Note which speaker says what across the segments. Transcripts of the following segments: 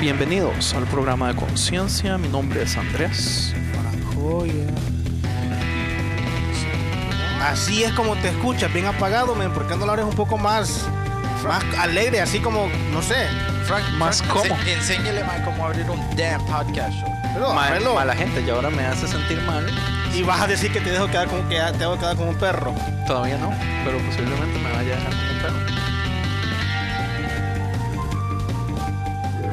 Speaker 1: Bienvenidos al programa de conciencia. Mi nombre es Andrés.
Speaker 2: Así es como te escuchas, bien apagado, men, porque ando la oreja un poco más, más alegre, así como, no sé.
Speaker 3: Frank,
Speaker 1: Más
Speaker 3: Frank,
Speaker 1: cómo.
Speaker 3: ense- enséñele, mae, cómo abrir un damn podcast show.
Speaker 2: Pero,
Speaker 1: Mal,
Speaker 2: ábrelo.
Speaker 1: mala gente, y ahora me hace sentir mal.
Speaker 2: Y vas a decir que te dejo quedar como, que, ah, te dejo quedar como un perro.
Speaker 1: Todavía no, pero posiblemente me vaya a dejar como un perro.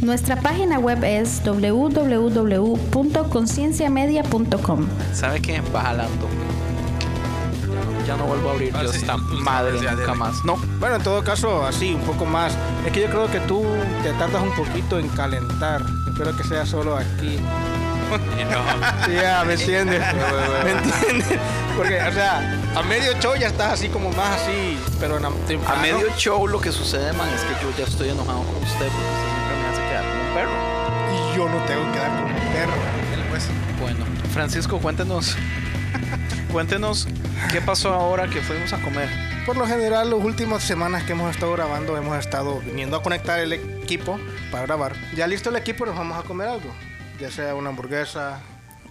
Speaker 4: Nuestra página web es www.concienciamedia.com.
Speaker 1: ¿Sabe qué? Va jalando. Ya no, ya no vuelvo a abrir
Speaker 3: Ah,
Speaker 1: yo
Speaker 3: sí,
Speaker 1: esta
Speaker 3: usted-
Speaker 1: madre
Speaker 3: usted-
Speaker 1: nunca
Speaker 3: usted-
Speaker 1: más. No,
Speaker 2: Bueno, en todo caso, así, un poco más. Es que yo creo que tú te tardas un poquito en calentar. Espero que sea solo aquí. Sí, Ya, me entiendes. ¿Me entiendes? Porque, o sea, a medio show ya estás así como más así, pero en
Speaker 1: a medio show lo que sucede, man, es que yo ya estoy enojado con usted porque usted siempre me hace quedar como un perro.
Speaker 2: Y yo no tengo que quedar como un perro.
Speaker 3: Dele, pues.
Speaker 1: Bueno, Francisco, cuéntenos. cuéntenos qué pasó ahora que fuimos a comer.
Speaker 2: Por lo general, las últimas semanas que hemos estado grabando, hemos estado viniendo a conectar el equipo para grabar. Ya listo el equipo, nos vamos a comer algo. Ya sea una hamburguesa.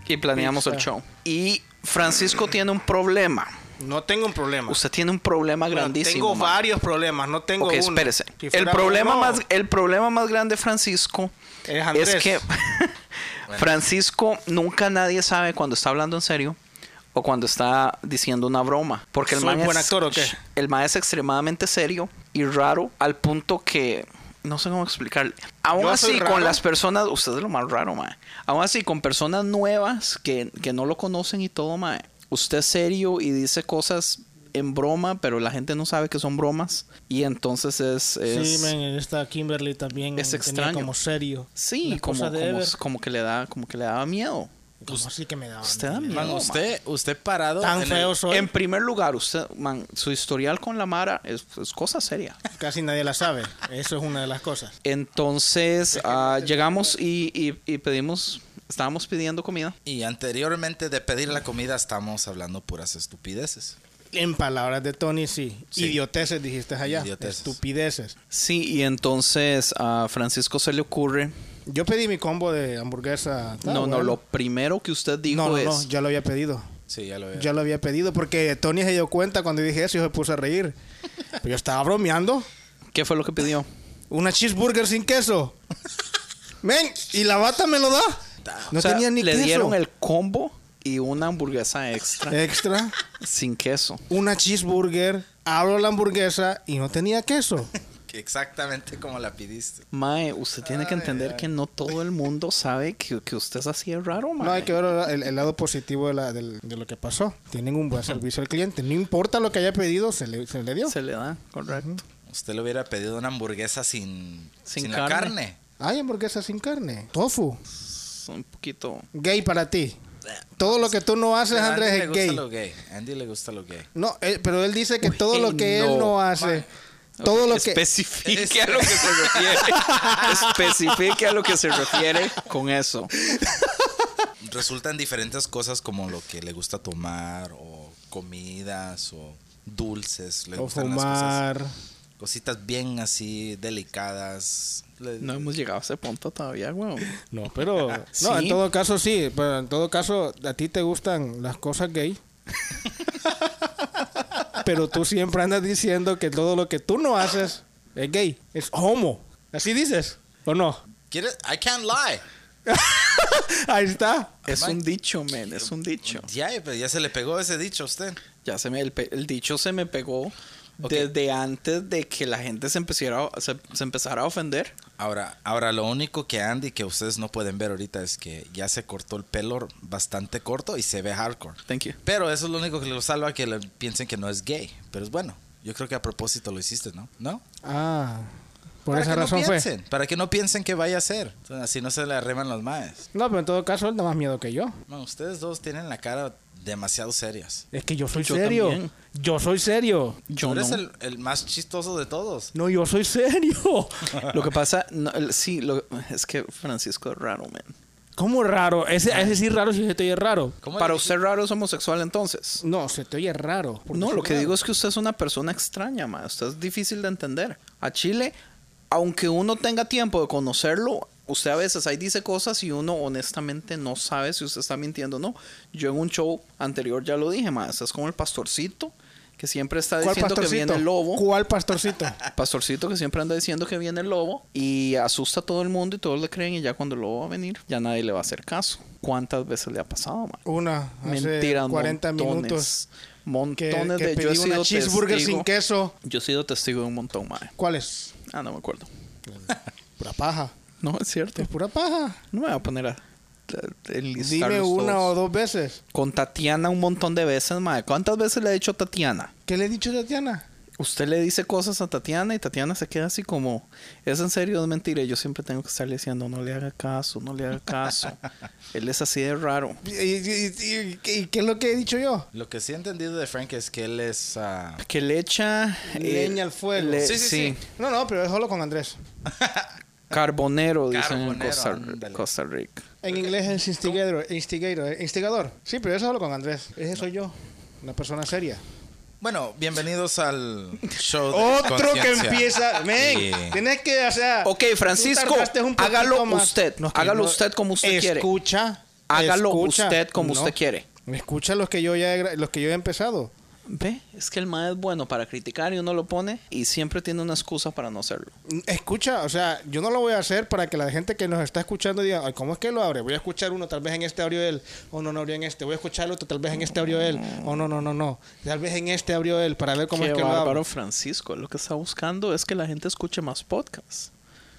Speaker 1: Y planeamos el
Speaker 2: Pizza.
Speaker 1: show. Y Francisco tiene un problema.
Speaker 2: No tengo un problema.
Speaker 1: Usted tiene un problema
Speaker 2: Bueno,
Speaker 1: grandísimo.
Speaker 2: Tengo
Speaker 1: man.
Speaker 2: varios problemas, no tengo
Speaker 1: Ok,
Speaker 2: uno.
Speaker 1: espérese.
Speaker 2: Si
Speaker 1: el,
Speaker 2: fuera
Speaker 1: problema
Speaker 2: uno,
Speaker 1: más, el problema más grande, Francisco,
Speaker 2: Es
Speaker 1: es
Speaker 2: Andrés.
Speaker 1: que Francisco nunca nadie sabe cuando está hablando en serio o cuando está diciendo una broma. Porque el
Speaker 2: ¿Soy
Speaker 1: man
Speaker 2: buen
Speaker 1: es,
Speaker 2: actor o qué?
Speaker 1: El man es extremadamente serio y raro al punto que... No sé cómo explicarle. Aún
Speaker 2: ¿Yo soy
Speaker 1: así,
Speaker 2: raro?
Speaker 1: con las personas... Usted es lo más raro, mae. Aún así, con personas nuevas que, que no lo conocen y todo, mae. Usted es serio y dice cosas en broma, pero la gente no sabe que son bromas. Y entonces es...
Speaker 5: Sí,
Speaker 1: es-
Speaker 5: men, esta Kimberly también
Speaker 1: es
Speaker 5: tenía
Speaker 1: extraño.
Speaker 5: como serio.
Speaker 1: Sí,
Speaker 5: La
Speaker 1: como,
Speaker 5: esposa de
Speaker 1: como,
Speaker 5: Ever.
Speaker 1: como que le da, como que le daba miedo.
Speaker 5: Como así que me daba
Speaker 1: Usted da
Speaker 5: miedo.
Speaker 1: miedo. em-
Speaker 3: Man,
Speaker 1: man.
Speaker 3: usted, usted parado.
Speaker 5: Tan
Speaker 3: en
Speaker 5: feo
Speaker 3: el-
Speaker 5: soy.
Speaker 1: En primer lugar, usted, man, su historial con la Mara es, es cosa seria.
Speaker 5: Casi nadie la sabe. Eso es una de las cosas.
Speaker 1: Entonces, ah, llegamos y, y- y pedimos, estábamos pidiendo comida.
Speaker 3: Y anteriormente de pedir la comida estamos hablando puras estupideces.
Speaker 5: En palabras de Tony, sí.
Speaker 3: Sí.
Speaker 5: Idioteces dijiste allá.
Speaker 3: Idioteces.
Speaker 5: Estupideces.
Speaker 1: Sí, y entonces a Francisco se le ocurre.
Speaker 5: Yo pedí mi combo de hamburguesa.
Speaker 1: no, no, lo primero que usted dijo
Speaker 5: Ah, No, no,
Speaker 1: es.
Speaker 5: no, ya lo había pedido.
Speaker 3: Sí, ya lo veo.
Speaker 5: Ya lo había pedido porque Tony se dio cuenta cuando dije eso y se puso a reír. Pero yo estaba bromeando.
Speaker 1: ¿Qué fue lo que pidió?
Speaker 5: Una cheeseburger sin queso. Men, y la bata me lo da. No
Speaker 1: O sea,
Speaker 5: tenía ni
Speaker 1: Le
Speaker 5: queso.
Speaker 1: dieron el combo y una hamburguesa extra
Speaker 5: extra.
Speaker 1: sin queso.
Speaker 5: una cheeseburger, abro la hamburguesa y no tenía queso.
Speaker 3: Exactamente como la pidiste.
Speaker 1: Mae, usted tiene que entender que no todo el mundo sabe que, que usted es así de raro, mae.
Speaker 5: No, hay que ver el, el lado positivo de, la- del- de lo que pasó. Tienen un buen servicio al cliente. No importa lo que haya pedido, se le, se le dio.
Speaker 1: Se le da, correcto.
Speaker 3: Usted le hubiera pedido una hamburguesa sin,
Speaker 1: Sin
Speaker 3: sin, la
Speaker 1: carne.
Speaker 3: carne.
Speaker 5: Hay hamburguesa sin carne. Tofu.
Speaker 1: Es un poquito.
Speaker 5: Gay para ti. Todo lo que tú no haces,
Speaker 3: Pero a Andy
Speaker 5: Andrés,
Speaker 3: le
Speaker 5: es
Speaker 3: gusta
Speaker 5: gay.
Speaker 3: lo gay. A Andy le gusta lo gay.
Speaker 5: No, él- pero él dice que
Speaker 1: Uy,
Speaker 5: todo lo que
Speaker 1: no.
Speaker 5: él no hace, todo lo que...
Speaker 1: Especifique a lo que se refiere. Especifique a lo que se refiere con eso.
Speaker 3: Resultan diferentes cosas como lo que le gusta tomar o comidas o dulces. Le
Speaker 5: O
Speaker 3: gustan las cosas-
Speaker 5: fumar.
Speaker 3: Cositas bien así, delicadas. Le-
Speaker 1: No hemos llegado a ese punto todavía, weón.
Speaker 5: No, pero... No,
Speaker 1: Sí.
Speaker 5: en todo caso sí, pero en todo caso a ti te gustan las cosas gay. pero tú siempre andas diciendo que todo lo que tú no haces es gay, es homo. ¿Así dices? ¿O no?
Speaker 3: ¿Quieres? I can't lie.
Speaker 5: Ahí está.
Speaker 1: Es un dicho, men, es un dicho.
Speaker 3: Ya, pero ya se le pegó ese dicho a usted.
Speaker 1: Ya se me, el, pe- el dicho se me pegó
Speaker 3: Ok.
Speaker 1: desde antes de que la gente se empezara, a- se, se empezara a ofender.
Speaker 3: Ahora, ahora lo único que Andy que ustedes no pueden ver ahorita es que ya se cortó el pelo bastante corto y se ve hardcore.
Speaker 1: Thank you.
Speaker 3: Pero eso es lo único que lo salva que le piensen que no es gay, pero es bueno. Yo creo que a propósito lo hiciste, ¿no? ¿No?
Speaker 6: Ah, por
Speaker 3: Para
Speaker 6: esa
Speaker 3: que
Speaker 6: razón
Speaker 3: no
Speaker 6: fue.
Speaker 3: piensen, Para que no piensen que vaya a ser. O sea, Así no se le arreman los maes.
Speaker 6: No, pero en todo caso él da más miedo que yo.
Speaker 3: No, ustedes dos tienen la cara demasiado serias.
Speaker 6: Es que yo soy
Speaker 1: Yo
Speaker 6: serio.
Speaker 1: también.
Speaker 6: Yo soy serio.
Speaker 1: Yo
Speaker 3: Tú eres
Speaker 1: no.
Speaker 3: el, el más chistoso de todos.
Speaker 6: No, yo soy serio.
Speaker 1: Lo que pasa, no, el- sí, lo- es que Francisco es raro, man.
Speaker 6: ¿Cómo raro? Ese, ese sí raro si se te oye raro.
Speaker 3: ¿Cómo
Speaker 1: Para
Speaker 3: le-
Speaker 1: usted raro es homosexual entonces.
Speaker 6: No, se te oye raro. porque
Speaker 1: No,
Speaker 6: soy
Speaker 1: lo que
Speaker 6: raro.
Speaker 1: digo es que usted es una persona extraña, ma. Usted es difícil de entender. A Chile, aunque uno tenga tiempo de conocerlo, usted a veces ahí dice cosas y uno honestamente no sabe si usted está mintiendo o no. Yo en un show anterior ya lo dije, ma. Estás como el pastorcito que siempre está
Speaker 6: ¿Cuál
Speaker 1: diciendo que viene el lobo.
Speaker 6: ¿Cuál pastorcito?
Speaker 1: Pastorcito que siempre anda diciendo que viene el lobo y asusta a todo el mundo y todos le creen y ya cuando el lobo va a venir ya nadie le va a hacer caso. ¿Cuántas veces le ha pasado, ma?
Speaker 6: Una.
Speaker 5: Hace
Speaker 1: Mentiras,
Speaker 5: 40
Speaker 1: montones,
Speaker 5: minutos
Speaker 1: Montones
Speaker 5: que, que
Speaker 1: de yo he
Speaker 5: pedí una
Speaker 1: sido
Speaker 5: cheeseburger
Speaker 1: testigo-
Speaker 5: sin queso.
Speaker 1: Yo he sido testigo de un montón, mae.
Speaker 5: ¿Cuál es?
Speaker 1: Ah, no me acuerdo.
Speaker 5: Pura paja.
Speaker 1: No, es cierto.
Speaker 5: Es pura paja.
Speaker 1: No me voy a poner a, a- a
Speaker 5: Dime
Speaker 1: enlistarlos
Speaker 5: una
Speaker 1: todos.
Speaker 5: o dos veces.
Speaker 1: Con Tatiana un montón de veces, mae. ¿Cuántas veces le ha dicho Tatiana?
Speaker 5: ¿Qué le he dicho a Tatiana?
Speaker 1: Usted le dice cosas a Tatiana y Tatiana se queda así como, ¿es en serio o es mentira? Y Yo siempre tengo que estarle diciendo, no le haga caso, no le haga caso. Él es así de raro.
Speaker 5: ¿Y, y- y- y- y qué es lo que he dicho yo?
Speaker 3: Lo que sí he entendido de Frank es que él es... ah,
Speaker 1: Que le echa... eh,
Speaker 5: Leña al fuego.
Speaker 1: le-
Speaker 3: Sí, sí, sí.
Speaker 5: No, no, pero es solo con Andrés.
Speaker 1: Carbonero, dicen en
Speaker 3: Carbonero,
Speaker 1: Costa,
Speaker 3: ándale.
Speaker 1: Costa Rica.
Speaker 5: En inglés es instigator, instigator, eh, instigador. Sí, pero eso hablo con Andrés. Ese soy yo, una persona seria.
Speaker 3: Bueno, bienvenidos al show de
Speaker 5: Otro que
Speaker 3: conciencia.
Speaker 5: empieza, men,
Speaker 3: Sí.
Speaker 5: tienes que, o sea,
Speaker 1: Ok,
Speaker 5: tú
Speaker 1: Francisco,
Speaker 5: tardaste un poquito
Speaker 1: hágalo
Speaker 5: más.
Speaker 1: usted.
Speaker 5: No, es que
Speaker 1: hágalo
Speaker 5: no-
Speaker 1: usted como usted quiere.
Speaker 5: Escucha,
Speaker 1: Hágalo
Speaker 5: escucha.
Speaker 1: usted como
Speaker 5: No,
Speaker 1: usted quiere.
Speaker 5: Escucha los que yo ya, he gra- los que yo he empezado.
Speaker 1: Ve, es que el mae es bueno para criticar y uno lo pone y siempre tiene una excusa para no hacerlo.
Speaker 5: Escucha, o sea, yo no lo voy a hacer para que la gente que nos está escuchando diga, Ay, ¿cómo es que lo abre? Voy a escuchar uno, tal vez en este abrió él, o no, no abrió en este, voy a escuchar otro, tal vez en este abrió él, o no, no, no, no, tal vez en este abrió él, para ver cómo
Speaker 1: Qué
Speaker 5: es que lo
Speaker 1: bárbaro,
Speaker 5: abre.
Speaker 1: Francisco. Lo que está buscando es que la gente escuche más podcasts.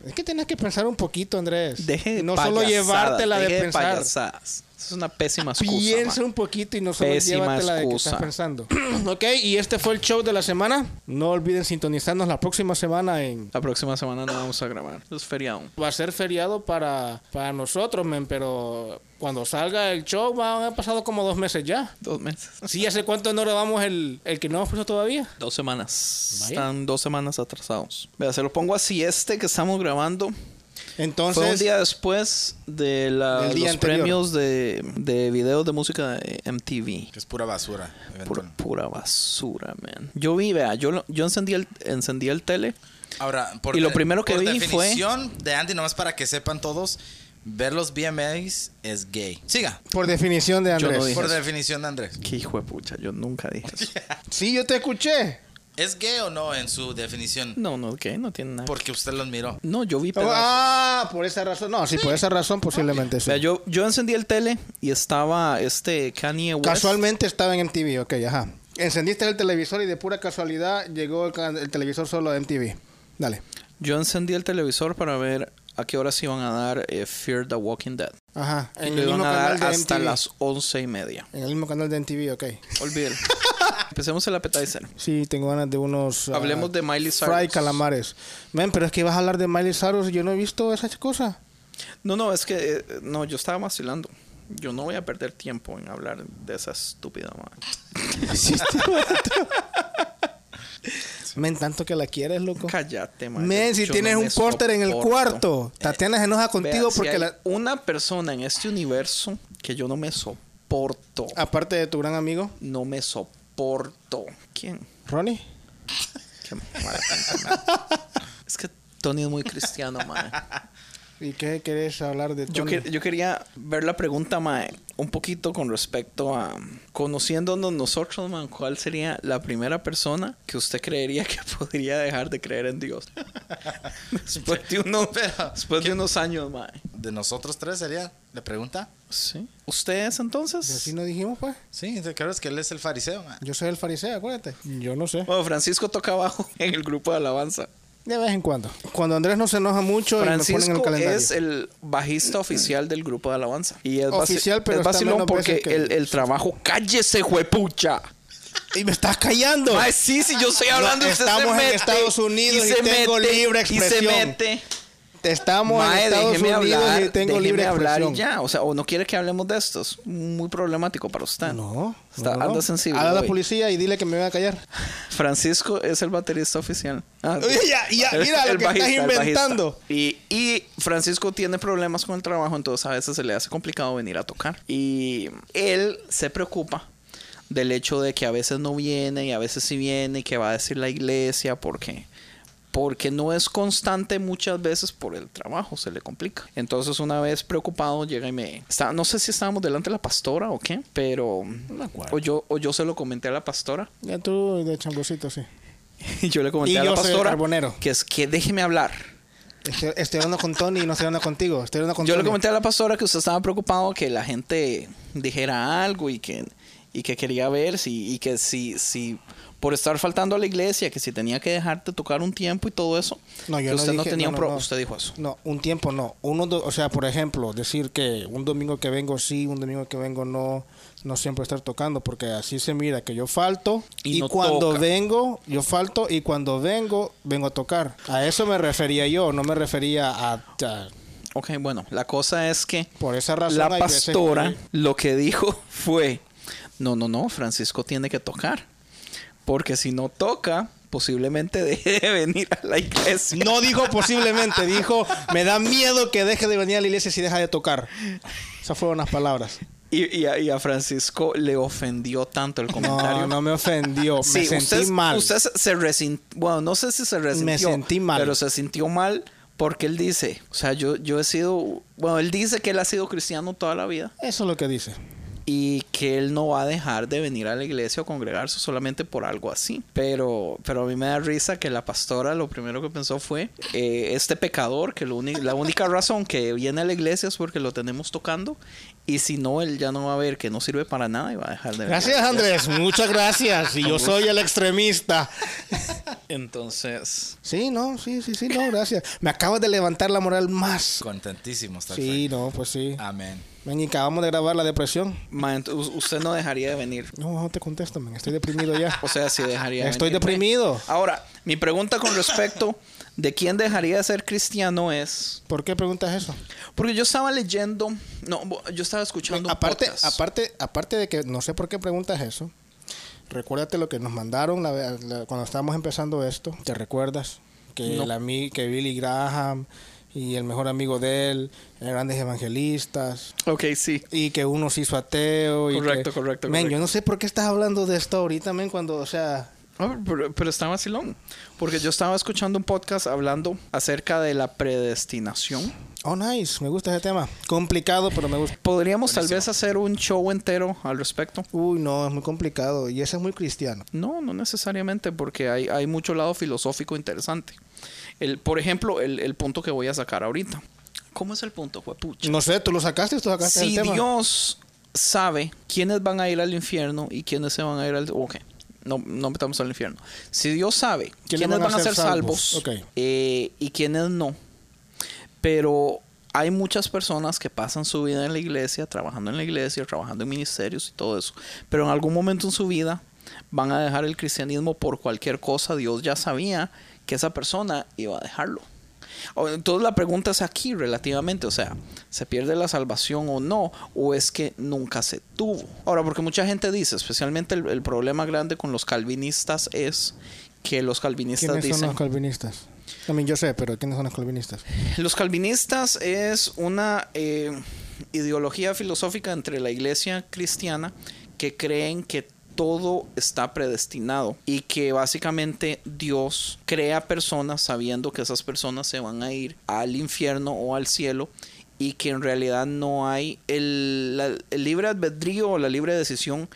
Speaker 5: Es que tienes que pensar un poquito, Andrés.
Speaker 1: Deje de
Speaker 5: no solo
Speaker 1: payasadas,
Speaker 5: llevártela de
Speaker 1: deje
Speaker 5: pensar. Ah,
Speaker 1: payasadas. Es una pésima excusa.
Speaker 5: Piensa
Speaker 1: mae.
Speaker 5: un poquito y no solo
Speaker 1: Pésima
Speaker 5: llévatela de que
Speaker 1: excusa.
Speaker 5: estás pensando. ok, y este fue el show de la semana. No olviden sintonizarnos la próxima semana en...
Speaker 1: La próxima semana no vamos a grabar. Es feriado.
Speaker 6: Va a ser feriado para, para nosotros, men, pero cuando salga el show van a haber pasado como dos meses ya.
Speaker 1: Dos meses.
Speaker 6: Sí, ¿hace cuánto no grabamos el, el que no hemos puesto todavía?
Speaker 1: Dos semanas.
Speaker 6: Vaya.
Speaker 1: Están dos semanas atrasados. Vea, se lo pongo así. Este que estamos grabando fue un
Speaker 5: Entonces,
Speaker 1: día después de la-
Speaker 5: Del día
Speaker 1: los
Speaker 5: anterior.
Speaker 1: premios de, de videos de música de MTV.
Speaker 3: Que es pura basura.
Speaker 1: Pura,
Speaker 3: eventual.
Speaker 1: pura basura, man. Yo vi, vea, yo, lo- yo encendí, el, encendí el tele.
Speaker 3: Ahora, por
Speaker 1: Y lo
Speaker 3: de-
Speaker 1: primero que
Speaker 3: por
Speaker 1: vi fue-
Speaker 3: definición de Andy, nomás para que sepan todos, ver los BMAs es gay. Siga.
Speaker 5: por definición de
Speaker 1: Yo no
Speaker 5: Andrés.
Speaker 1: dije.
Speaker 3: Por
Speaker 1: eso.
Speaker 3: definición de Andrés.
Speaker 1: Qué hijo de pucha, yo nunca dije eso.
Speaker 5: Sí, yo te escuché.
Speaker 3: ¿Es gay o no en su definición?
Speaker 1: No, no, que no tiene nada.
Speaker 3: Porque usted los miró.
Speaker 1: No, yo vi pedazos.
Speaker 5: Ah, por esa razón. No, sí, por esa razón posiblemente sí.
Speaker 1: Vea, yo, yo encendí el tele y estaba este Kanye West.
Speaker 5: Casualmente estaba en MTV, ok, ajá. Encendiste el televisor y de pura casualidad llegó el, can- el televisor solo a MTV. Dale.
Speaker 1: Yo encendí el televisor para ver a qué horas iban a dar eh, Fear the Walking Dead.
Speaker 5: Ajá.
Speaker 1: Y
Speaker 5: En
Speaker 1: lo
Speaker 5: el
Speaker 1: iban
Speaker 5: mismo
Speaker 1: a dar
Speaker 5: canal de
Speaker 1: hasta
Speaker 5: MTV.
Speaker 1: las once y media.
Speaker 5: En el mismo canal de MTV, ok.
Speaker 1: Olvídelo. Empecemos el appetizer.
Speaker 5: Sí, tengo ganas de unos... ah,
Speaker 1: Hablemos de Miley
Speaker 5: Fry
Speaker 1: Cyrus.
Speaker 5: calamares. Men, pero es que vas a hablar de Miley Cyrus y yo no he visto esas cosas.
Speaker 1: No, no, es que eh, no, yo estaba vacilando. Yo no voy a perder tiempo en hablar de esa estúpida madre.
Speaker 5: Men, tanto que la quieres, loco.
Speaker 1: Cállate, madre.
Speaker 5: Men, si
Speaker 1: Yo
Speaker 5: tienes
Speaker 1: no me
Speaker 5: un póster en el
Speaker 1: soporto. Eh,
Speaker 5: cuarto. Tatiana se enoja
Speaker 1: Vea,
Speaker 5: contigo
Speaker 1: si
Speaker 5: porque
Speaker 1: hay
Speaker 5: la...
Speaker 1: una persona en este universo que yo no me soporto.
Speaker 5: Aparte de tu gran amigo,
Speaker 1: No me soporto. ¿Quién?
Speaker 5: Ronnie.
Speaker 1: Qué mala gente, madre. Es que Tony es muy cristiano, madre.
Speaker 5: ¿Y qué querés hablar de
Speaker 1: Yo,
Speaker 5: Tony?
Speaker 1: que- yo quería ver la pregunta, mae, un poquito con respecto a conociéndonos nosotros, man, ¿cuál sería la primera persona que usted creería que podría dejar de creer en Dios? después de unos,
Speaker 3: Pero,
Speaker 1: después de unos años, mae.
Speaker 3: ¿De nosotros tres sería la pregunta?
Speaker 1: Sí. ¿Ustedes entonces?
Speaker 5: Y Así no dijimos, pues.
Speaker 3: Sí, te acuerdas que él es el fariseo. Ah, man?
Speaker 5: Yo soy el fariseo, acuérdate. Yo no sé.
Speaker 1: Bueno, Francisco toca abajo en el grupo de alabanza.
Speaker 5: De vez en cuando. Cuando Andrés no se enoja mucho y me ponen en el
Speaker 1: Francisco
Speaker 5: calendario.
Speaker 1: es el bajista oficial del grupo de alabanza. Y es, vaci-
Speaker 5: Oficial, pero
Speaker 1: es
Speaker 5: está
Speaker 1: vacilón
Speaker 5: menos
Speaker 1: porque
Speaker 5: veces que-
Speaker 1: el, el trabajo, cállese, juepucha.
Speaker 5: Y me estás callando.
Speaker 1: Ay, sí, sí, yo estoy hablando.
Speaker 5: No,
Speaker 1: usted
Speaker 5: estamos
Speaker 1: se
Speaker 5: en
Speaker 1: mete,
Speaker 5: Estados Unidos y tengo libre
Speaker 1: Y se
Speaker 5: expresión.
Speaker 1: mete.
Speaker 5: Te estamos
Speaker 1: Mae,
Speaker 5: en Estados
Speaker 1: déjeme
Speaker 5: Unidos
Speaker 1: hablar.
Speaker 5: y tengo
Speaker 1: déjeme
Speaker 5: libre
Speaker 1: hablar y
Speaker 5: expresión.
Speaker 1: ya. O sea, o no quiere que hablemos de esto. Es muy problemático para usted.
Speaker 5: No,
Speaker 1: Está,
Speaker 5: no, no.
Speaker 1: Anda sensible.
Speaker 5: Habla a la
Speaker 1: hoy.
Speaker 5: policía y dile que me voy a callar.
Speaker 1: Francisco es el baterista oficial. Ah,
Speaker 5: Oye, ya, ya, mira lo
Speaker 1: el
Speaker 5: que estás
Speaker 1: el bajista.
Speaker 5: inventando.
Speaker 1: Y, y Francisco tiene problemas con el trabajo, entonces a veces se le hace complicado venir a tocar. Y él se preocupa del hecho de que a veces no viene y a veces sí viene y que va a decir la iglesia porque porque no es constante muchas veces por el trabajo, se le complica. Entonces una vez preocupado llega y me... está- no sé si estábamos delante de la pastora o qué, pero... O yo, o yo se lo comenté a la pastora
Speaker 5: Ya tú de chambosito, sí.
Speaker 1: y yo le comenté
Speaker 5: Y
Speaker 1: a la
Speaker 5: yo soy el
Speaker 1: pastora
Speaker 5: carbonero.
Speaker 1: que es que déjeme hablar.
Speaker 5: Estoy, estoy hablando con Tony y no estoy hablando contigo. Estoy hablando con
Speaker 1: Yo le
Speaker 5: Tony.
Speaker 1: comenté a la pastora que usted estaba preocupado que la gente dijera algo y que, y que quería ver si, y que si, si por estar faltando a la iglesia, que si tenía que dejarte tocar un tiempo y todo eso.
Speaker 5: No, yo
Speaker 1: que usted no,
Speaker 5: dije-
Speaker 1: tenía un pro-
Speaker 5: no.
Speaker 1: usted dijo eso.
Speaker 5: No, un tiempo no. Uno, do- o sea, por ejemplo, decir que un domingo que vengo sí, un domingo que vengo no, no siempre estar tocando, porque así se mira que yo falto
Speaker 1: Y
Speaker 5: y,
Speaker 1: no
Speaker 5: cuando
Speaker 1: toca.
Speaker 5: vengo, yo falto y cuando vengo, vengo a tocar. A eso me refería yo, no me refería a... a-
Speaker 1: Ok, bueno, la cosa es que
Speaker 5: por esa razón...
Speaker 1: la
Speaker 5: hay veces que-
Speaker 1: pastora lo que dijo fue, no, no, no, Francisco tiene que tocar, porque si no toca, posiblemente deje de venir a la iglesia.
Speaker 5: No dijo posiblemente, dijo, me da miedo que deje de venir a la iglesia si deja de tocar. Esas fueron las palabras.
Speaker 1: Y, y a, y a Francisco le ofendió tanto el comentario.
Speaker 5: No, no me ofendió,
Speaker 1: Sí,
Speaker 5: me sentí
Speaker 1: usted,
Speaker 5: mal.
Speaker 1: usted se- se resintió. Bueno, no sé si se resintió.
Speaker 5: sentí mal.
Speaker 1: Pero se sintió mal porque él dice, o sea, yo, yo he sido, bueno, él dice que él ha sido cristiano toda la vida
Speaker 5: Eso es lo que dice.
Speaker 1: y que él no va a dejar de venir a la iglesia o congregarse solamente por algo así. Pero, pero a mí me da risa que la pastora lo primero que pensó fue eh, este pecador que lo uni- la única razón que viene a la iglesia es porque lo tenemos tocando y si no él ya no va a ver que no sirve para nada y va a dejar de venir.
Speaker 5: Gracias Andrés, muchas gracias. Y yo soy el extremista.
Speaker 1: Entonces,
Speaker 5: Sí, no, sí, sí, sí, no, gracias. Me acabas de levantar la moral más.
Speaker 3: Contentísimo está el
Speaker 5: Sí, no, pues sí.
Speaker 3: Frank. Amén.
Speaker 5: Ven, y acabamos de grabar la depresión.
Speaker 1: ma, ent- u- usted no dejaría de venir.
Speaker 5: No, no te contesto, men. Estoy deprimido ya.
Speaker 1: O sea, sí dejaría de
Speaker 5: Estoy
Speaker 1: venir.
Speaker 5: deprimido.
Speaker 1: Ahora, mi pregunta con respecto de quién dejaría de ser cristiano es
Speaker 5: ¿Por qué preguntas eso?
Speaker 1: Porque yo estaba leyendo, no, bo- yo estaba escuchando. un
Speaker 5: Aparte,
Speaker 1: podcast.
Speaker 5: aparte, aparte de que no sé por qué preguntas eso. Recuérdate lo que nos mandaron la, ve- la- cuando estábamos empezando esto. ¿Te recuerdas? Que,
Speaker 1: No.
Speaker 5: el ami- que Billy Graham y el mejor amigo de él eran grandes evangelistas.
Speaker 1: Ok, sí.
Speaker 5: Y que uno se hizo ateo. Y
Speaker 1: Correcto,
Speaker 5: que-
Speaker 1: correcto,
Speaker 5: Men,
Speaker 1: correcto.
Speaker 5: yo no sé por qué estás hablando de esto ahorita, men, cuando, o sea...
Speaker 1: Ah, pero, pero está vacilón. Porque yo estaba escuchando un podcast hablando acerca de la predestinación.
Speaker 5: Oh, nice, me gusta ese tema. Complicado, pero me gusta.
Speaker 1: Podríamos tal vez hacer un show entero al respecto.
Speaker 5: Uy, no, es muy complicado. Y ese es muy cristiano.
Speaker 1: No, no necesariamente, porque hay, hay mucho lado filosófico interesante. El, por ejemplo, el, el punto que voy a sacar ahorita. ¿Cómo es el punto, juepucha?
Speaker 5: No sé, tú lo sacaste, tú sacaste
Speaker 1: si
Speaker 5: el tema.
Speaker 1: Dios sabe quiénes van a ir al infierno y quiénes se van a ir al... Ok, no, no metamos al infierno. Si Dios sabe quiénes, van, a ser salvos,
Speaker 5: Ok.
Speaker 1: eh, y quiénes no, pero hay muchas personas que pasan su vida en la iglesia, trabajando en la iglesia, trabajando en ministerios y todo eso, pero en algún momento en su vida van a dejar el cristianismo por cualquier cosa. Dios ya sabía que esa persona iba a dejarlo. O- Entonces la pregunta es aquí relativamente, o sea, ¿se pierde la salvación o no? ¿O es que nunca se tuvo? Ahora, porque mucha gente dice, especialmente el, el problema grande con los calvinistas es que los calvinistas
Speaker 5: ¿Quiénes son
Speaker 1: dicen...
Speaker 5: los calvinistas? También yo sé, pero ¿quiénes son los calvinistas?
Speaker 1: Los calvinistas es una eh, ideología filosófica entre la iglesia cristiana que creen que todo está predestinado y que básicamente Dios crea personas sabiendo que esas personas se van a ir al infierno o al cielo y que en realidad no hay el, la- el libre albedrío o la libre decisión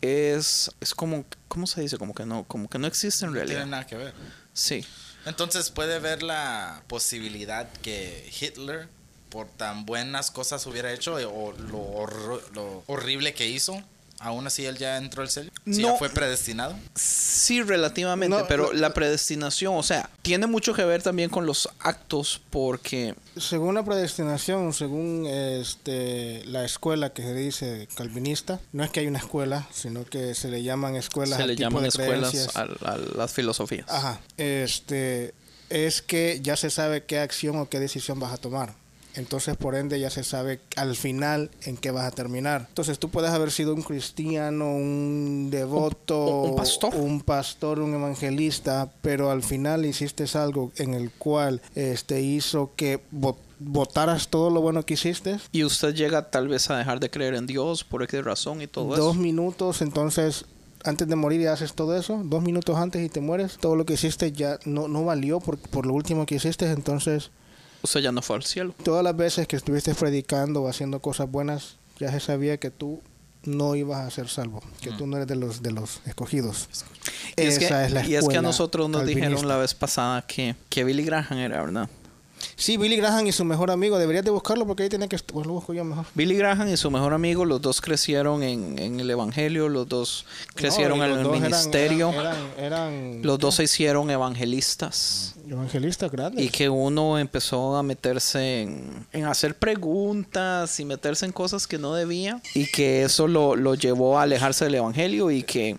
Speaker 1: es, es como, ¿cómo se dice? Como que no, como que no existe en
Speaker 3: No tiene
Speaker 1: realidad.
Speaker 3: nada que ver.
Speaker 1: Sí.
Speaker 3: Entonces puede ver la posibilidad que Hitler, por tan buenas cosas hubiera hecho eh, o lo, horro- lo horrible que hizo, Aún así él ya entró al sello. Sí,
Speaker 1: No.
Speaker 3: ya fue predestinado.
Speaker 1: Sí, relativamente,
Speaker 5: No,
Speaker 1: pero
Speaker 5: no,
Speaker 1: la predestinación, o sea, tiene mucho que ver también con los actos porque
Speaker 5: Según la predestinación, según este, la escuela que se dice calvinista, no es que hay una escuela, sino que se le llaman escuelas
Speaker 1: se
Speaker 5: al
Speaker 1: le
Speaker 5: tipo
Speaker 1: llaman
Speaker 5: de
Speaker 1: escuelas
Speaker 5: creencias.
Speaker 1: a, a las filosofías.
Speaker 5: Ajá. Este, es que ya se sabe qué acción o qué decisión vas a tomar. Entonces, por ende, ya se sabe al final en qué vas a terminar. Entonces, tú puedes haber sido un cristiano, un devoto,
Speaker 1: Un- un pastor.
Speaker 5: un pastor, un evangelista, pero al final hiciste algo en el cual este, hizo que vo- votaras todo lo bueno que hiciste.
Speaker 1: Y usted llega tal vez a dejar de creer en Dios por X razón y todo
Speaker 5: Dos
Speaker 1: eso.
Speaker 5: minutos, entonces, antes de morir ya haces todo eso. Dos minutos antes y te mueres. Todo lo que hiciste ya no, no valió por, por lo último que hiciste. Entonces,
Speaker 1: Usted ya no fue al cielo.
Speaker 5: todas las veces que estuviste predicando o haciendo cosas buenas, ya se sabía que tú no ibas a ser salvo, que tú no eres de los de los escogidos.
Speaker 1: Mm. Y es, que,
Speaker 5: Esa es la
Speaker 1: y es que a
Speaker 5: escuela
Speaker 1: nosotros nos dijeron
Speaker 5: calvinista.
Speaker 1: la vez pasada que, que Billy Graham era, ¿verdad?
Speaker 5: Sí, Billy Graham y su mejor amigo, deberías de buscarlo porque ahí tiene que est- pues lo busco yo mejor.
Speaker 1: Billy Graham y su mejor amigo, los dos crecieron en, en el Evangelio, los dos crecieron
Speaker 5: No,
Speaker 1: en
Speaker 5: y los
Speaker 1: el
Speaker 5: dos eran-
Speaker 1: ministerio,
Speaker 5: Eran, eran, eran
Speaker 1: los dos se hicieron evangelistas.
Speaker 5: evangelistas grandes.
Speaker 1: Y que uno empezó a meterse en, en hacer preguntas y meterse en cosas que no debía. Y que eso lo, lo llevó a alejarse del evangelio y que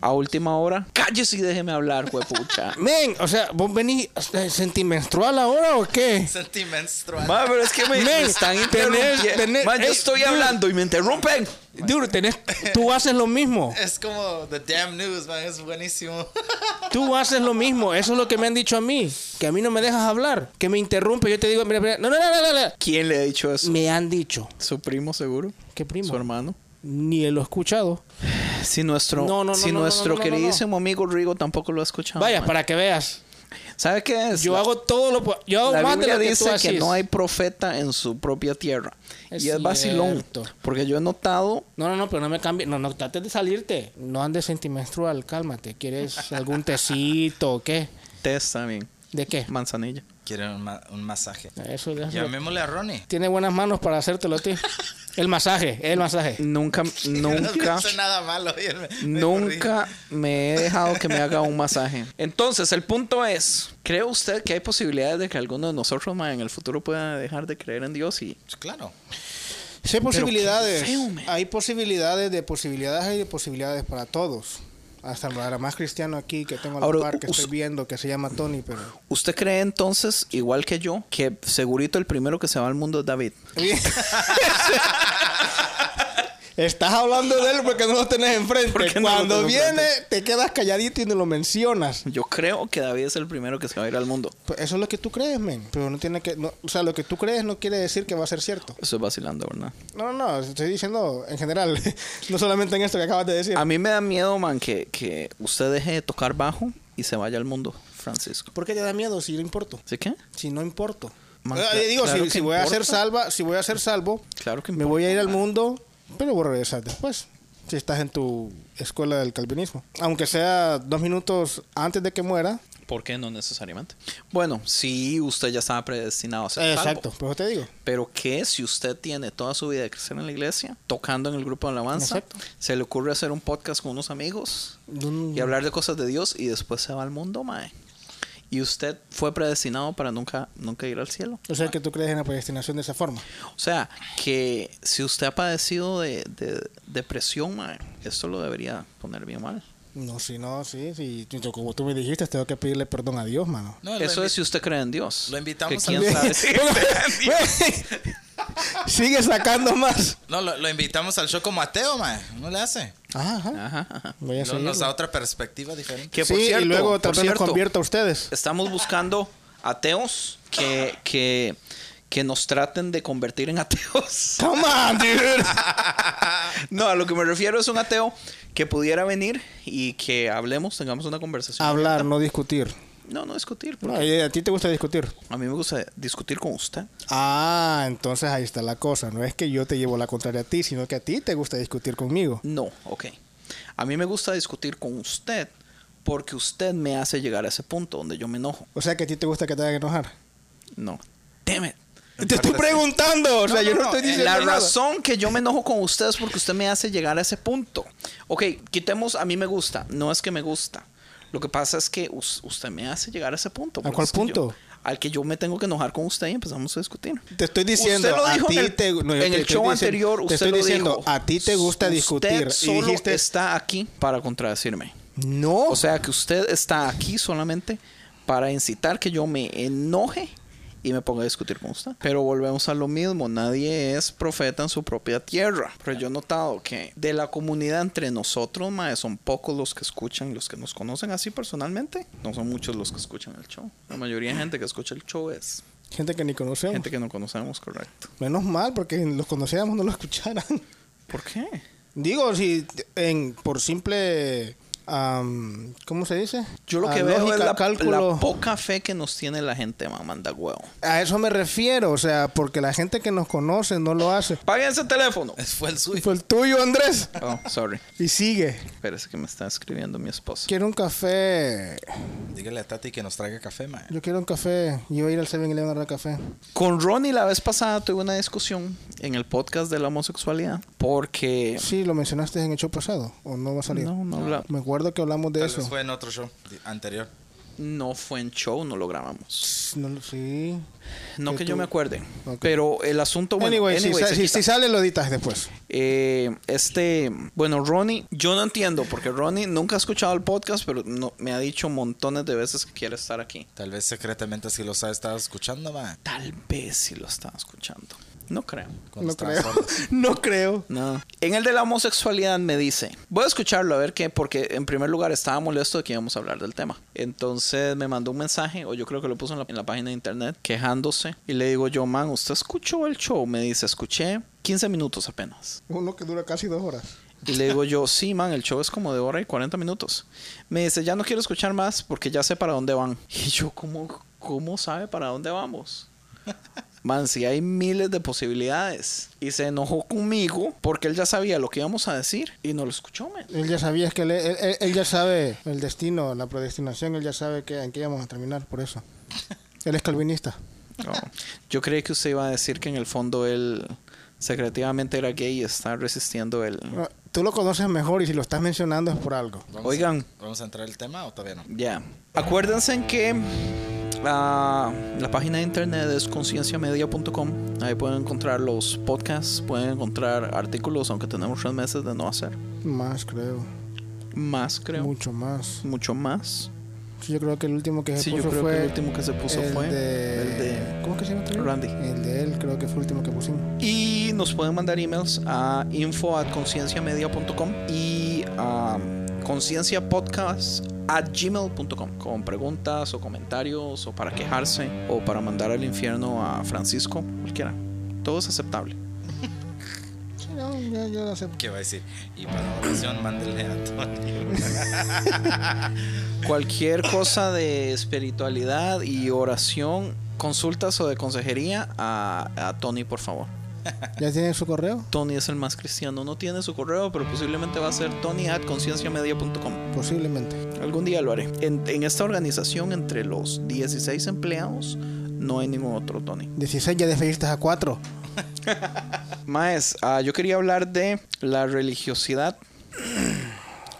Speaker 1: a última hora, cállese y déjeme hablar, huepucha.
Speaker 5: Men, o sea, ¿vos venís eh, sentimenstrual ahora o qué?
Speaker 3: Sentimenstrual.
Speaker 1: Ma, pero es que me, me
Speaker 5: Men,
Speaker 1: están
Speaker 5: tenés-
Speaker 1: interrumpiendo.
Speaker 5: tenés-
Speaker 1: Ma, yo
Speaker 5: ey,
Speaker 1: estoy
Speaker 5: dude.
Speaker 1: hablando y me interrumpen.
Speaker 5: Dude, tenés, tú haces lo mismo.
Speaker 3: Es como The Damn News, man. Es buenísimo.
Speaker 5: Tú haces lo mismo. Eso es lo que me han dicho a mí. Que a mí no me dejas hablar. Que me interrumpe. Yo te digo, mira, mira. No, no, no, no, no, no.
Speaker 1: ¿Quién le ha dicho eso?
Speaker 5: Me han dicho.
Speaker 1: ¿Su primo seguro?
Speaker 5: ¿Qué primo?
Speaker 1: ¿Su hermano?
Speaker 5: Ni lo he escuchado.
Speaker 1: Si nuestro,
Speaker 5: No, no, no,
Speaker 1: si
Speaker 5: no, no,
Speaker 1: nuestro
Speaker 5: no, no, no, no.
Speaker 1: queridísimo amigo Rigo tampoco lo ha escuchado.
Speaker 5: Vaya,
Speaker 1: ma.
Speaker 5: para que veas.
Speaker 1: ¿Sabe qué es?
Speaker 5: Yo
Speaker 1: La-
Speaker 5: hago todo lo... po- Yo hago
Speaker 1: La
Speaker 5: Oh, más de
Speaker 1: Biblia
Speaker 5: lo que tú
Speaker 1: dice que
Speaker 5: haces.
Speaker 1: no hay profeta en su propia tierra.
Speaker 5: Es
Speaker 1: y es vacilón.
Speaker 5: cierto.
Speaker 1: Porque yo he notado.
Speaker 5: No, no, no, pero no me cambies. No, no, trates de salirte. No andes sentimenstrual, cálmate. ¿Quieres algún tecito o qué?
Speaker 1: Test también.
Speaker 5: ¿De qué?
Speaker 1: Manzanilla.
Speaker 3: Quieren un, ma- un masaje.
Speaker 5: Eso ya
Speaker 3: Llamémosle a Ronnie.
Speaker 5: Tiene buenas manos para hacértelo a ti. El masaje, el masaje.
Speaker 1: Nunca,
Speaker 3: No
Speaker 1: nunca,
Speaker 3: hace nada malo. y él me- me
Speaker 1: nunca me he dejado que me haga un masaje. Entonces, el punto es: ¿cree usted que hay posibilidades de que alguno de nosotros ma, en el futuro pueda dejar de creer en Dios? Y
Speaker 3: corrí. Pues Claro.
Speaker 5: Sí, hay posibilidades.
Speaker 1: feo, man.
Speaker 5: hay posibilidades de posibilidades y de posibilidades para todos. Hasta el más cristiano aquí que tengo al
Speaker 1: Ahora,
Speaker 5: par que
Speaker 1: us-
Speaker 5: estoy viendo que se llama Tony, pero.
Speaker 1: ¿usted cree entonces, igual que yo, que segurito el primero que se va al mundo es David?
Speaker 5: Estás hablando de él porque no lo tenés
Speaker 1: ¿Por qué
Speaker 5: enfrente.
Speaker 1: no lo
Speaker 5: Cuando
Speaker 1: tengo
Speaker 5: viene,
Speaker 1: enfrente?
Speaker 5: te quedas calladito y no lo mencionas.
Speaker 1: Yo creo que David es el primero que se va a ir al mundo.
Speaker 5: Pues eso es lo que tú crees, men. Pero no tiene que. no- o sea, lo que tú crees no quiere decir que va a ser cierto.
Speaker 1: Eso es vacilando, ¿verdad?
Speaker 5: No, no, no. Estoy diciendo en general. no solamente en esto que acabas de decir.
Speaker 1: A mí me da miedo, man, que, que usted deje de tocar bajo y se vaya al mundo, Francisco.
Speaker 5: ¿Por qué te da miedo si yo importo?
Speaker 1: ¿Sí qué?
Speaker 5: Si no importo.
Speaker 1: Man,
Speaker 5: Eh,
Speaker 1: cla-
Speaker 5: digo,
Speaker 1: claro
Speaker 5: si,
Speaker 1: que
Speaker 5: si voy a ser
Speaker 1: importa.
Speaker 5: salva, si voy a ser salvo,
Speaker 1: Claro que
Speaker 5: me voy a ir al mundo, pero voy a regresar después. Si estás en tu escuela del calvinismo. Aunque sea dos minutos antes de que muera.
Speaker 1: ¿Por qué no necesariamente? Bueno, sí, usted ya estaba predestinado a ser
Speaker 5: Exacto,
Speaker 1: Exacto.
Speaker 5: por eso te digo.
Speaker 1: Pero ¿qué si usted tiene toda su vida de crecer en la iglesia, tocando en el grupo de alabanza,
Speaker 5: Exacto.
Speaker 1: se le ocurre hacer un podcast con unos amigos
Speaker 5: Mm.
Speaker 1: y hablar de cosas de Dios y después se va al mundo, mae? Y usted fue predestinado para nunca, nunca ir al cielo.
Speaker 5: O sea, que tú crees en la predestinación de esa forma.
Speaker 1: O sea, que si usted ha padecido de, de- depresión, mae, esto lo debería poner bien mal.
Speaker 5: No, si no, sí, sí. Yo, como tú me dijiste, tengo que pedirle perdón a Dios, mano.
Speaker 3: No, lo
Speaker 1: Eso
Speaker 3: invi-
Speaker 1: es si usted cree en Dios.
Speaker 3: Lo invitamos
Speaker 1: Que
Speaker 3: al-
Speaker 1: quién sabe si-
Speaker 5: Sigue sacando más.
Speaker 3: No, lo, lo invitamos al show como ateo, man. No le hace.
Speaker 5: Ajá,
Speaker 1: Ajá, ajá.
Speaker 5: Voy a
Speaker 3: No,
Speaker 5: seguirlo.
Speaker 3: nos da otra perspectiva diferente.
Speaker 1: Que
Speaker 5: Sí,
Speaker 1: por cierto,
Speaker 5: y luego
Speaker 1: por
Speaker 5: también lo
Speaker 1: cierto,
Speaker 5: convierto a ustedes.
Speaker 1: Estamos buscando ateos que, que, que nos traten de convertir en ateos.
Speaker 5: Come on, dude.
Speaker 1: No, a lo que me refiero es un ateo que pudiera venir y que hablemos, tengamos una conversación.
Speaker 5: Hablar, no discutir.
Speaker 1: No, no discutir. porque
Speaker 5: No, y a ti te gusta discutir.
Speaker 1: A mí me gusta discutir con usted.
Speaker 5: Ah, entonces ahí está la cosa. No es que yo te llevo la contraria a ti, sino que a ti te gusta discutir conmigo.
Speaker 1: No, ok. A mí me gusta discutir con usted porque usted me hace llegar a ese punto donde yo me enojo.
Speaker 5: O sea que a ti te gusta que te hagan enojar.
Speaker 1: No. Damn it.
Speaker 5: Te estoy preguntando, o sea, yo no estoy diciendo
Speaker 1: eh, La
Speaker 5: nada.
Speaker 1: razón que yo me enojo con ustedes porque usted me hace llegar a ese punto. Ok, quitemos, a mí me gusta, no es que me gusta. Lo que pasa es que us- usted me hace llegar a ese punto. porque
Speaker 5: cuál
Speaker 1: es que yo-
Speaker 5: punto?
Speaker 1: al que yo me tengo que enojar con usted y empezamos a discutir.
Speaker 5: Te estoy diciendo,
Speaker 1: Usted lo
Speaker 5: a
Speaker 1: dijo
Speaker 5: ti
Speaker 1: en el-
Speaker 5: te, no, yo
Speaker 1: en
Speaker 5: te
Speaker 1: el
Speaker 5: estoy
Speaker 1: show
Speaker 5: diciendo-
Speaker 1: anterior,
Speaker 5: te
Speaker 1: usted
Speaker 5: estoy
Speaker 1: lo
Speaker 5: diciendo,
Speaker 1: dijo.
Speaker 5: a ti te gusta
Speaker 1: Usted
Speaker 5: discutir y
Speaker 1: solo
Speaker 5: dijiste,
Speaker 1: está aquí para contradecirme.
Speaker 5: no,
Speaker 1: O sea, que usted está aquí solamente para incitar que yo me enoje y me ponga a discutir con usted. Pero volvemos a lo mismo, nadie es profeta en su propia tierra. Pero yo he notado que de la comunidad entre nosotros, mae, son pocos los que escuchan, los que nos conocen así personalmente. No son muchos los que escuchan el show. La mayoría de gente que escucha el show es
Speaker 5: gente que ni conocemos.
Speaker 1: gente que no conocemos, correcto.
Speaker 5: Menos mal, porque los conociéramos no lo escucharan.
Speaker 1: ¿Por qué?
Speaker 5: Digo, si en, por simple, am, ¿cómo se dice?
Speaker 1: Yo lo que
Speaker 5: Ah,
Speaker 1: veo
Speaker 5: lógica,
Speaker 1: es la,
Speaker 5: cálculo.
Speaker 1: la poca fe que nos tiene la gente, mamanda huevo.
Speaker 5: A eso me refiero, o sea, porque la gente que nos conoce no lo hace.
Speaker 1: Paguen ese teléfono.
Speaker 3: Fue el suyo.
Speaker 5: Fue el tuyo, Andrés.
Speaker 1: Oh, sorry.
Speaker 5: Y sigue.
Speaker 1: Espérese que me está escribiendo mi esposa.
Speaker 5: Quiero un café.
Speaker 3: Dígale a Tati que nos traiga café, mae.
Speaker 5: Yo quiero un café. Yo voy a ir al 7-Eleven a agarrar café.
Speaker 1: Con Ronnie la vez pasada tuve una discusión en el podcast de la homosexualidad porque...
Speaker 5: Sí, lo mencionaste en el show pasado. ¿O no va a salir?
Speaker 1: No, no, habla-
Speaker 5: Me acuerdo que hablamos de
Speaker 3: Tal
Speaker 5: eso.
Speaker 3: vez fue en otro show di- anterior.
Speaker 1: no fue en show, no lo grabamos.
Speaker 5: No lo- sí.
Speaker 1: No
Speaker 5: Que
Speaker 1: que, yo
Speaker 5: tú-
Speaker 1: me acuerde.
Speaker 5: Ok.
Speaker 1: Pero el asunto... Bueno,
Speaker 5: anyway, si,
Speaker 1: anyway,
Speaker 5: sa-
Speaker 1: se
Speaker 5: si-
Speaker 1: quita.
Speaker 5: si sale, lo editas después.
Speaker 1: Eh, este, bueno, Ronnie, yo no entiendo porque Ronnie nunca ha escuchado el podcast, pero no, me ha dicho montones de veces que quiere estar aquí.
Speaker 3: Tal vez secretamente si los ha estado escuchando, mae.
Speaker 1: Tal vez si lo estaba escuchando. No creo.
Speaker 3: Cuando
Speaker 5: no
Speaker 3: estaban
Speaker 5: creo.
Speaker 3: solos.
Speaker 5: no creo.
Speaker 1: No. En el de la homosexualidad me dice, voy a escucharlo a ver qué, porque en primer lugar estaba molesto de que íbamos a hablar del tema. Entonces me mandó un mensaje, o yo creo que lo puso en la, en la página de internet, quejándose. Y le digo yo, man, ¿usted escuchó el show? Me dice, escuché 15 minutos apenas.
Speaker 5: Uno que dura casi dos horas.
Speaker 1: Y le digo yo, sí, man, el show es como de hora y 40 minutos. Me dice, ya no quiero escuchar más porque ya sé para dónde van. Y yo, ¿cómo, cómo sabe para dónde vamos? Man, si hay miles de posibilidades. Y se enojó conmigo porque él ya sabía lo que íbamos a decir y no lo escuchó, man.
Speaker 5: Él ya sabía es que él, él- él- él ya sabe el destino, la predestinación. Él ya sabe que, en qué íbamos a terminar, por eso. Él es calvinista.
Speaker 1: No. Yo creí que usted iba a decir que en el fondo él secretivamente era gay y está resistiendo el...
Speaker 5: No, Ah, Tú lo conoces mejor y si lo estás mencionando es por algo.
Speaker 3: Vamos a-
Speaker 1: Oigan.
Speaker 3: ¿Vamos a entrar al tema o todavía no?
Speaker 1: Ya. Acuérdense en que ah, la página de internet es concienciamedia.com. Ahí pueden encontrar los podcasts, pueden encontrar artículos, aunque tenemos tres meses de no hacer.
Speaker 5: Más, creo.
Speaker 1: Más, creo. Mucho,
Speaker 5: Mucho más.
Speaker 1: más.
Speaker 5: Sí, yo creo que el último que se
Speaker 1: Sí, yo
Speaker 5: puso
Speaker 1: creo
Speaker 5: fue.
Speaker 1: que el último que se puso
Speaker 5: el
Speaker 1: fue
Speaker 5: de-
Speaker 1: el de...
Speaker 5: ¿Cómo que se llama? también?
Speaker 1: Randy.
Speaker 5: El de él, creo que fue el último que pusimos.
Speaker 1: Y nos pueden mandar emails a info@concienciamedia.com y a concienciapodcast@gmail.com con preguntas o comentarios o para quejarse o para mandar al infierno a Francisco, cualquiera. Todo es aceptable.
Speaker 5: Sí, no, ya, ya lo sé.
Speaker 3: ¿Qué va a decir? Y para oración, mándele a Antonio.
Speaker 1: Cualquier cosa de espiritualidad y oración, consultas o de consejería a, a Tony, por favor.
Speaker 5: ¿Ya tienen su correo?
Speaker 1: Tony es el más cristiano. No tiene su correo, pero posiblemente va a ser tony@concienciamedia.com.
Speaker 5: Posiblemente.
Speaker 1: Algún día lo haré. En, en esta organización, entre los 16 empleados, no hay ningún otro Tony.
Speaker 5: 16 ya despediste a 4.
Speaker 1: Maes, ah, yo quería hablar de la religiosidad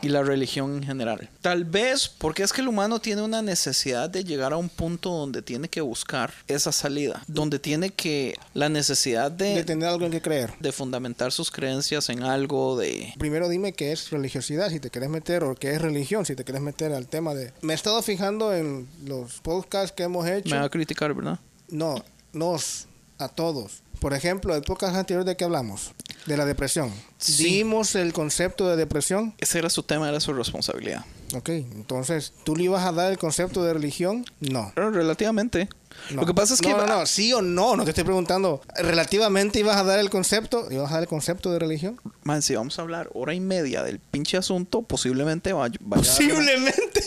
Speaker 1: y la religión en general. Tal vez porque es que el humano tiene una necesidad de llegar a un punto donde tiene que buscar esa salida, donde tiene que la necesidad
Speaker 5: De
Speaker 1: de,
Speaker 5: tener algo en que creer.
Speaker 1: de fundamentar sus creencias en algo, de...
Speaker 5: Primero dime qué es religiosidad, si te quieres meter, o qué es religión, si te quieres meter al tema de... Me he estado fijando en los podcasts que hemos hecho.
Speaker 1: Me va a criticar, ¿verdad?
Speaker 5: No, nos, a todos. Por ejemplo, el podcast anterior de que hablamos, de la depresión.
Speaker 1: Sí.
Speaker 5: Dimos el concepto de depresión.
Speaker 1: Ese era su tema, era su responsabilidad.
Speaker 5: Ok, entonces, ¿tú le ibas a dar el concepto de religión? No.
Speaker 1: Pero relativamente.
Speaker 5: No.
Speaker 1: Lo que pasa es que...
Speaker 5: No, no, no, sí o no, no te estoy preguntando. ¿Relativamente ibas a dar el concepto? ¿Ibas a dar el concepto de religión?
Speaker 1: Man, si vamos a hablar hora y media del pinche asunto, posiblemente vaya. vaya
Speaker 5: Posiblemente.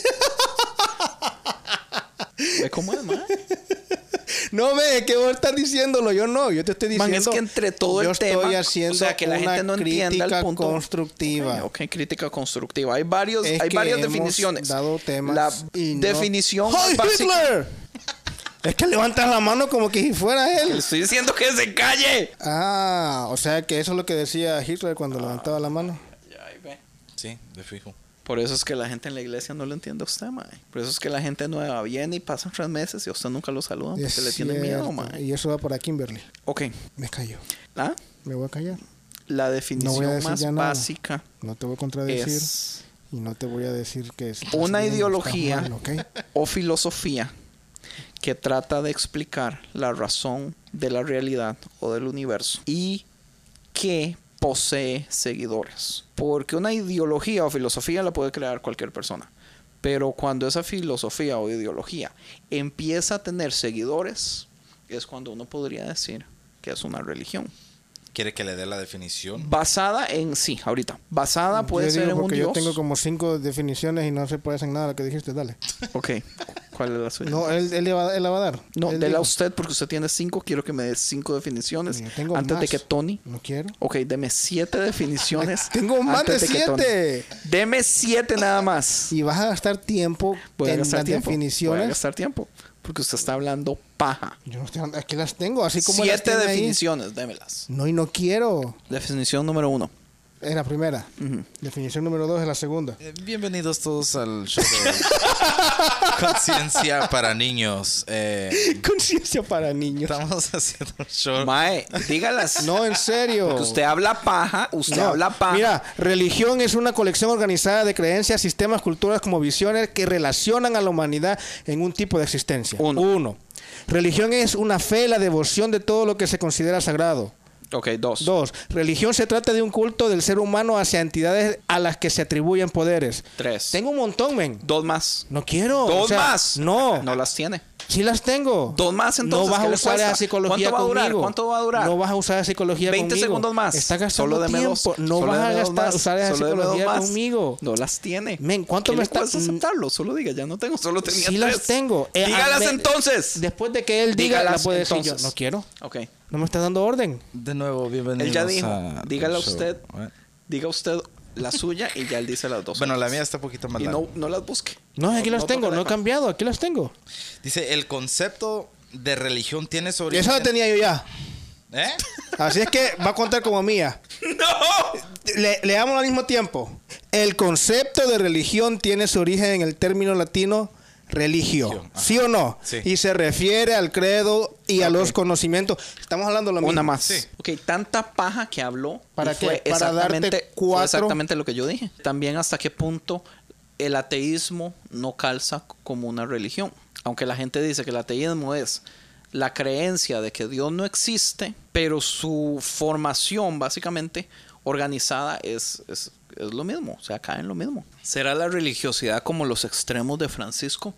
Speaker 1: Ve ¿Cómo es, man?
Speaker 5: No ve, es que vos estás diciéndolo, yo no, yo te estoy diciendo.
Speaker 1: Man, es que entre todo
Speaker 5: yo
Speaker 1: el tema,
Speaker 5: estoy haciendo
Speaker 1: o sea, que la
Speaker 5: una
Speaker 1: gente no entienda
Speaker 5: crítica
Speaker 1: el punto
Speaker 5: constructiva.
Speaker 1: Ok, ok, crítica constructiva. Hay varios,
Speaker 5: Es
Speaker 1: hay
Speaker 5: que
Speaker 1: varias
Speaker 5: hemos
Speaker 1: definiciones.
Speaker 5: dado temas
Speaker 1: la
Speaker 5: y no-
Speaker 1: definición
Speaker 5: ¡Heil
Speaker 1: básica-
Speaker 5: Hitler! Es que levantas la mano como que si fuera
Speaker 1: Le
Speaker 5: él.
Speaker 1: estoy diciendo que se calle.
Speaker 5: Ah, o sea que eso es lo que decía Hitler
Speaker 1: Ah,
Speaker 5: cuando levantaba la mano.
Speaker 3: Sí, de fijo.
Speaker 1: Por eso es que la gente en la iglesia no lo entiende a usted, mae. Por eso es que la gente nueva viene y pasan tres meses y a usted nunca lo saluda porque
Speaker 5: Es
Speaker 1: le tiene
Speaker 5: cierto.
Speaker 1: miedo, mae.
Speaker 5: Y eso va para Kimberly.
Speaker 1: Ok.
Speaker 5: Me callo.
Speaker 1: ¿Ah?
Speaker 5: Me voy a callar.
Speaker 1: La
Speaker 5: No voy a
Speaker 1: definición
Speaker 5: decir ya
Speaker 1: más
Speaker 5: nada.
Speaker 1: básica
Speaker 5: No te voy a contradecir
Speaker 1: es...
Speaker 5: y no te voy a decir que es
Speaker 1: una ideología
Speaker 5: ¿ok?
Speaker 1: o filosofía que trata de explicar la razón de la realidad o del universo y que posee seguidores. Porque una ideología o filosofía la puede crear cualquier persona. Pero cuando esa filosofía o ideología empieza a tener seguidores, es cuando uno podría decir que es una religión.
Speaker 3: ¿Quiere que le dé la definición?
Speaker 1: Basada en sí, ahorita. Basada puede
Speaker 5: yo
Speaker 1: ser
Speaker 5: digo
Speaker 1: en un
Speaker 5: porque yo
Speaker 1: dios.
Speaker 5: tengo como cinco definiciones y no se parecen nada a lo que dijiste, dale.
Speaker 1: Ok, ¿cuál es la suya?
Speaker 5: No, él, él, le va, él la va a dar.
Speaker 1: No,
Speaker 5: Él
Speaker 1: déla
Speaker 5: dijo.
Speaker 1: usted porque usted tiene cinco. Quiero que me dé cinco definiciones.
Speaker 5: Yo tengo
Speaker 1: antes de
Speaker 5: más.
Speaker 1: que Tony.
Speaker 5: No quiero.
Speaker 1: Ok, deme siete definiciones.
Speaker 5: Tengo más
Speaker 1: antes
Speaker 5: de
Speaker 1: que Tony.
Speaker 5: siete.
Speaker 1: Deme siete nada más.
Speaker 5: Y vas a gastar tiempo
Speaker 1: Voy a
Speaker 5: en
Speaker 1: gastar
Speaker 5: las
Speaker 1: tiempo. Voy a
Speaker 5: definiciones.
Speaker 1: gastar tiempo. Porque usted está hablando paja.
Speaker 5: Yo no estoy hablando- es que las tengo, así como las
Speaker 1: Siete
Speaker 5: tiene ahí.
Speaker 1: definiciones, démelas.
Speaker 5: No, y no quiero.
Speaker 1: Definición número uno.
Speaker 5: Es la primera. Definición número dos es la segunda.
Speaker 3: Eh, Bienvenidos todos al show de Conciencia para Niños. Eh,
Speaker 5: Conciencia para niños.
Speaker 3: estamos haciendo un show.
Speaker 1: Mae, dígalas.
Speaker 5: No, en serio.
Speaker 1: Porque usted habla paja. Usted
Speaker 5: No,
Speaker 1: habla paja.
Speaker 5: Mira, religión es una colección organizada de creencias, sistemas, culturas como visiones que relacionan a la humanidad en un tipo de existencia.
Speaker 1: Uno.
Speaker 5: Religión es una fe, la devoción de todo lo que se considera sagrado.
Speaker 1: Ok, dos.
Speaker 5: Dos, religión se trata de un culto del ser humano hacia entidades a las que se atribuyen poderes.
Speaker 1: Tres.
Speaker 5: Tengo un montón, men.
Speaker 1: Dos más.
Speaker 5: No quiero.
Speaker 1: Dos
Speaker 5: o sea,
Speaker 1: más.
Speaker 5: No.
Speaker 1: No las tiene.
Speaker 5: Sí las tengo.
Speaker 1: Dos más, entonces,
Speaker 5: No vas
Speaker 1: ¿qué
Speaker 5: a
Speaker 1: le
Speaker 5: usar
Speaker 1: cuesta?
Speaker 5: la psicología
Speaker 1: ¿Cuánto va a durar?
Speaker 5: conmigo.
Speaker 1: ¿Cuánto va a durar?
Speaker 5: No vas a usar la psicología
Speaker 1: 20
Speaker 5: conmigo.
Speaker 1: segundos más.
Speaker 5: Estás gastando
Speaker 1: Solo deme
Speaker 5: tiempo.
Speaker 1: dos.
Speaker 5: No
Speaker 1: Solo
Speaker 5: vas a
Speaker 1: deme dos
Speaker 5: gastar,
Speaker 1: más.
Speaker 5: usar la
Speaker 1: Solo deme dos
Speaker 5: psicología
Speaker 1: más.
Speaker 5: conmigo.
Speaker 1: No las tiene.
Speaker 5: Men, ¿cuánto
Speaker 1: ¿Qué
Speaker 5: me
Speaker 1: le
Speaker 5: está- Mm.
Speaker 1: cuesta aceptarlo? Solo diga, ya no tengo, solo tenía
Speaker 5: Sí
Speaker 1: tres.
Speaker 5: las tengo. Eh,
Speaker 1: Dígalas
Speaker 5: ah, me-
Speaker 1: entonces.
Speaker 5: Después de que él diga,
Speaker 1: Dígalas
Speaker 5: la puede decir yo.
Speaker 1: entonces.
Speaker 5: No quiero.
Speaker 1: Ok.
Speaker 5: No me estás dando orden.
Speaker 3: De nuevo, bienvenidos.
Speaker 1: Él ya dijo.
Speaker 3: a-
Speaker 1: Dígala
Speaker 3: al show.
Speaker 1: usted.
Speaker 3: Eh,
Speaker 1: Diga usted la suya y ya él dice las dos.
Speaker 3: Bueno, la mía está un poquito más
Speaker 1: Y
Speaker 3: larga.
Speaker 1: no, no las busque.
Speaker 5: No, aquí las
Speaker 1: toque
Speaker 5: tengo.
Speaker 1: la-
Speaker 5: No he cambiado. Aquí las tengo.
Speaker 3: Dice, el concepto de religión tiene su origen...
Speaker 5: Esa la tenía yo ya.
Speaker 3: ¿Eh?
Speaker 5: Así es que va a contar como mía. Le, leamos al mismo tiempo. El concepto de religión tiene su origen en el término latino religio.
Speaker 3: Religión, ajá.
Speaker 5: ¿Sí o no?
Speaker 3: Sí.
Speaker 5: Y se refiere al credo y a los conocimientos. Estamos hablando de lo mismo.
Speaker 1: Una más.
Speaker 3: Sí.
Speaker 1: Ok, tanta paja que habló.
Speaker 5: ¿Para
Speaker 1: y
Speaker 5: qué?
Speaker 1: Fue
Speaker 5: Para darte
Speaker 1: exactamente, fue
Speaker 5: cuatro-
Speaker 1: exactamente lo que yo dije. También hasta qué punto el ateísmo no calza como una religión. Aunque la gente dice que el ateísmo es la creencia de que Dios no existe, pero su formación básicamente organizada es, es, es lo mismo, o sea, cae en lo mismo. ¿Será la religiosidad como los extremos de Francisco?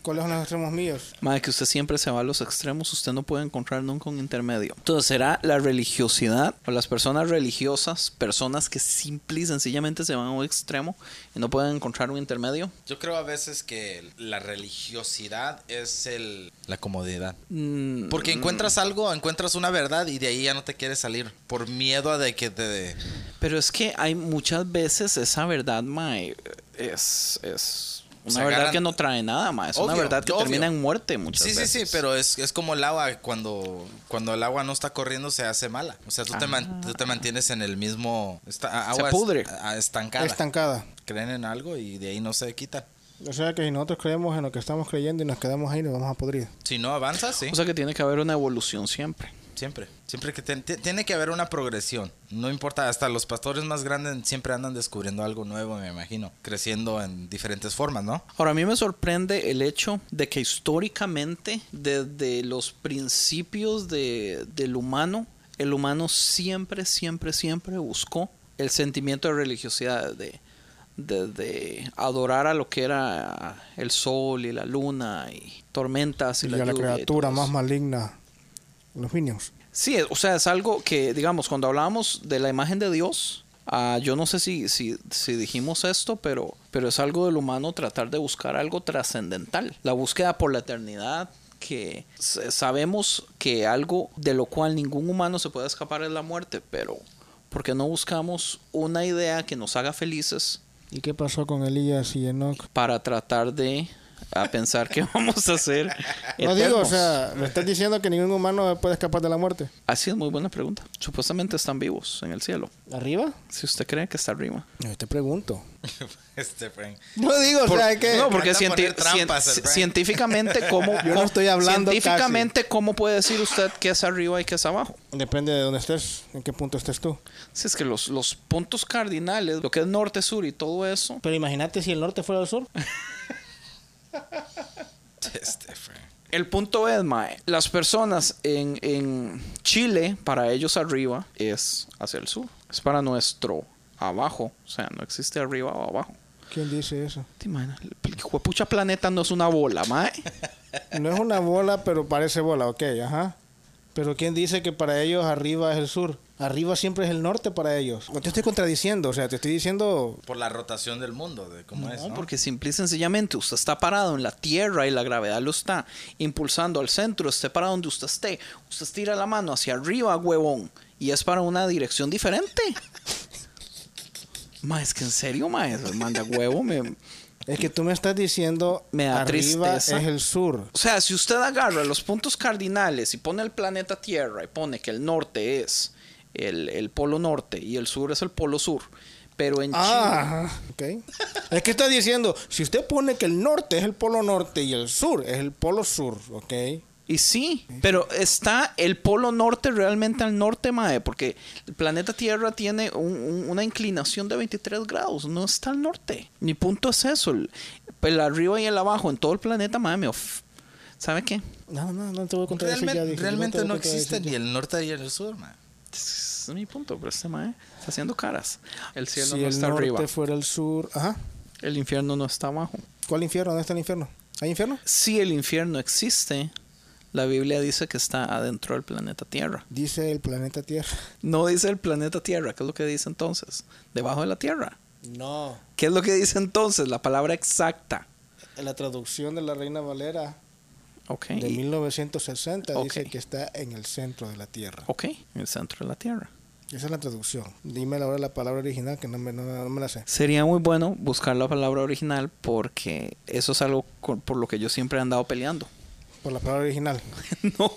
Speaker 5: ¿Cuáles son los extremos míos?
Speaker 1: Madre, que usted siempre se va a los extremos, usted no puede encontrar nunca un intermedio. Entonces, ¿será la religiosidad o las personas religiosas, personas que simple y sencillamente se van a un extremo y no pueden encontrar un intermedio?
Speaker 3: Yo creo a veces que la religiosidad es el... La comodidad.
Speaker 1: Mm,
Speaker 3: Porque encuentras algo, encuentras una verdad y de ahí ya no te quieres salir. Por miedo a de que te...
Speaker 1: pero es que hay muchas veces esa verdad, Mae, es, es una
Speaker 3: Se
Speaker 1: verdad
Speaker 3: agarran-
Speaker 1: que no trae nada, Mae. Es una
Speaker 3: Obvio,
Speaker 1: verdad que
Speaker 3: obvio.
Speaker 1: termina en muerte muchas
Speaker 3: Sí, sí,
Speaker 1: veces.
Speaker 3: sí, pero es, es como el agua. Cuando, cuando el agua no está corriendo se hace mala. O sea, tú, te, man- tú te mantienes en el mismo... esta- a-
Speaker 1: Ah. Se
Speaker 3: agua es-
Speaker 1: pudre.
Speaker 3: a- estancada.
Speaker 5: Estancada.
Speaker 3: Creen en algo y de ahí no se quita.
Speaker 5: O sea que si nosotros creemos en lo que estamos creyendo y nos quedamos ahí, nos vamos a podrir.
Speaker 3: Si no avanzas, sí.
Speaker 1: O sea que tiene que haber una evolución siempre.
Speaker 3: Siempre, siempre que ten- te- tiene que haber una progresión. No importa, hasta los pastores más grandes siempre andan descubriendo algo nuevo, me imagino, creciendo en diferentes formas, ¿no?
Speaker 1: Ahora, a mí me sorprende el hecho de que históricamente, desde los principios de- del humano, el humano siempre, siempre, siempre buscó el sentimiento de religiosidad, de, de- de adorar a lo que era el sol y la luna y tormentas y,
Speaker 5: y
Speaker 1: la,
Speaker 5: a la
Speaker 1: lluvia y
Speaker 5: criatura
Speaker 1: todo
Speaker 5: más
Speaker 1: eso.
Speaker 5: maligna. Los niños.
Speaker 1: Sí, o sea, es algo que, digamos, cuando hablábamos de la imagen de Dios, ah, yo no sé si, si, si dijimos esto, pero, pero es algo del humano tratar de buscar algo trascendental. La búsqueda por la eternidad, que s- sabemos que algo de lo cual ningún humano se puede escapar es la muerte, pero ¿por qué no buscamos una idea que nos haga felices
Speaker 5: ¿Y qué pasó con Elías y Enoch?
Speaker 1: para tratar de a pensar qué vamos a hacer.
Speaker 5: No digo, o
Speaker 1: eternos.
Speaker 5: sea, me estás diciendo que ningún humano puede escapar de la muerte.
Speaker 1: Así es muy buena pregunta. Supuestamente están vivos en el cielo.
Speaker 5: ¿Arriba?
Speaker 1: Si usted cree que está arriba.
Speaker 5: Yo te pregunto.
Speaker 3: Este Frank.
Speaker 5: No digo, o sea, es que.
Speaker 1: No, porque
Speaker 3: Encanta
Speaker 1: cienti-
Speaker 3: poner trampas,
Speaker 1: cien-
Speaker 3: el Frank.
Speaker 1: científicamente, ¿cómo,
Speaker 5: Yo no estoy hablando
Speaker 1: científicamente ¿cómo puede decir usted que es arriba y que es abajo?
Speaker 5: Depende de dónde estés, en qué punto estés tú.
Speaker 1: Si es que los, los puntos cardinales, lo que es norte, sur y todo eso,
Speaker 5: Pero imagínate si el norte fuera el sur.
Speaker 3: Este Frank.
Speaker 1: El punto es, Mae, las personas en, en Chile, para ellos arriba es hacia el sur. Es para nuestro abajo. O sea, no existe arriba o abajo.
Speaker 5: ¿Quién dice eso?
Speaker 1: ¿Te imaginas? El pl- hijo de pucha planeta no es una bola, Mae.
Speaker 5: No es una bola, pero parece bola, ok, ajá. Pero ¿quién dice que para ellos arriba es el sur? Arriba siempre es el norte para ellos. No te estoy contradiciendo, o sea, te estoy diciendo...
Speaker 3: Por la rotación del mundo, de cómo es.
Speaker 1: No,
Speaker 3: ¿no?
Speaker 1: porque simple y sencillamente usted está parado en la tierra y la gravedad lo está impulsando al centro, esté para donde usted esté. Usted estira la mano hacia arriba, huevón, y es para una dirección diferente. Mae, es que en serio, Mae, manda huevo, me.
Speaker 5: Es que tú me estás diciendo
Speaker 1: Me da
Speaker 5: arriba
Speaker 1: tristeza.
Speaker 5: es el sur.
Speaker 1: O sea, si usted agarra los puntos cardinales y pone el planeta Tierra y pone que el norte es el, el polo norte y el sur es el polo sur, pero en Chile.
Speaker 5: Ah, ajá, ok. Es que estás diciendo, si usted pone que el norte es el polo norte y el sur es el polo sur, ok.
Speaker 1: Y sí, pero está el polo norte realmente al norte, Mae, porque el planeta Tierra tiene un- un- una inclinación de 23 grados, no está al norte. Mi punto es eso, el, el arriba y el abajo en todo el planeta, Mae, me of- ¿Sabe qué?
Speaker 5: No, no, no te voy a contradecir
Speaker 3: Realmente,
Speaker 5: ya, dije, yo
Speaker 3: realmente
Speaker 5: te voy a
Speaker 3: no
Speaker 5: contradecir
Speaker 3: existe
Speaker 5: ya.
Speaker 3: ni el norte ni el sur, man.
Speaker 1: Es mi punto, pero este Mae está haciendo caras. El cielo
Speaker 5: Si
Speaker 1: no
Speaker 5: el
Speaker 1: está
Speaker 5: norte
Speaker 1: arriba.
Speaker 5: fuera el sur... Ajá.
Speaker 1: El infierno no está abajo.
Speaker 5: ¿Cuál infierno? ¿Dónde está el infierno? ¿Hay infierno?
Speaker 1: Si el infierno existe, la Biblia dice que está adentro del planeta Tierra.
Speaker 5: Dice el planeta Tierra.
Speaker 1: No dice el planeta Tierra, ¿qué es lo que dice entonces? Debajo de la Tierra.
Speaker 5: No,
Speaker 1: ¿Qué es lo que dice entonces? La palabra exacta.
Speaker 5: en la traducción de la Reina Valera
Speaker 1: Ok.
Speaker 5: de 1960
Speaker 1: Ok.
Speaker 5: dice que está en el centro de la Tierra.
Speaker 1: Ok, en el centro de la Tierra.
Speaker 5: Esa es la traducción. Dime ahora la palabra original que no me, no- no me la sé.
Speaker 1: Sería muy bueno buscar la palabra original porque eso es algo con- por lo que yo siempre he andado peleando.
Speaker 5: Por la palabra original.
Speaker 1: no,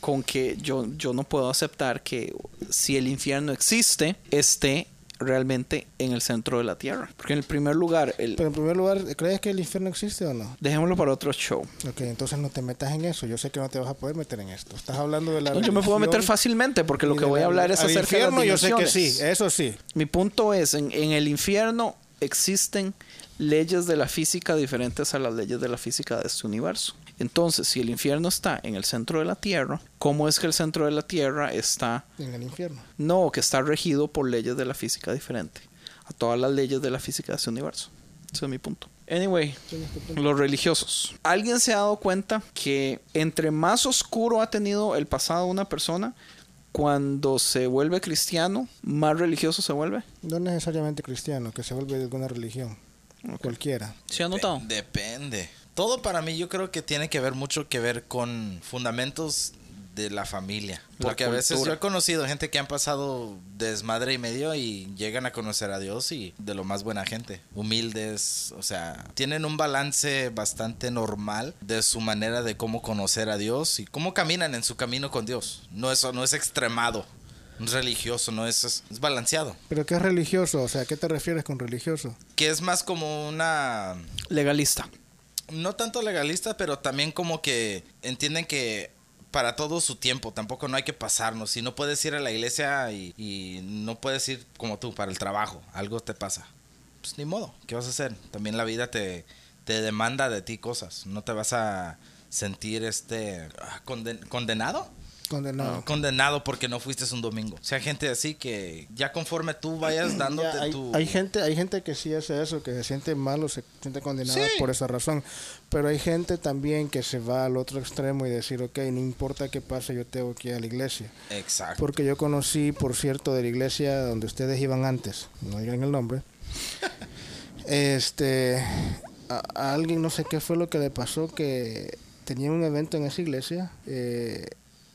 Speaker 1: con que yo, yo no puedo aceptar que si el infierno existe, esté realmente en el centro de la tierra. Porque en el primer lugar, el,
Speaker 5: Pero en primer lugar, ¿crees que el infierno existe o no?
Speaker 1: dejémoslo para otro show.
Speaker 5: Ok, entonces no te metas en eso. Yo sé que no te vas a poder meter en esto. Estás hablando de la.
Speaker 1: No, yo me puedo
Speaker 5: religión
Speaker 1: meter fácilmente porque lo
Speaker 5: y
Speaker 1: que
Speaker 5: de
Speaker 1: voy a
Speaker 5: la-
Speaker 1: hablar es
Speaker 5: al
Speaker 1: acerca de las
Speaker 5: infierno. Yo sé que
Speaker 1: dimensiones.
Speaker 5: sí, eso sí.
Speaker 1: Mi punto es, en, en el infierno existen leyes de la física diferentes a las leyes de la física de este universo. Entonces, si el infierno está en el centro de la Tierra, ¿cómo es que el centro de la Tierra está
Speaker 5: En el infierno.
Speaker 1: No, que está regido por leyes de la física diferente a todas las leyes de la física de este universo. Ese es mi punto. Anyway, los religiosos. ¿Alguien se ha dado cuenta que entre más oscuro ha tenido el pasado de una persona, cuando se vuelve cristiano, más religioso se vuelve?
Speaker 5: No necesariamente cristiano, que se vuelve de alguna religión. Cualquiera.
Speaker 1: ¿Se ha
Speaker 3: Depe-
Speaker 1: notado?
Speaker 3: Depende. Todo para mí yo creo que tiene que ver mucho que ver con fundamentos de la familia.
Speaker 1: La
Speaker 3: Porque a veces yo
Speaker 1: cultura.
Speaker 3: he conocido gente que han pasado desmadre y medio y llegan a conocer a Dios y de lo más buena gente. Humildes, o sea, tienen un balance bastante normal de su manera de cómo conocer a Dios y cómo caminan en su camino con Dios. No eso no es extremado, no es religioso, no es, es es balanceado.
Speaker 5: ¿Pero qué es religioso? O sea, ¿a qué te refieres con religioso?
Speaker 3: Que es más como una
Speaker 1: Legalista.
Speaker 3: no tanto legalista, pero también como que entienden que para todo su tiempo tampoco no hay que pasarnos. Si no puedes ir a la iglesia y, y no puedes ir como tú para el trabajo, algo te pasa. Pues ni modo, ¿qué vas a hacer? También la vida te, te demanda de ti cosas. No te vas a sentir este ah, conden- condenado
Speaker 1: Ah,
Speaker 5: Condenado.
Speaker 3: condenado porque no fuiste un domingo. O sea, gente así que ya conforme tú vayas dándote
Speaker 5: Ya, hay,
Speaker 3: tu
Speaker 5: hay gente hay gente que sí hace eso que se siente mal o se siente condenada
Speaker 3: Sí.
Speaker 5: por esa razón pero hay gente también que se va al otro extremo y decir ok no importa qué pase yo tengo que ir a la iglesia
Speaker 3: Exacto.
Speaker 5: porque yo conocí por cierto de la iglesia donde ustedes iban antes no digan el nombre este a, a alguien no sé qué fue lo que le pasó que tenía un evento en esa iglesia eh,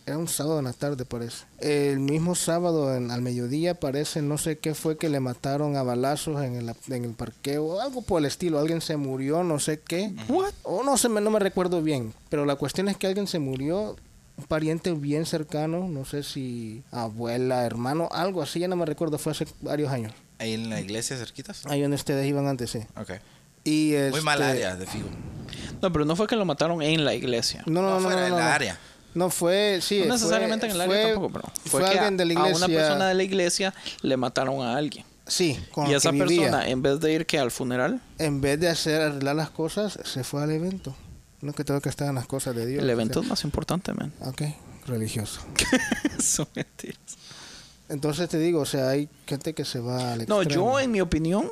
Speaker 5: era un sábado en la tarde parece. El mismo sábado en- al mediodía parece, no sé qué fue que le mataron a balazos en el, en el parqueo, algo por el estilo, alguien se murió, no sé qué. O no sé, me- no me recuerdo bien, pero la cuestión es que alguien se murió, un pariente bien cercano, no sé si abuela, hermano, algo así, ya no me recuerdo, fue hace varios años.
Speaker 3: Ahí en la iglesia cerquitas.
Speaker 5: Ahí donde ustedes iban antes, sí.
Speaker 3: Ok.
Speaker 5: Y
Speaker 3: Muy
Speaker 5: este-
Speaker 3: mal área de Figo.
Speaker 1: No, pero no fue que lo mataron en la iglesia.
Speaker 5: No, no, no, no,
Speaker 3: fuera
Speaker 5: no,
Speaker 3: de
Speaker 5: no,
Speaker 3: la
Speaker 5: no.
Speaker 3: área.
Speaker 5: No fue, sí.
Speaker 1: No
Speaker 5: fue-
Speaker 1: necesariamente en el área
Speaker 5: fue-
Speaker 1: tampoco, pero
Speaker 5: Fue,
Speaker 1: que
Speaker 5: alguien
Speaker 1: a-
Speaker 5: de la iglesia.
Speaker 1: a una persona de la iglesia le mataron a alguien.
Speaker 5: Sí, con
Speaker 1: y
Speaker 5: la
Speaker 1: esa
Speaker 5: que vivía.
Speaker 1: persona, en vez de ir que al funeral,
Speaker 5: en vez de hacer arreglar las cosas, se fue al evento. No que todo que estaban las cosas de Dios.
Speaker 1: el evento
Speaker 5: o
Speaker 1: es más importante, man.
Speaker 5: sea, Ok, religioso.
Speaker 1: Son mentiras.
Speaker 5: Entonces te digo, o sea, hay gente que se va al
Speaker 1: No,
Speaker 5: extremo.
Speaker 1: yo en mi opinión,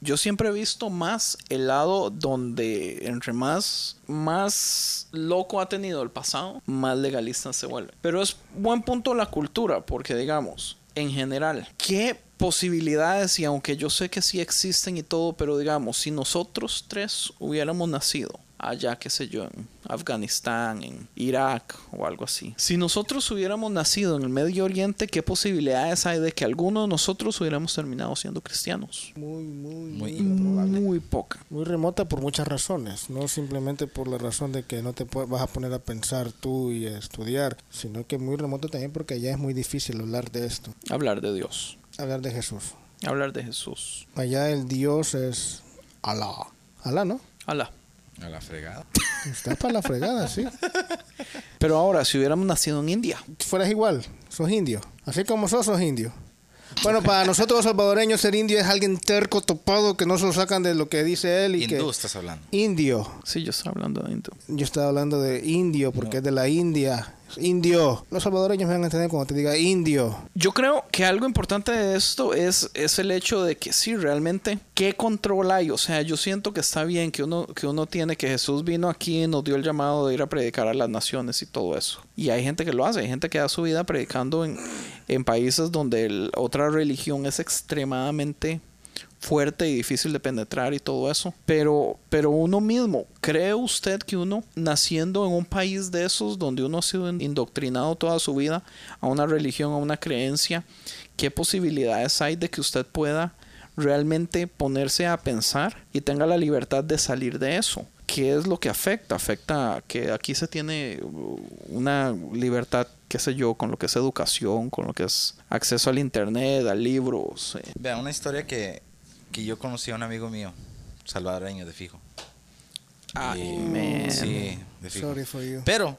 Speaker 1: yo siempre he visto más el lado donde entre más, más loco ha tenido el pasado, más legalista se vuelve. Pero es buen punto la cultura, porque digamos, en general, ¿qué posibilidades? Y aunque yo sé que sí existen y todo, pero digamos, si nosotros tres hubiéramos nacido allá, qué sé yo, en Afganistán, en Irak o algo así. Si nosotros hubiéramos nacido en el Medio Oriente, ¿qué posibilidades hay de que alguno de nosotros hubiéramos terminado siendo cristianos?
Speaker 5: Muy, muy,
Speaker 3: Muy
Speaker 5: muy,
Speaker 3: improbable.
Speaker 1: Muy poca.
Speaker 5: muy remota por muchas razones. No simplemente por la razón de que no te pu- vas a poner a pensar tú y a estudiar, sino que muy remota también porque allá es muy difícil hablar de esto,
Speaker 1: Hablar de Dios,
Speaker 5: hablar de Jesús.
Speaker 1: hablar de Jesús.
Speaker 5: Allá el Dios es Alá. Alá, ¿no?
Speaker 1: Alá.
Speaker 3: A la fregada.
Speaker 5: Está para la fregada, sí.
Speaker 1: Pero ahora, si hubiéramos nacido en India,
Speaker 5: fueras igual, sos indio. Así como sos, sos indio. Bueno, para nosotros los salvadoreños ser indio es alguien terco, topado, que no se lo sacan de lo que dice él y
Speaker 3: Hindú
Speaker 5: que...
Speaker 3: estás hablando.
Speaker 5: Indio.
Speaker 1: sí, yo estaba hablando de hindú.
Speaker 5: Yo estaba hablando de indio porque es de la India. Es Indio. Los salvadoreños me van a entender cuando te diga indio.
Speaker 1: Yo creo que algo importante de esto es, es el hecho de que sí, realmente, ¿qué control hay? O sea, yo siento que está bien que uno, que uno tiene, que Jesús vino aquí y nos dio el llamado de ir a predicar a las naciones y todo eso. Y hay gente que lo hace, hay gente que da su vida predicando en, en países donde el- otra religión es extremadamente fuerte y difícil de penetrar y todo eso. Pero, pero uno mismo, ¿cree usted que uno naciendo en un país de esos donde uno ha sido in- indoctrinado toda su vida a una religión, a una creencia, qué posibilidades hay de que usted pueda realmente ponerse a pensar y tenga la libertad de salir de eso? ¿Qué es lo que afecta? Afecta que aquí se tiene uh, una libertad, qué sé yo, con lo que es educación, con lo que es acceso al internet, a libros. eh,
Speaker 3: Vea, una historia que, que yo conocí a un amigo mío, salvadoreño de fijo.
Speaker 1: Ay,
Speaker 3: Y-
Speaker 1: man.
Speaker 3: Sí, de fijo.
Speaker 5: Sorry for you.
Speaker 3: Pero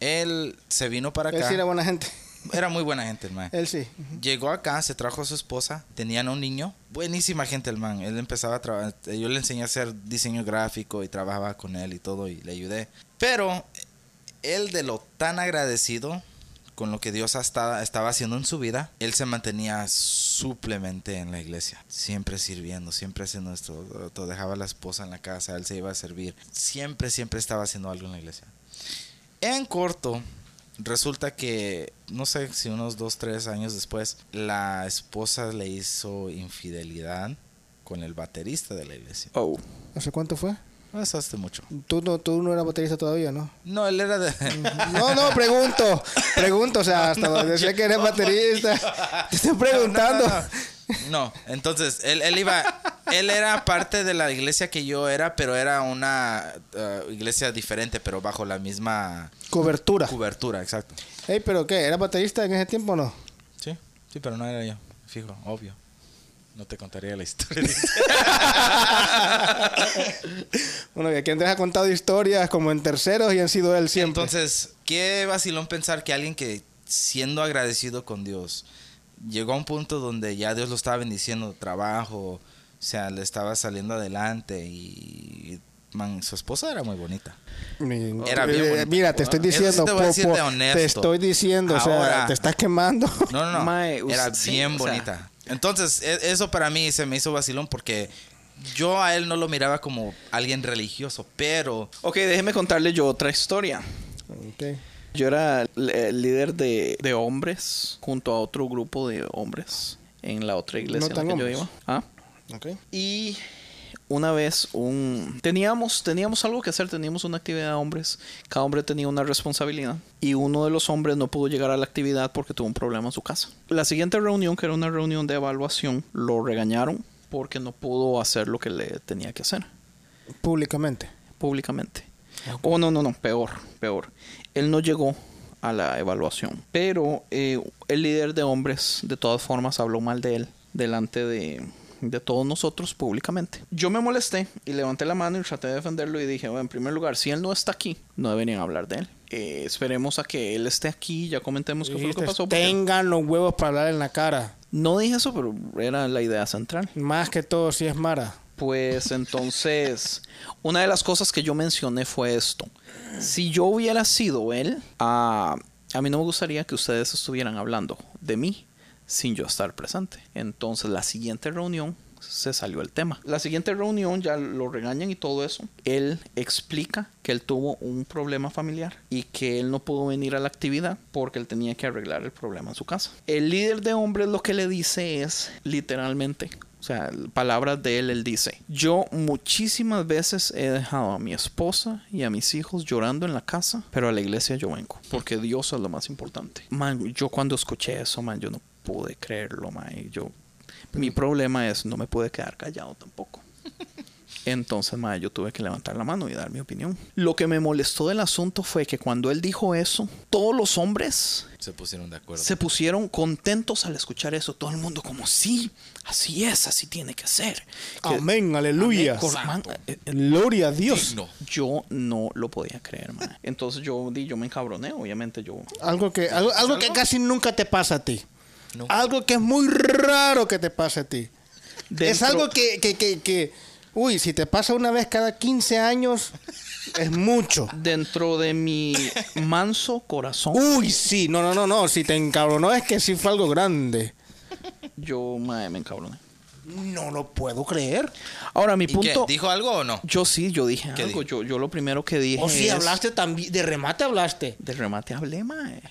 Speaker 3: él se vino para acá.
Speaker 5: Él sí era Eh. buena gente.
Speaker 3: Era muy buena gente el man.
Speaker 5: Él sí.
Speaker 3: Llegó acá, se trajo a su esposa, tenían un niño. Buenísima gente el man. Él empezaba a trabajar. Yo le enseñé a hacer diseño gráfico y trabajaba con él y todo y le ayudé. Pero él de lo tan agradecido con lo que Dios hasta- estaba haciendo en su vida, él se mantenía suplemente en la iglesia, siempre sirviendo, siempre haciendo esto, todo, dejaba a la esposa en la casa, él se iba a servir, siempre, siempre estaba haciendo algo en la iglesia. En corto, resulta que, no sé si unos dos, tres años después, la esposa le hizo infidelidad con el baterista de la iglesia.
Speaker 1: Oh.
Speaker 5: ¿Hace cuánto fue?
Speaker 3: No eso hace mucho.
Speaker 5: Tú no, tú no eras baterista todavía, ¿no?
Speaker 3: No, él era de...
Speaker 5: No, no, pregunto. Pregunto, o sea, hasta donde sé que eres baterista. Te estoy preguntando.
Speaker 3: No, no, no. No, entonces él, él iba, él era parte de la iglesia que yo era, pero era una eh, iglesia diferente, pero bajo la misma
Speaker 5: Cobertura.
Speaker 3: cobertura, exacto.
Speaker 5: Ey, pero ¿qué? ¿Era baterista en ese tiempo o no?
Speaker 3: Sí, sí, pero no era yo, fijo, obvio. No te contaría la historia.
Speaker 5: Bueno, y aquí Andrés ha contado historias como en terceros y han sido él siempre.
Speaker 3: Entonces, qué vacilón pensar que alguien que siendo agradecido con Dios llegó a un punto donde ya Dios lo estaba bendiciendo, trabajo, o sea, le estaba saliendo adelante y man, su esposa era muy bonita.
Speaker 5: Mi-
Speaker 3: Era bien
Speaker 5: eh,
Speaker 3: bonito.
Speaker 5: Mira, te estoy
Speaker 3: Eso sí
Speaker 5: diciendo,
Speaker 3: te voy a decir
Speaker 5: Popo,
Speaker 3: de honesto.
Speaker 5: te estoy diciendo, o sea,
Speaker 3: Ahora-
Speaker 5: te estás quemando.
Speaker 3: No, no, no.
Speaker 1: Mae,
Speaker 3: era
Speaker 1: us- sí,
Speaker 3: bien
Speaker 1: o sea.
Speaker 3: bonita. Entonces, e- eso para mí se me hizo vacilón porque yo a él no lo miraba como alguien religioso, pero
Speaker 1: Ok, déjeme contarle yo otra historia.
Speaker 5: Ok.
Speaker 1: Yo era el, el líder de, de hombres junto a otro grupo de hombres en la otra iglesia
Speaker 5: No tan
Speaker 1: en la que yo
Speaker 5: hombres.
Speaker 1: iba. Ah.
Speaker 5: Ok.
Speaker 1: Y una vez un... Teníamos, teníamos algo que hacer, teníamos una actividad de hombres, cada hombre tenía una responsabilidad y uno de los hombres no pudo llegar a la actividad porque tuvo un problema en su casa. La siguiente reunión, que era una reunión de evaluación, lo regañaron porque no pudo hacer lo que le tenía que hacer
Speaker 5: Públicamente.
Speaker 1: públicamente. Oh, no, no, no, peor, peor. Él no llegó a la evaluación, pero eh, el líder de hombres, de todas formas, habló mal de él delante de, de todos nosotros públicamente. Yo me molesté y levanté la mano y traté de defenderlo y dije, bueno, en primer lugar, si él no está aquí, no deberían hablar de él. Eh, esperemos a que él esté aquí, ya comentemos qué fue lo que
Speaker 5: Dijiste,
Speaker 1: pasó. porque-
Speaker 5: Tengan los huevos para hablar en la cara.
Speaker 1: No dije eso, pero era la idea central.
Speaker 5: Más que todo, si es Mara.
Speaker 1: Pues entonces, una de las cosas que yo mencioné fue esto. Si yo hubiera sido él, ah, a mí no me gustaría que ustedes estuvieran hablando de mí sin yo estar presente. Entonces, la siguiente reunión se salió el tema. La siguiente reunión ya lo regañan y todo eso. Él explica que él tuvo un problema familiar y que él no pudo venir a la actividad porque él tenía que arreglar el problema en su casa. El líder de hombres lo que le dice es literalmente, o sea, palabras de él, él dice, yo muchísimas veces he dejado a mi esposa y a mis hijos llorando en la casa, pero a la iglesia yo vengo, porque Dios es lo más importante. Man, yo cuando escuché eso, man, yo no pude creerlo, man. y Yo, mi problema es, no me pude quedar callado tampoco. Entonces, ma, yo tuve que levantar la mano y dar mi opinión. Lo que me molestó del asunto fue que cuando él dijo eso, todos los hombres
Speaker 3: Se pusieron de acuerdo.
Speaker 1: se pusieron contentos al escuchar eso. Todo el mundo como, sí, así es, así tiene que ser. Que-
Speaker 5: Amén, aleluya.
Speaker 1: Amén, cor- man,
Speaker 3: Santo.
Speaker 1: eh, eh,
Speaker 5: Gloria a Dios.
Speaker 3: Digno.
Speaker 1: yo no lo podía creer, ma. Entonces yo di, yo me encabroné, obviamente yo.
Speaker 5: Algo que, algo, algo que casi nunca te pasa a ti.
Speaker 3: No.
Speaker 1: Ah,
Speaker 5: Algo que es muy raro que te pase a ti. Es
Speaker 1: Dentro-
Speaker 5: algo que, que, que, que, uy, si te pasa una vez cada 15 años, es mucho.
Speaker 1: Dentro de mi manso corazón,
Speaker 5: Uy, sí, no, no, no, no, si te encabronó es que sí fue algo grande.
Speaker 1: yo ma, me encabroné.
Speaker 5: No lo puedo creer.
Speaker 1: Ahora, mi
Speaker 3: ¿Y qué?
Speaker 1: punto.
Speaker 3: ¿Dijo algo o no?
Speaker 1: Yo sí, yo dije
Speaker 3: ¿Qué
Speaker 1: algo.
Speaker 3: dijo?
Speaker 1: Yo, yo lo primero que dije.
Speaker 5: O si
Speaker 1: es-
Speaker 5: Oh, hablaste también, de remate hablaste.
Speaker 1: Del remate hablé, eh". mae.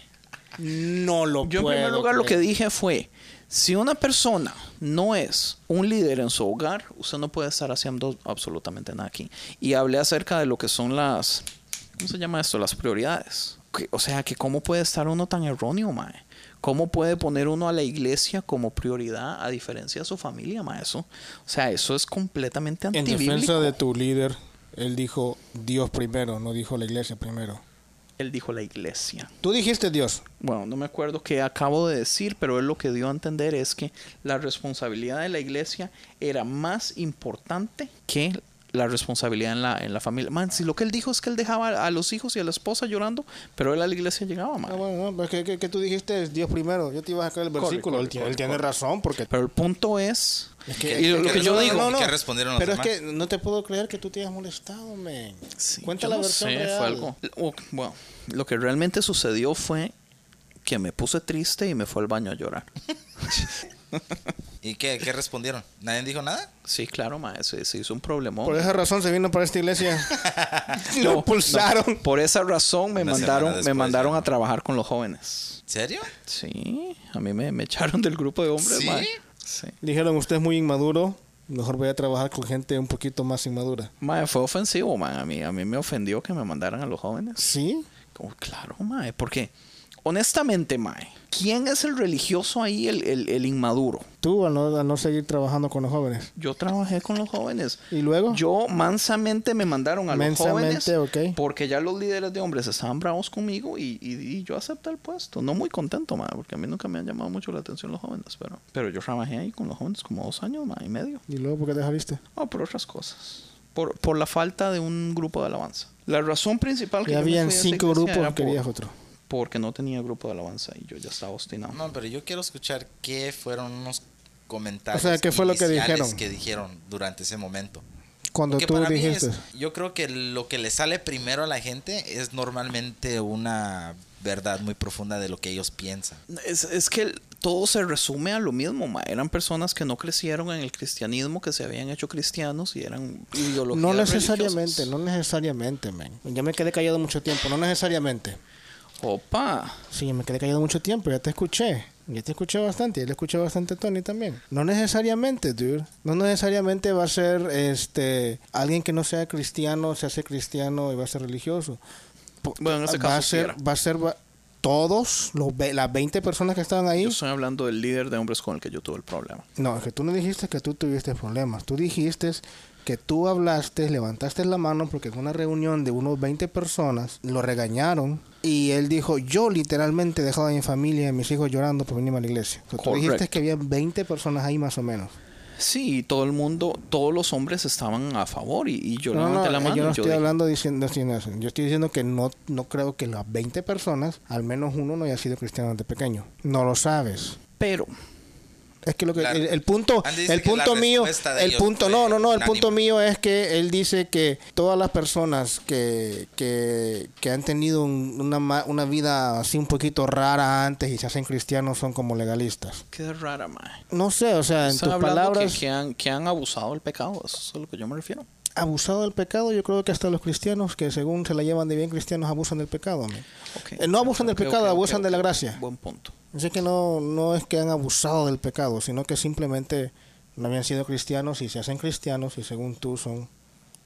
Speaker 5: No lo
Speaker 1: Yo en
Speaker 5: puedo
Speaker 1: primer lugar lo que
Speaker 5: creer.
Speaker 1: dije fue, si una persona no es un líder en su hogar, usted no puede estar haciendo absolutamente nada aquí. Y hablé acerca de lo que son las, ¿cómo se llama esto? Las prioridades. Que- o sea, que cómo puede estar uno tan erróneo, mae. ¿Cómo puede poner uno a la iglesia como prioridad a diferencia de su familia, mae? Eso, o sea, eso es completamente
Speaker 5: En
Speaker 1: antibíblico.
Speaker 5: defensa de tu líder, él dijo Dios primero, no dijo la iglesia primero.
Speaker 1: Él dijo la iglesia.
Speaker 5: Tú dijiste Dios.
Speaker 1: bueno, no me acuerdo qué acabo de decir, pero él lo que dio a entender es que la responsabilidad de la iglesia era más importante que la responsabilidad en la, en la familia. Man, si lo que él dijo es que él dejaba a los hijos y a la esposa llorando, pero él a la iglesia llegaba, man.
Speaker 5: Ah, bueno, no, pero es que, que- que tú dijiste Dios primero. Yo te iba a sacar el
Speaker 1: Corre,
Speaker 5: versículo.
Speaker 1: corre,
Speaker 5: él tiene-
Speaker 1: corre,
Speaker 5: él tiene
Speaker 1: corre.
Speaker 5: razón porque...
Speaker 1: Pero el punto es...
Speaker 5: que-
Speaker 1: y lo
Speaker 3: que-
Speaker 1: que yo
Speaker 3: no, no,
Speaker 1: digo...
Speaker 3: no, no. ¿qué respondieron los
Speaker 5: Pero es
Speaker 3: demás?
Speaker 5: que no te puedo creer que tú te hayas molestado, men.
Speaker 1: Sí,
Speaker 5: Cuenta
Speaker 1: yo
Speaker 5: la
Speaker 1: no
Speaker 5: versión
Speaker 1: sé,
Speaker 5: real.
Speaker 1: Fue algo. o- bueno, lo que realmente sucedió fue que me puse triste y me fue al baño a llorar.
Speaker 3: ¿Y qué, qué respondieron? ¿Nadie dijo nada?
Speaker 1: Sí, claro, ma, se, se hizo un problemón.
Speaker 5: Por esa razón se vino para esta iglesia.
Speaker 1: No,
Speaker 5: Lo expulsaron.
Speaker 1: no. Por esa razón me
Speaker 3: Una
Speaker 1: mandaron,
Speaker 3: semana después,
Speaker 1: me mandaron
Speaker 3: ya,
Speaker 1: a
Speaker 3: ¿no?
Speaker 1: trabajar con los jóvenes.
Speaker 3: ¿Serio?
Speaker 1: Sí, a mí me, me echaron del grupo de hombres.
Speaker 3: ¿Sí?
Speaker 1: mae. Sí.
Speaker 5: Dijeron, usted es muy inmaduro. Mejor voy a trabajar con gente un poquito más inmadura.
Speaker 1: Mae, fue ofensivo, man. A mí, a mí me ofendió que me mandaran a los jóvenes.
Speaker 5: ¿Sí?
Speaker 1: Como, claro, mae, porque honestamente, mae, ¿quién es el religioso ahí, el, el- el inmaduro?
Speaker 5: Tú, al no, al no seguir trabajando con los jóvenes.
Speaker 1: Yo trabajé con los jóvenes.
Speaker 5: ¿Y luego?
Speaker 1: Yo mansamente me mandaron a los jóvenes
Speaker 5: Oh. Mansamente, ok.
Speaker 1: porque ya los líderes de hombres estaban bravos conmigo y, y- y yo acepté el puesto. No muy contento, ma, porque a mí nunca me han llamado mucho la atención los jóvenes, pero, pero yo trabajé ahí con los jóvenes como dos años ma, y medio.
Speaker 5: ¿Y luego por qué te saliste?
Speaker 1: No, por otras cosas. Por, por la falta de un grupo de alabanza. La razón principal que
Speaker 5: Ya
Speaker 1: yo me
Speaker 5: habían
Speaker 1: fui de esa
Speaker 5: cinco
Speaker 1: iglesia
Speaker 5: grupos,
Speaker 1: era por-
Speaker 5: querías otro.
Speaker 1: porque no tenía grupo de alabanza y yo ya estaba obstinado.
Speaker 3: No, pero yo quiero escuchar qué fueron unos comentarios.
Speaker 5: O sea, ¿qué fue lo que
Speaker 3: iniciales
Speaker 5: dijeron?
Speaker 3: que dijeron durante ese momento.
Speaker 5: Cuando
Speaker 3: Que
Speaker 5: tú
Speaker 3: para mí
Speaker 5: dijiste.
Speaker 3: es- yo creo que lo que le sale primero a la gente es normalmente una verdad muy profunda de lo que ellos piensan.
Speaker 1: Es, es que el- todo se resume a lo mismo, ma. eran personas que no crecieron en el cristianismo, que se habían hecho cristianos y eran ideologías
Speaker 5: No necesariamente,
Speaker 1: religiosas.
Speaker 5: no necesariamente, men. Ya me quedé callado mucho tiempo, no necesariamente.
Speaker 1: Opa,
Speaker 5: Sí, me quedé callado mucho tiempo, ya te escuché. Yo te escuché bastante, yo le escuché bastante a Tony también. No necesariamente, dude. No necesariamente va a ser este alguien que no sea cristiano, se hace cristiano y va a ser religioso. Po-
Speaker 1: Bueno, en ese
Speaker 5: va a
Speaker 1: caso sí
Speaker 5: ser,
Speaker 1: era.
Speaker 5: va a ser va- todos los ve- las 20 personas que estaban ahí.
Speaker 1: Yo estoy hablando del líder de hombres con el que yo tuve el problema.
Speaker 5: No, es que tú no dijiste que tú tuviste problemas. Tú dijiste que tú hablaste, levantaste la mano porque en una reunión de unos 20 personas lo regañaron y él dijo, yo literalmente he dejado a mi familia y a mis hijos llorando por venirme a la iglesia. O sea, tú dijiste
Speaker 1: Correcto.
Speaker 5: que había 20 personas ahí más o menos.
Speaker 1: Sí, y todo el mundo, todos los hombres estaban a favor y, y yo
Speaker 5: No, no,
Speaker 1: levanté la
Speaker 5: eh,
Speaker 1: mano.
Speaker 5: yo no
Speaker 1: y yo
Speaker 5: estoy
Speaker 1: dije,
Speaker 5: hablando diciendo diciendo eso. Yo estoy diciendo que no, no creo que las 20 personas, al menos uno no haya sido cristiano desde pequeño. No lo sabes.
Speaker 1: Pero
Speaker 5: Es que lo que
Speaker 3: La-
Speaker 5: el, el punto,
Speaker 3: Andy dice
Speaker 5: el
Speaker 3: que la
Speaker 5: punto mío,
Speaker 3: respuesta de
Speaker 5: el
Speaker 3: ellos
Speaker 5: punto,
Speaker 3: fue
Speaker 5: no, no, no, el
Speaker 3: unánime.
Speaker 5: punto mío es que él dice que todas las personas que, que, que han tenido un- una, ma- una vida así un poquito rara antes y se hacen cristianos son como legalistas.
Speaker 1: qué rara, mae.
Speaker 5: No sé, o sea, en
Speaker 1: Están
Speaker 5: tus
Speaker 1: hablando que-
Speaker 5: palabras,
Speaker 1: que, han, que han abusado del pecado, eso es a lo que yo me refiero.
Speaker 5: abusado del pecado, yo creo que hasta los cristianos que según se la llevan de bien cristianos abusan del pecado. man.
Speaker 1: Ok.
Speaker 5: Eh, no abusan del
Speaker 1: Ok, ok,
Speaker 5: pecado,
Speaker 1: ok,
Speaker 5: abusan de
Speaker 1: ok.
Speaker 5: la gracia.
Speaker 1: Buen punto.
Speaker 5: Así que no, no es que han abusado del pecado, sino que simplemente no habían sido cristianos y se hacen cristianos y según tú son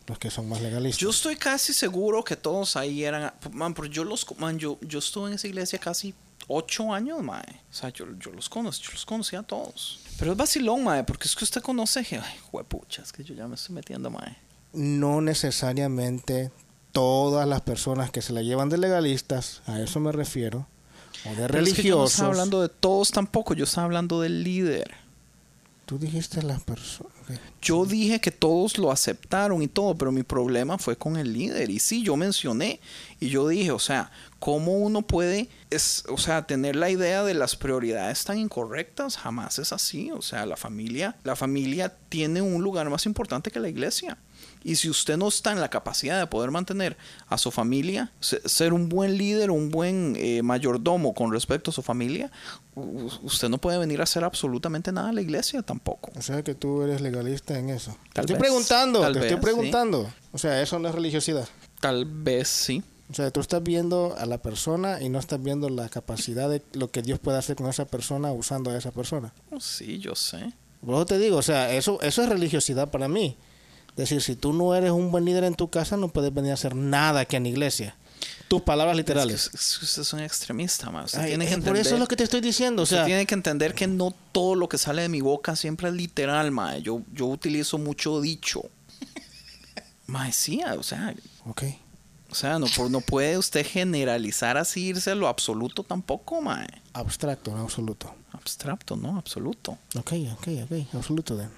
Speaker 5: los que son más legalistas.
Speaker 1: Yo estoy casi seguro que todos ahí eran. Man, pero yo los. Man, yo, yo estuve en esa iglesia casi ocho años, mae. O sea, yo, yo los conocí, yo los conocía a todos. Pero es vacilón, mae, porque es que usted conoce. que- Ay, juepucha, es que yo ya me estoy metiendo, mae.
Speaker 5: No necesariamente todas las personas que se la llevan de legalistas, a eso me refiero, o
Speaker 1: Pero es que yo no
Speaker 5: de religiosos.
Speaker 1: estaba hablando de todos tampoco, yo estaba hablando del líder.
Speaker 5: Tú dijiste las personas.
Speaker 1: Yo dije que todos lo aceptaron y todo, pero mi problema fue con el líder. Y sí, yo mencioné y yo dije, o sea, ¿cómo uno puede, es, o sea, tener la idea de las prioridades tan incorrectas? Jamás es así. O sea, la familia, la familia tiene un lugar más importante que la iglesia. Y si usted no está en la capacidad de poder mantener a su familia, se- ser un buen líder, un buen eh, mayordomo con respecto a su familia, u- usted no puede venir a hacer absolutamente nada a la iglesia tampoco.
Speaker 5: O sea que tú eres legalista en eso.
Speaker 1: Tal
Speaker 5: te estoy
Speaker 1: vez,
Speaker 5: preguntando,
Speaker 1: tal
Speaker 5: te estoy
Speaker 1: vez,
Speaker 5: preguntando. O sea, eso no es religiosidad.
Speaker 1: Tal vez sí.
Speaker 5: O sea, tú estás viendo a la persona y no estás viendo la capacidad de lo que Dios puede hacer con esa persona usando a esa persona.
Speaker 1: Oh, sí, yo sé.
Speaker 5: Por eso te digo, o sea, eso, eso es religiosidad para mí. Es decir, si tú no eres un buen líder en tu casa, no puedes venir a hacer nada aquí en la iglesia. Tus palabras literales.
Speaker 1: Es que us- usted es un extremista, ma. Usted
Speaker 5: Ay,
Speaker 1: tiene
Speaker 5: eh,
Speaker 1: que entender,
Speaker 5: por eso es lo que te estoy diciendo. O
Speaker 1: usted
Speaker 5: sea,
Speaker 1: tiene que entender que no todo lo que sale de mi boca siempre es literal, ma. Yo, yo utilizo mucho dicho. ma, sí, ah, o sea,
Speaker 5: ok.
Speaker 1: o sea, no, por- no puede usted generalizar así, irse a lo absoluto tampoco, ma.
Speaker 5: Abstracto, no absoluto.
Speaker 1: Abstracto, ¿no? Absoluto.
Speaker 5: Ok, ok, ok. Absoluto. Dan.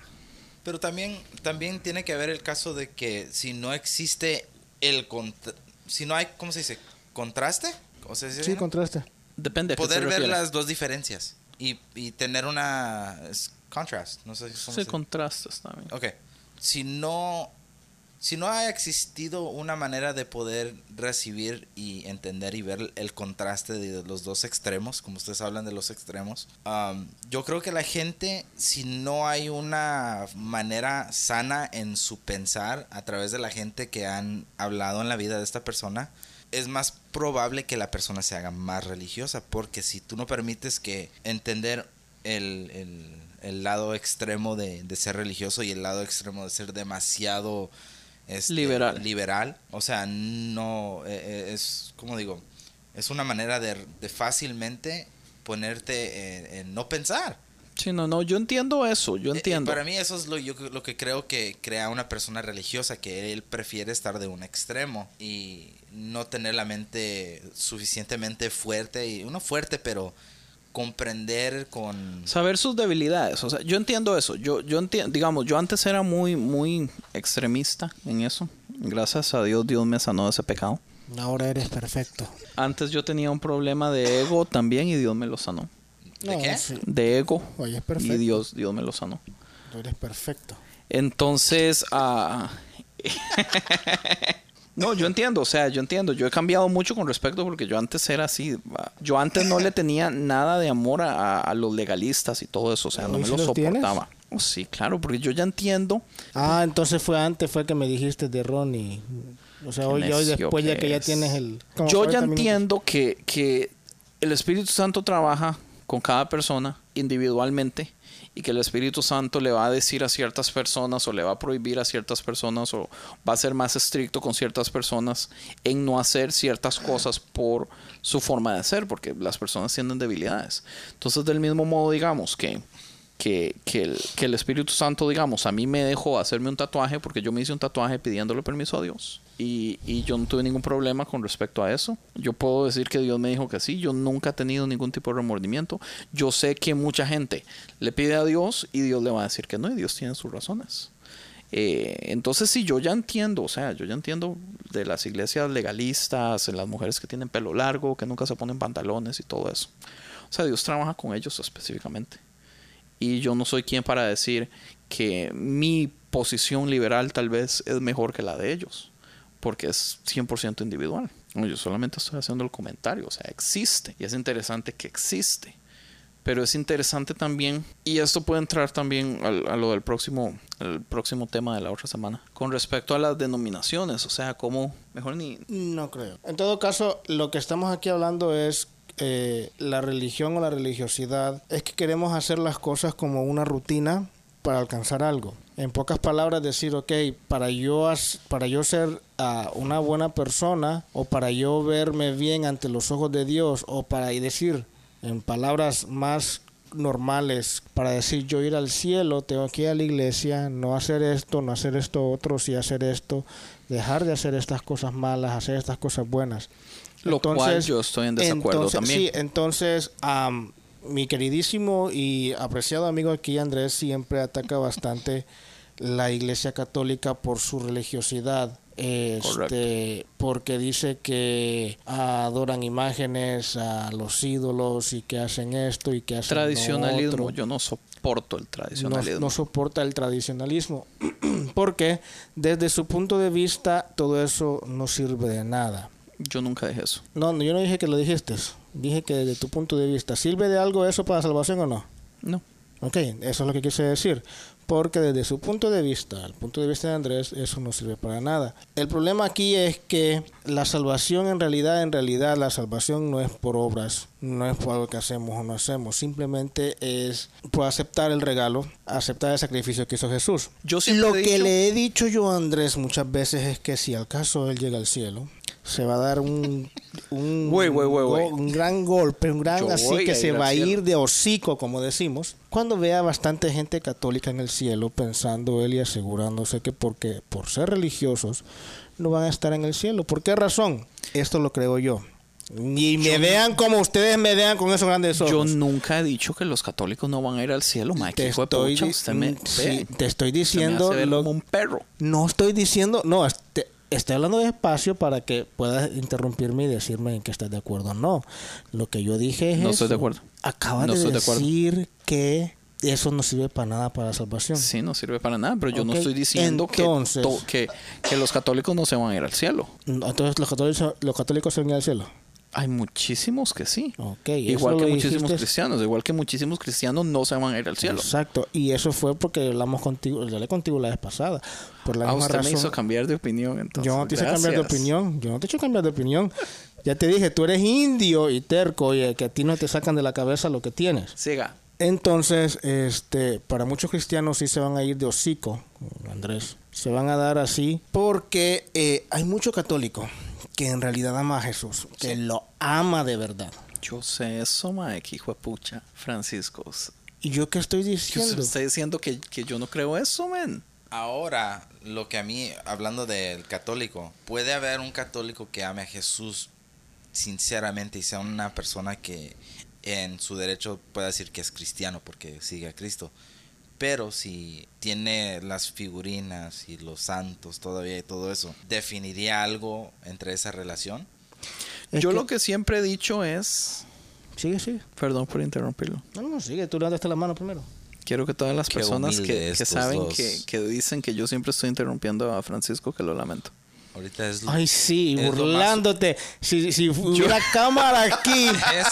Speaker 3: Pero también, también tiene que haber el caso de que si no existe el contra- si no hay, ¿cómo se dice? ¿Contraste? O sea, ¿sí se
Speaker 5: Sí,
Speaker 3: llama?
Speaker 5: contraste.
Speaker 1: Depende de qué se
Speaker 3: poder ver
Speaker 1: refiere.
Speaker 3: las dos diferencias y, y tener una es contrast, no sé cómo
Speaker 1: Sí,
Speaker 3: se-
Speaker 1: contrastes también.
Speaker 3: Ok. Si no si no ha existido una manera de poder recibir y entender y ver el contraste de los dos extremos, como ustedes hablan de los extremos, um, yo creo que la gente, si no hay una manera sana en su pensar a través de la gente que han hablado en la vida de esta persona, es más probable que la persona se haga más religiosa, porque si tú no permites que entender el, el- el lado extremo de, de ser religioso y el lado extremo de ser demasiado este,
Speaker 1: Liberal.
Speaker 3: liberal, o sea, no eh, eh, es, como digo, es una manera de, de fácilmente ponerte en, en no pensar.
Speaker 1: Sí, no, no, yo entiendo eso, yo
Speaker 3: Eh, eh,
Speaker 1: entiendo.
Speaker 3: Para mí eso es lo, yo, lo que creo que crea una persona religiosa, que él prefiere estar de un extremo y no tener la mente suficientemente fuerte, y uno fuerte, pero comprender con...
Speaker 1: Saber sus debilidades. O sea, yo entiendo eso. Yo, yo entiendo, digamos, yo antes era muy, muy extremista en eso. Gracias a Dios, Dios me sanó de ese pecado.
Speaker 5: Ahora eres perfecto.
Speaker 1: Antes yo tenía un problema de ego también y Dios me lo sanó.
Speaker 3: ¿De
Speaker 5: No,
Speaker 3: qué?
Speaker 5: sí,
Speaker 1: De ego.
Speaker 5: Oye, es
Speaker 1: y
Speaker 5: perfecto.
Speaker 1: Dios, Dios me lo sanó.
Speaker 5: tú eres perfecto.
Speaker 1: Entonces, ah, no, yo entiendo, o sea, yo entiendo, yo he cambiado mucho con respecto porque yo antes era así, va. yo antes no le tenía nada de amor a, a los legalistas y todo eso, o sea, no
Speaker 5: ¿Hoy
Speaker 1: me
Speaker 5: sí
Speaker 1: lo
Speaker 5: los tienes?
Speaker 1: soportaba. Oh, sí, claro, porque yo ya entiendo
Speaker 5: Ah, entonces fue antes, fue que me dijiste de Ronnie. O sea, hoy, hoy
Speaker 1: necio
Speaker 5: después ya
Speaker 1: que
Speaker 5: que ya
Speaker 1: es.
Speaker 5: tienes el... como
Speaker 1: Yo ya
Speaker 5: 40 minutos.
Speaker 1: entiendo que, que el Espíritu Santo trabaja con cada persona individualmente y que el Espíritu Santo le va a decir a ciertas personas o le va a prohibir a ciertas personas o va a ser más estricto con ciertas personas en no hacer ciertas cosas por su forma de ser, porque las personas tienen debilidades. Entonces, del mismo modo, digamos que que, que el, que el Espíritu Santo, digamos, a mí me dejó hacerme un tatuaje porque yo me hice un tatuaje pidiéndole permiso a Dios. Y, y yo no tuve ningún problema con respecto a eso. Yo puedo decir que Dios me dijo que sí. Yo nunca he tenido ningún tipo de remordimiento. Yo sé que mucha gente le pide a Dios y Dios le va a decir que no. Y Dios tiene sus razones. Eh, entonces, sí, yo ya entiendo, o sea, yo ya entiendo de las iglesias legalistas, en las mujeres que tienen pelo largo, que nunca se ponen pantalones y todo eso. O sea, Dios trabaja con ellos específicamente y yo no soy quien para decir que mi posición liberal tal vez es mejor que la de ellos, porque es 100% individual. No, yo solamente estoy haciendo el comentario, o sea, existe y es interesante que existe, pero es interesante también, y esto puede entrar también al, a, lo del próximo, el próximo tema de la otra semana, con respecto a las denominaciones, o sea, como mejor ni...
Speaker 5: No creo. En todo caso, lo que estamos aquí hablando es eh, la religión o la religiosidad es que queremos hacer las cosas como una rutina para alcanzar algo. En pocas palabras decir, ok, para yo, as para yo ser uh, una buena persona o para yo verme bien ante los ojos de Dios o para y decir en palabras más normales para decir yo ir al cielo, tengo que ir a la iglesia, no hacer esto, no hacer esto otro, sí hacer esto, dejar de hacer estas cosas malas, hacer estas cosas buenas.
Speaker 1: Lo entonces, cual yo estoy en desacuerdo
Speaker 5: entonces,
Speaker 1: también.
Speaker 5: Sí, entonces, um, mi queridísimo y apreciado amigo aquí, Andrés, siempre ataca bastante la Iglesia Católica por su religiosidad. Este, porque dice que adoran imágenes a los ídolos y que hacen esto y que hacen
Speaker 1: tradicionalismo.
Speaker 5: Lo otro.
Speaker 1: Yo no soporto el tradicionalismo.
Speaker 5: No, no soporta el tradicionalismo porque desde su punto de vista todo eso no sirve de nada.
Speaker 1: Yo nunca dije eso.
Speaker 5: No, no, yo no dije que lo dijiste. Dije que desde tu punto de vista, ¿sirve de algo eso para salvación o no?
Speaker 1: No.
Speaker 5: Ok, eso es lo que quise decir. Porque desde su punto de vista, el punto de vista de Andrés, eso no sirve para nada. El problema aquí es que la salvación en realidad, en realidad la salvación no es por obras, no es por algo que hacemos o no hacemos, simplemente es por aceptar el regalo, aceptar el sacrificio que hizo Jesús.
Speaker 1: Yo siempre
Speaker 5: Lo
Speaker 1: he
Speaker 5: que
Speaker 1: dicho-
Speaker 5: le he dicho yo a Andrés muchas veces es que si al caso él llega al cielo, se va a dar un, un,
Speaker 1: Güey, güey, güey, güey.
Speaker 5: go- un gran golpe, un gran
Speaker 1: Yo voy
Speaker 5: así
Speaker 1: a
Speaker 5: que se
Speaker 1: ir
Speaker 5: va a
Speaker 1: al cielo.
Speaker 5: ir de hocico, como decimos, cuando vea bastante gente católica en el cielo pensando él y asegurándose que porque por ser religiosos no van a estar en el cielo. ¿Por qué razón? Esto lo creo yo. Y me vean como ustedes me vean con esos grandes
Speaker 1: Yo
Speaker 5: ojos.
Speaker 1: nunca he dicho que los católicos no van a ir al cielo, Mike.
Speaker 5: te,
Speaker 1: hijo de
Speaker 5: estoy,
Speaker 1: pucha,
Speaker 5: di-
Speaker 1: usted me-
Speaker 5: sí,
Speaker 1: ve,
Speaker 5: te estoy
Speaker 1: usted me hace
Speaker 5: diciendo
Speaker 1: ver
Speaker 5: lo,
Speaker 1: como un perro.
Speaker 5: no estoy diciendo, no, este- estoy hablando despacio para que puedas interrumpirme y decirme en qué estás de acuerdo o no. Lo que yo dije es.
Speaker 1: No estoy
Speaker 5: eso.
Speaker 1: de acuerdo.
Speaker 5: Acabas
Speaker 1: No
Speaker 5: de
Speaker 1: estoy de acuerdo.
Speaker 5: decir que eso no sirve para nada para la salvación.
Speaker 1: Sí, no sirve para nada, pero yo no
Speaker 5: Ok,
Speaker 1: estoy diciendo que
Speaker 5: entonces-
Speaker 1: to- que, que los católicos no se van a ir al cielo.
Speaker 5: Entonces, los católicos, los católicos se van al cielo.
Speaker 1: Hay muchísimos que sí.
Speaker 5: Ok,
Speaker 1: igual
Speaker 5: eso
Speaker 1: que
Speaker 5: lo
Speaker 1: muchísimos
Speaker 5: dijiste-
Speaker 1: cristianos, igual que muchísimos cristianos no se van a ir al cielo.
Speaker 5: Exacto, y eso fue porque hablamos contigo, yo hablé contigo la vez pasada. Por la
Speaker 1: Ah,
Speaker 5: misma
Speaker 1: usted
Speaker 5: razón,
Speaker 1: me hizo cambiar de opinión, entonces.
Speaker 5: Yo no te hice cambiar de
Speaker 1: gracias.
Speaker 5: opinión. Yo no te he hecho cambiar de opinión. Ya te dije, tú eres indio y terco y eh, que a ti no te sacan de la cabeza lo que tienes.
Speaker 1: Siga.
Speaker 5: Entonces, este, para muchos cristianos sí se van a ir de hocico, Andrés. Se van a dar así porque eh, hay mucho católico que en realidad ama a Jesús, que lo ama de verdad.
Speaker 1: Yo sé eso, Mike, hijo de pucha. Francisco.
Speaker 5: ¿Y yo qué estoy
Speaker 1: ¿qué usted
Speaker 5: diciendo?
Speaker 1: está diciendo que, que yo no creo eso, men?
Speaker 3: Ahora, lo que a mí, hablando del católico, puede haber un católico que ame a Jesús sinceramente y sea una persona que en su derecho pueda decir que es cristiano porque sigue a Cristo. Pero si tiene las figurinas y los santos todavía y todo eso, ¿definiría algo entre esa relación?
Speaker 5: Es
Speaker 1: yo
Speaker 5: que-
Speaker 1: lo que siempre he dicho es.
Speaker 5: Sigue, sigue.
Speaker 1: Perdón por interrumpirlo.
Speaker 5: No, no, sigue. Tú levantaste la mano primero.
Speaker 1: Quiero que todas las
Speaker 3: Qué
Speaker 1: personas
Speaker 3: humilde
Speaker 1: que, que
Speaker 3: estos
Speaker 1: saben
Speaker 3: dos.
Speaker 1: que, que dicen que yo siempre estoy interrumpiendo a Francisco, que lo lamento.
Speaker 3: Ahorita es lo,
Speaker 5: Ay, sí,
Speaker 3: Es lo más-
Speaker 5: burlándote. Si, si hubiera cámara aquí.
Speaker 3: es,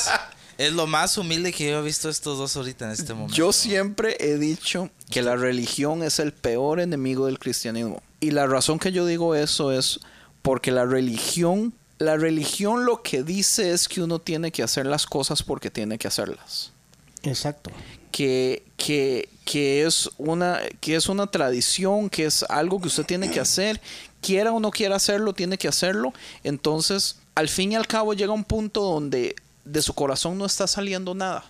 Speaker 3: es lo más humilde que yo he visto estos dos ahorita en este momento.
Speaker 1: Yo siempre he dicho que la religión es el peor enemigo del cristianismo. Y la razón que yo digo eso es porque la religión, la religión lo que dice es que uno tiene que hacer las cosas porque tiene que hacerlas.
Speaker 5: Exacto.
Speaker 1: que, que, que es una, que es una tradición, que es algo que usted tiene que hacer, quiera o no quiera hacerlo, tiene que hacerlo. Entonces, al fin y al cabo llega un punto donde de su corazón no está saliendo nada.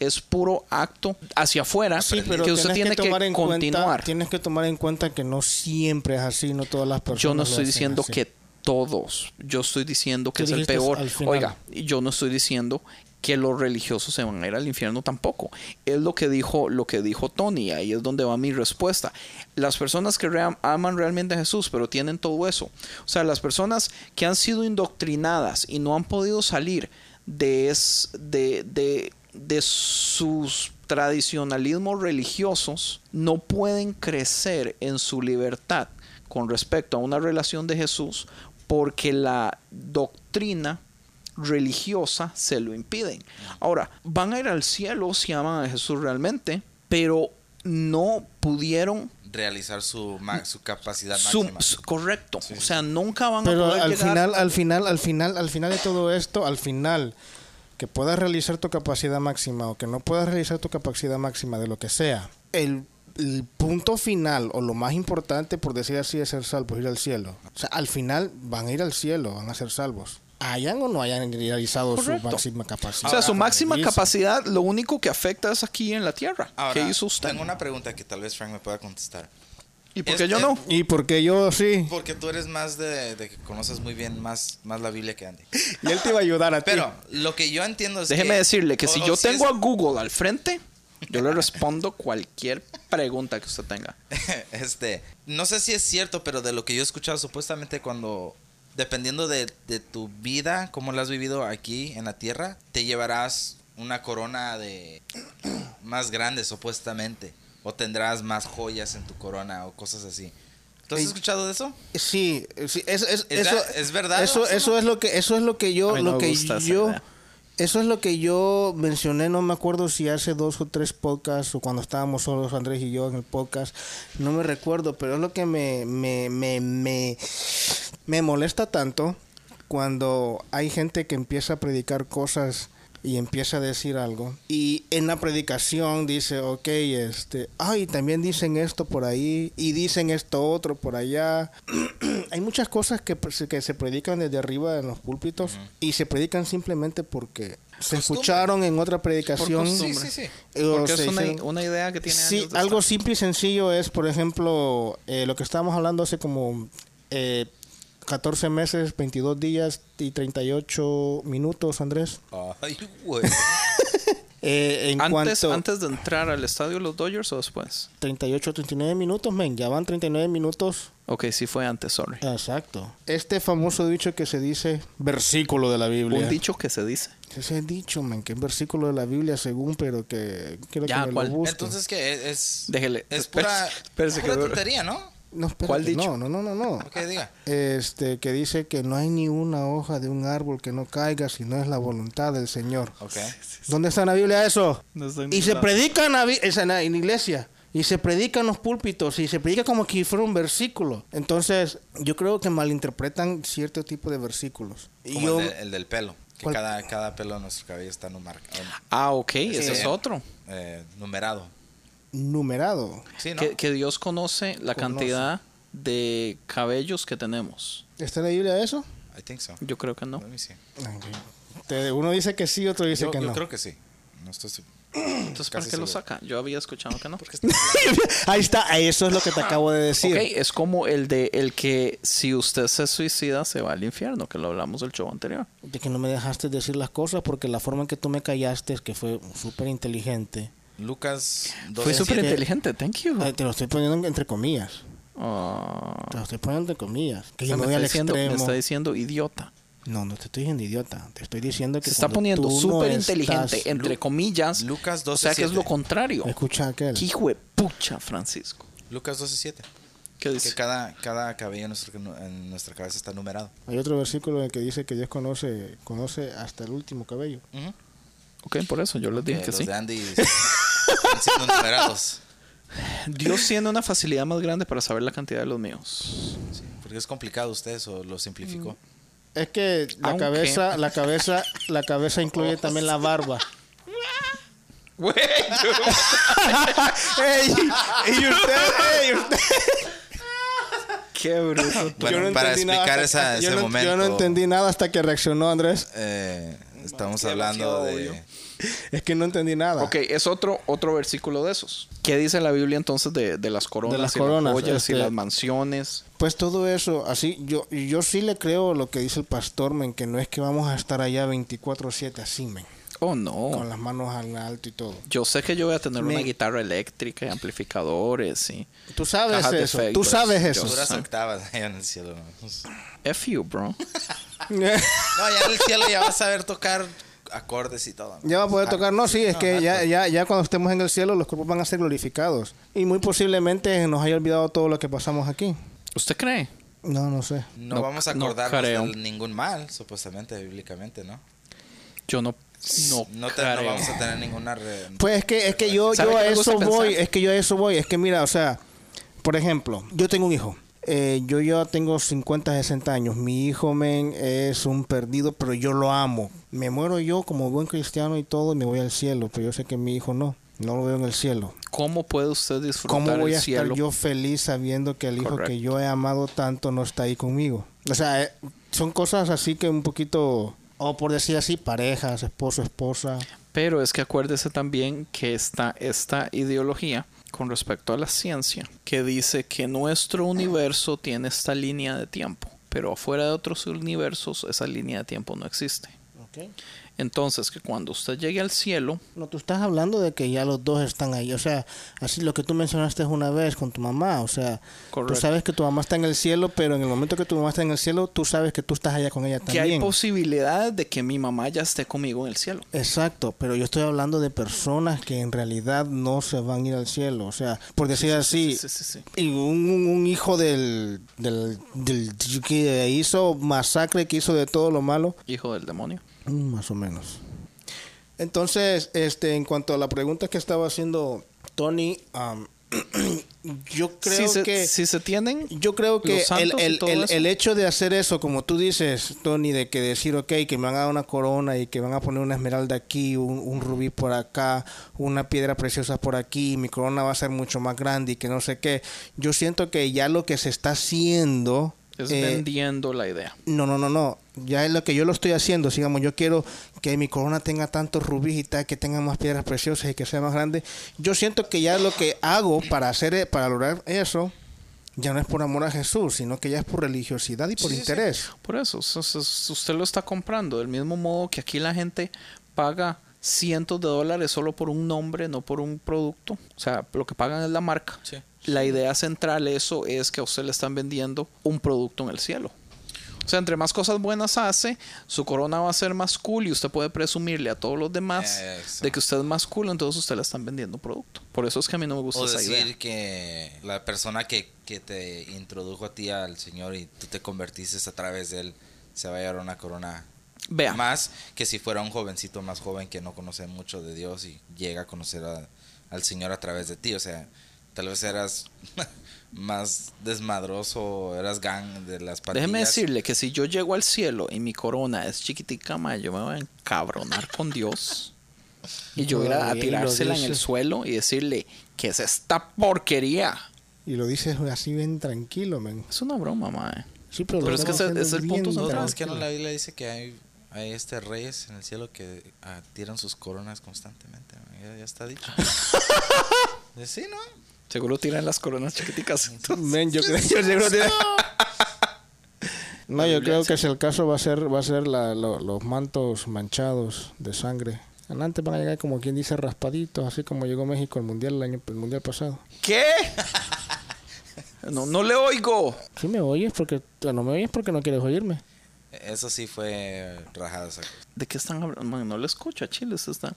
Speaker 1: Es puro acto hacia afuera
Speaker 5: Mm. Sí, pero
Speaker 1: que
Speaker 5: tienes
Speaker 1: usted tiene que,
Speaker 5: en
Speaker 1: continuar.
Speaker 5: Cuenta, tienes que tomar en cuenta que no siempre es así, no todas las personas.
Speaker 1: Yo no
Speaker 5: lo
Speaker 1: estoy
Speaker 5: hacen
Speaker 1: diciendo
Speaker 5: así.
Speaker 1: que todos, yo estoy diciendo que
Speaker 5: Tú
Speaker 1: es el
Speaker 5: dijiste
Speaker 1: peor.
Speaker 5: al final.
Speaker 1: Oiga, yo no estoy diciendo que los religiosos se van a ir al infierno tampoco. Es lo que dijo lo que dijo Tony, ahí es donde va mi respuesta. Las personas que rea- aman realmente a Jesús, pero tienen todo eso. O sea, las personas que han sido indoctrinadas y no han podido salir de es- de, de, de sus tradicionalismos religiosos no pueden crecer en su libertad con respecto a una relación de Jesús porque la doctrina religiosa se lo impiden. Ahora, van a ir al cielo si aman a Jesús realmente, pero no pudieron
Speaker 3: Realizar su, ma- su capacidad
Speaker 1: su,
Speaker 3: máxima.
Speaker 1: su- correcto, o sea, nunca van a
Speaker 5: Pero
Speaker 1: poder
Speaker 5: al
Speaker 1: llegar-
Speaker 5: final, al final, al final, al final de todo esto, al final, que puedas realizar tu capacidad máxima o que no puedas realizar tu capacidad máxima de lo que sea, el, el punto final o lo más importante, por decir así, es ser salvos, ir al cielo. O sea, al final van a ir al cielo, van a ser salvos. Hayan o no hayan realizado su
Speaker 1: Correcto.
Speaker 5: máxima capacidad. Ah,
Speaker 1: o sea,
Speaker 3: Ah,
Speaker 1: su máxima
Speaker 5: Realiza.
Speaker 1: capacidad, lo único que afecta es aquí en la tierra.
Speaker 3: Ahora,
Speaker 1: ¿Qué hizo usted?
Speaker 3: tengo una pregunta que tal vez Frank me pueda contestar.
Speaker 1: ¿Y por qué
Speaker 3: es-
Speaker 1: yo
Speaker 3: es-
Speaker 1: no?
Speaker 5: Y porque yo sí.
Speaker 3: Porque tú eres más de, de que conoces muy bien más, más la Biblia que Andy.
Speaker 5: Y él te iba a ayudar a ti.
Speaker 3: Pero lo que yo entiendo es
Speaker 1: Déjeme
Speaker 3: que-
Speaker 1: decirle que
Speaker 3: o-
Speaker 1: si
Speaker 3: o
Speaker 1: yo tengo
Speaker 3: es-
Speaker 1: a Google al frente, yo le respondo cualquier pregunta que usted tenga.
Speaker 3: este, no sé si es cierto, pero de lo que yo he escuchado, supuestamente cuando, dependiendo de, de tu vida, cómo la has vivido aquí en la tierra, te llevarás una corona de más grande, supuestamente, o tendrás más joyas en tu corona o cosas así. ¿Tú has
Speaker 5: Ey.
Speaker 3: escuchado de eso?
Speaker 5: Sí, sí, es, es,
Speaker 3: ¿Es
Speaker 5: eso,
Speaker 3: da- es verdad o
Speaker 5: Eso,
Speaker 3: eso
Speaker 5: eso
Speaker 3: no?
Speaker 5: es lo que, eso es lo que
Speaker 1: A
Speaker 5: yo,
Speaker 1: mí no
Speaker 5: lo
Speaker 1: me
Speaker 5: que
Speaker 1: gusta esa
Speaker 5: yo,
Speaker 1: idea.
Speaker 5: eso es lo que yo mencioné, no me acuerdo si hace dos o tres podcasts o cuando estábamos solos Andrés y yo en el podcast, no me recuerdo, pero es lo que me, me, me, me, me molesta tanto cuando hay gente que empieza a predicar cosas y empieza a decir algo y en la predicación dice ok este ay también dicen esto por ahí y dicen esto otro por allá hay muchas cosas que, pre- que se predican desde arriba en los púlpitos y se predican simplemente porque se
Speaker 3: Costumbre.
Speaker 5: escucharon en otra predicación
Speaker 1: costumbre.
Speaker 3: Sí, sí, sí.
Speaker 5: eh, o
Speaker 1: Porque es
Speaker 5: se
Speaker 1: una,
Speaker 5: hicieron-
Speaker 1: una idea que tiene
Speaker 5: Sí,
Speaker 1: años de
Speaker 5: algo
Speaker 1: estar.
Speaker 5: simple y sencillo es, por ejemplo, eh, lo que estábamos hablando hace como eh, 14 meses, 22 días y 38 minutos, Andrés.
Speaker 1: Ah.
Speaker 3: Ay, güey.
Speaker 5: Eh, en
Speaker 1: Antes,
Speaker 5: cuanto
Speaker 1: antes de entrar al estadio de los Dodgers o después.
Speaker 5: 38, 39 minutos, men, ya van 39 minutos.
Speaker 1: Ok, sí fue antes, sorry.
Speaker 5: Ah, Exacto. Este famoso dicho que se dice versículo de la Biblia.
Speaker 1: Un dicho que se dice.
Speaker 5: Ese dicho, men, que es versículo de la Biblia según, pero que creo
Speaker 1: Ya,
Speaker 5: que me
Speaker 1: ¿cuál?
Speaker 5: lo busque.
Speaker 3: Entonces, que es?
Speaker 1: Déjele.
Speaker 3: Es
Speaker 1: Espérese-
Speaker 3: pura,
Speaker 1: espérese que
Speaker 3: pura
Speaker 1: veo-
Speaker 3: tontería, ¿no?
Speaker 5: no, espérate,
Speaker 1: ¿cuál dicho?
Speaker 5: No, no, no, no, no.
Speaker 3: Ok, diga.
Speaker 5: este que dice que no hay ni una hoja de un árbol que no caiga si no es la voluntad del Señor.
Speaker 3: Ok.
Speaker 5: ¿Dónde está en la Biblia eso?
Speaker 1: No está en
Speaker 5: y
Speaker 1: ningún
Speaker 5: se
Speaker 1: lado.
Speaker 5: predica en la, bi- es en la- en la iglesia. Y se predica en los púlpitos y se predica como que fuera un versículo. Entonces, yo creo que malinterpretan cierto tipo de versículos. Y
Speaker 3: Como
Speaker 5: yo,
Speaker 3: el, de- el del pelo. Que
Speaker 5: ¿Cuál?
Speaker 3: cada, cada pelo de nuestro cabello está numar-
Speaker 1: Ah, ok, ese
Speaker 3: eh,
Speaker 1: es otro.
Speaker 3: eh, numerado.
Speaker 5: numerado.
Speaker 3: Sí, ¿no?
Speaker 1: Que, que Dios conoce la
Speaker 5: Conoce.
Speaker 1: cantidad de cabellos que tenemos.
Speaker 5: ¿Está en la Biblia eso?
Speaker 3: I think so.
Speaker 1: Yo creo que no.
Speaker 3: Let me see.
Speaker 5: Te- Uno dice que sí, otro dice
Speaker 3: Yo,
Speaker 5: que
Speaker 3: yo
Speaker 5: no.
Speaker 3: creo que sí. No estoy seguro.
Speaker 1: Entonces, ¿para
Speaker 3: Casi
Speaker 1: qué lo
Speaker 3: seguro.
Speaker 1: saca? Yo había escuchado que no.
Speaker 5: Ahí está, eso es lo que te acabo de decir.
Speaker 1: Ok, es como el de el que si usted se suicida se va al infierno, que lo hablamos del show anterior.
Speaker 5: de que no me dejaste decir las cosas porque la forma en que tú me callaste es que fue súper inteligente.
Speaker 3: Lucas 12.
Speaker 1: Fue súper inteligente, thank you.
Speaker 5: Ay, Te lo estoy poniendo en- entre comillas.
Speaker 1: Oh.
Speaker 5: Te lo estoy poniendo entre comillas. Que
Speaker 1: O sea,
Speaker 5: yo me
Speaker 1: me,
Speaker 5: voy
Speaker 1: está
Speaker 5: al
Speaker 1: diciendo, me
Speaker 5: extremo.
Speaker 1: está diciendo idiota.
Speaker 5: No, no te estoy diciendo idiota. Te estoy diciendo que.
Speaker 1: Se está
Speaker 5: cuando
Speaker 1: poniendo
Speaker 5: tú no
Speaker 1: súper
Speaker 5: estás-
Speaker 1: inteligente, entre comillas.
Speaker 3: Lucas
Speaker 1: O sea, que es
Speaker 3: 12:7.
Speaker 1: lo contrario.
Speaker 5: Escucha aquel.
Speaker 1: ¿Qué hijo de pucha, Francisco?
Speaker 3: Lucas 12.7.
Speaker 1: ¿Qué
Speaker 3: Que
Speaker 1: dice?
Speaker 3: cada, cada cabello en, nuestro- en nuestra cabeza está numerado.
Speaker 5: Hay otro versículo en el que dice que Dios conoce, conoce hasta el último cabello.
Speaker 3: Ujú.
Speaker 1: Ok, por eso yo les dije
Speaker 3: Eh,
Speaker 1: que
Speaker 3: los
Speaker 1: sí.
Speaker 3: de Andy están siendo numerados.
Speaker 1: Dios tiene una facilidad más grande para saber la cantidad de los míos.
Speaker 3: Sí, porque es complicado ustedes o lo
Speaker 1: Mm.
Speaker 3: simplificó.
Speaker 5: Es que la
Speaker 1: Aunque- Oh.
Speaker 5: cabeza, la cabeza, la cabeza incluye también la barba.
Speaker 1: Güey, yo-
Speaker 5: ¡Ey! ¡Y usted! ey, usted.
Speaker 1: qué bruto.
Speaker 3: Bueno,
Speaker 5: Yo no
Speaker 3: para
Speaker 5: entendí nada
Speaker 3: explicar
Speaker 5: hasta-
Speaker 3: esa-
Speaker 5: yo
Speaker 3: ese
Speaker 5: no-
Speaker 3: momento.
Speaker 5: Yo no entendí nada hasta que reaccionó Andrés.
Speaker 3: eh, estamos
Speaker 1: Qué
Speaker 3: hablando
Speaker 1: demasiado
Speaker 3: de.
Speaker 1: obvio.
Speaker 5: Es que no entendí nada.
Speaker 1: Ok, es otro, otro versículo de esos. ¿Qué dice la Biblia entonces de, de las coronas,
Speaker 5: las
Speaker 1: y
Speaker 5: coronas,
Speaker 1: las joyas y
Speaker 5: este-
Speaker 1: las mansiones?
Speaker 5: Pues todo eso, así, yo, yo sí le creo lo que dice el pastor, men, que no es que vamos a estar allá 24-7 así, men,
Speaker 1: Oh, no.
Speaker 5: con las manos al alto y todo.
Speaker 1: Yo sé que yo voy a tener una
Speaker 5: Me-
Speaker 1: guitarra eléctrica y amplificadores y...
Speaker 5: Tú sabes
Speaker 1: Cajas de
Speaker 5: eso, tú
Speaker 1: efectos.
Speaker 5: sabes
Speaker 1: Yo-
Speaker 5: eso.
Speaker 3: Puras
Speaker 1: Sí.
Speaker 3: octavas allá en el cielo.
Speaker 1: F you, bro.
Speaker 3: No, ya en el cielo ya vas a ver tocar acordes y todo. Ah,
Speaker 5: ya va a poder tocar, no, sí, es que ya, ya, ya cuando estemos en el cielo los cuerpos van a ser glorificados. Y muy posiblemente nos haya olvidado todo lo que pasamos aquí.
Speaker 1: ¿Usted cree?
Speaker 5: No, no sé.
Speaker 3: No,
Speaker 1: No-
Speaker 3: vamos a
Speaker 1: no
Speaker 3: acordarnos
Speaker 1: creo.
Speaker 3: de ningún mal, supuestamente, bíblicamente, ¿no?
Speaker 1: Yo no... No,
Speaker 3: No, te- no
Speaker 1: creo.
Speaker 3: vamos a tener ninguna. re-
Speaker 5: Pues es que, es que yo,
Speaker 1: ¿Sabe
Speaker 5: yo a
Speaker 1: qué me gusta
Speaker 5: eso voy,
Speaker 1: pensar?
Speaker 5: es que yo a eso voy, es que mira, o sea, por ejemplo, yo tengo un hijo. Eh, yo ya tengo 50, 60 años. Mi hijo, men, es un perdido, pero yo lo amo. Me muero yo como buen cristiano y todo, y me voy al cielo, pero yo sé que mi hijo no. No lo veo en el cielo.
Speaker 1: ¿Cómo puede usted disfrutar
Speaker 5: ¿Cómo voy
Speaker 1: el
Speaker 5: a estar
Speaker 1: cielo?
Speaker 5: yo feliz sabiendo que el hijo
Speaker 1: Correcto.
Speaker 5: que yo he amado tanto no está ahí conmigo? O sea, eh, son cosas así que un poquito, o por decir así, parejas, esposo, esposa.
Speaker 1: Pero es que acuérdese también que está esta ideología con respecto a la ciencia que dice que nuestro universo tiene esta línea de tiempo, pero afuera de otros universos esa línea de tiempo no existe. Entonces, que cuando usted llegue al cielo,
Speaker 5: No, tú estás hablando de que ya los dos están ahí. O sea, así lo que tú mencionaste una vez con tu mamá. O sea,
Speaker 1: Correcto.
Speaker 5: tú sabes que tu mamá está en el cielo, pero en el momento que tu mamá está en el cielo, tú sabes que tú estás allá con ella
Speaker 1: que hay
Speaker 5: también.
Speaker 1: posibilidad de que mi mamá ya esté conmigo en el cielo.
Speaker 5: Exacto, pero yo estoy hablando de personas que en realidad no se van a ir al cielo. O sea, por decir así,
Speaker 1: Sí, sí, sí.
Speaker 5: y un, un- un hijo del, del, del que hizo masacre, que hizo de todo lo malo,
Speaker 1: Hijo del demonio.
Speaker 5: Mm, Más o menos. Entonces, este, en cuanto a la pregunta que estaba haciendo Tony, am, yo
Speaker 1: si,
Speaker 5: creo
Speaker 1: se,
Speaker 5: que
Speaker 1: si se tienen,
Speaker 5: yo creo que
Speaker 1: Los
Speaker 5: el,
Speaker 1: santos y
Speaker 5: el-
Speaker 1: todo
Speaker 5: el-
Speaker 1: eso.
Speaker 5: el hecho de hacer eso, como tú dices, Tony, de que decir, ok, que me van a dar una corona y que van a poner una esmeralda aquí, un, un rubí por acá, una piedra preciosa por aquí, y mi corona va a ser mucho más grande y que no sé qué. Yo siento que ya lo que se está haciendo
Speaker 1: es
Speaker 5: eh,
Speaker 1: vendiendo la idea.
Speaker 5: no, no, no, no. Ya es lo que yo lo estoy haciendo. Sigamos, yo quiero que mi corona tenga tantos rubíes y tal, que tenga más piedras preciosas y que sea más grande. Yo siento que ya lo que hago para hacer, e- para lograr eso, ya no es por amor a Jesús, sino que ya es por religiosidad y por interés.
Speaker 1: Por eso, s- s- s- usted lo está comprando. Del mismo modo que aquí la gente paga cientos de dólares solo por un nombre, no por un producto. O sea, lo que pagan es la marca.
Speaker 3: Sí.
Speaker 1: La idea central de eso es que a usted le están vendiendo un producto en el cielo. O sea, entre más cosas buenas hace, su corona va a ser más cool y usted puede presumirle a todos los demás
Speaker 3: Eso.
Speaker 1: de que usted es más cool, entonces usted le están vendiendo un producto. Por eso es que a mí no me gusta
Speaker 3: O
Speaker 1: esa idea.
Speaker 3: decir que la persona que, que te introdujo a ti al Señor y tú te convertiste a través de él se va a llevar una corona.
Speaker 1: Vea.
Speaker 3: Más que si fuera un jovencito más joven que no conoce mucho de Dios y llega a conocer a- al Señor a través de ti. O sea, tal vez eras más desmadroso, eras gang de las pandillas.
Speaker 1: Déjeme decirle que si yo llego al cielo y mi corona es chiquitica más, yo me voy a encabronar con Dios. Y yo voy a, a
Speaker 5: Todavía lo
Speaker 1: tirársela en el
Speaker 5: dice.
Speaker 1: suelo y decirle que es esta porquería.
Speaker 5: Y lo dices así bien tranquilo, men.
Speaker 1: Es una broma, eh. mae.
Speaker 5: Sí, pero, lo
Speaker 1: Pero es que
Speaker 5: estamos
Speaker 1: ese-
Speaker 5: haciendo
Speaker 1: es el
Speaker 5: bien
Speaker 1: punto
Speaker 3: No,
Speaker 1: central.
Speaker 3: es que no,
Speaker 5: tranquilo.
Speaker 3: la Biblia dice que hay, hay este reyes en el cielo que ah, tiran sus coronas constantemente. ¿no? Ya, ya está dicho. sí, ¿no?
Speaker 1: Seguro tiran las coronas chiquiticas.
Speaker 5: Men, yo creo, yo creo que- No, yo creo que si el caso va a ser, va a ser la- lo- los mantos manchados de sangre. Adelante van a llegar como quien dice raspaditos, así como llegó México al mundial el año el mundial pasado.
Speaker 1: ¿Qué? No, no le oigo.
Speaker 5: Sí me oyes porque no me oyes porque no quieres oírme.
Speaker 3: Eso sí fue rajado. esa cosa.
Speaker 1: ¿De qué están hablando? Man, no le escucho a Chile. usted está...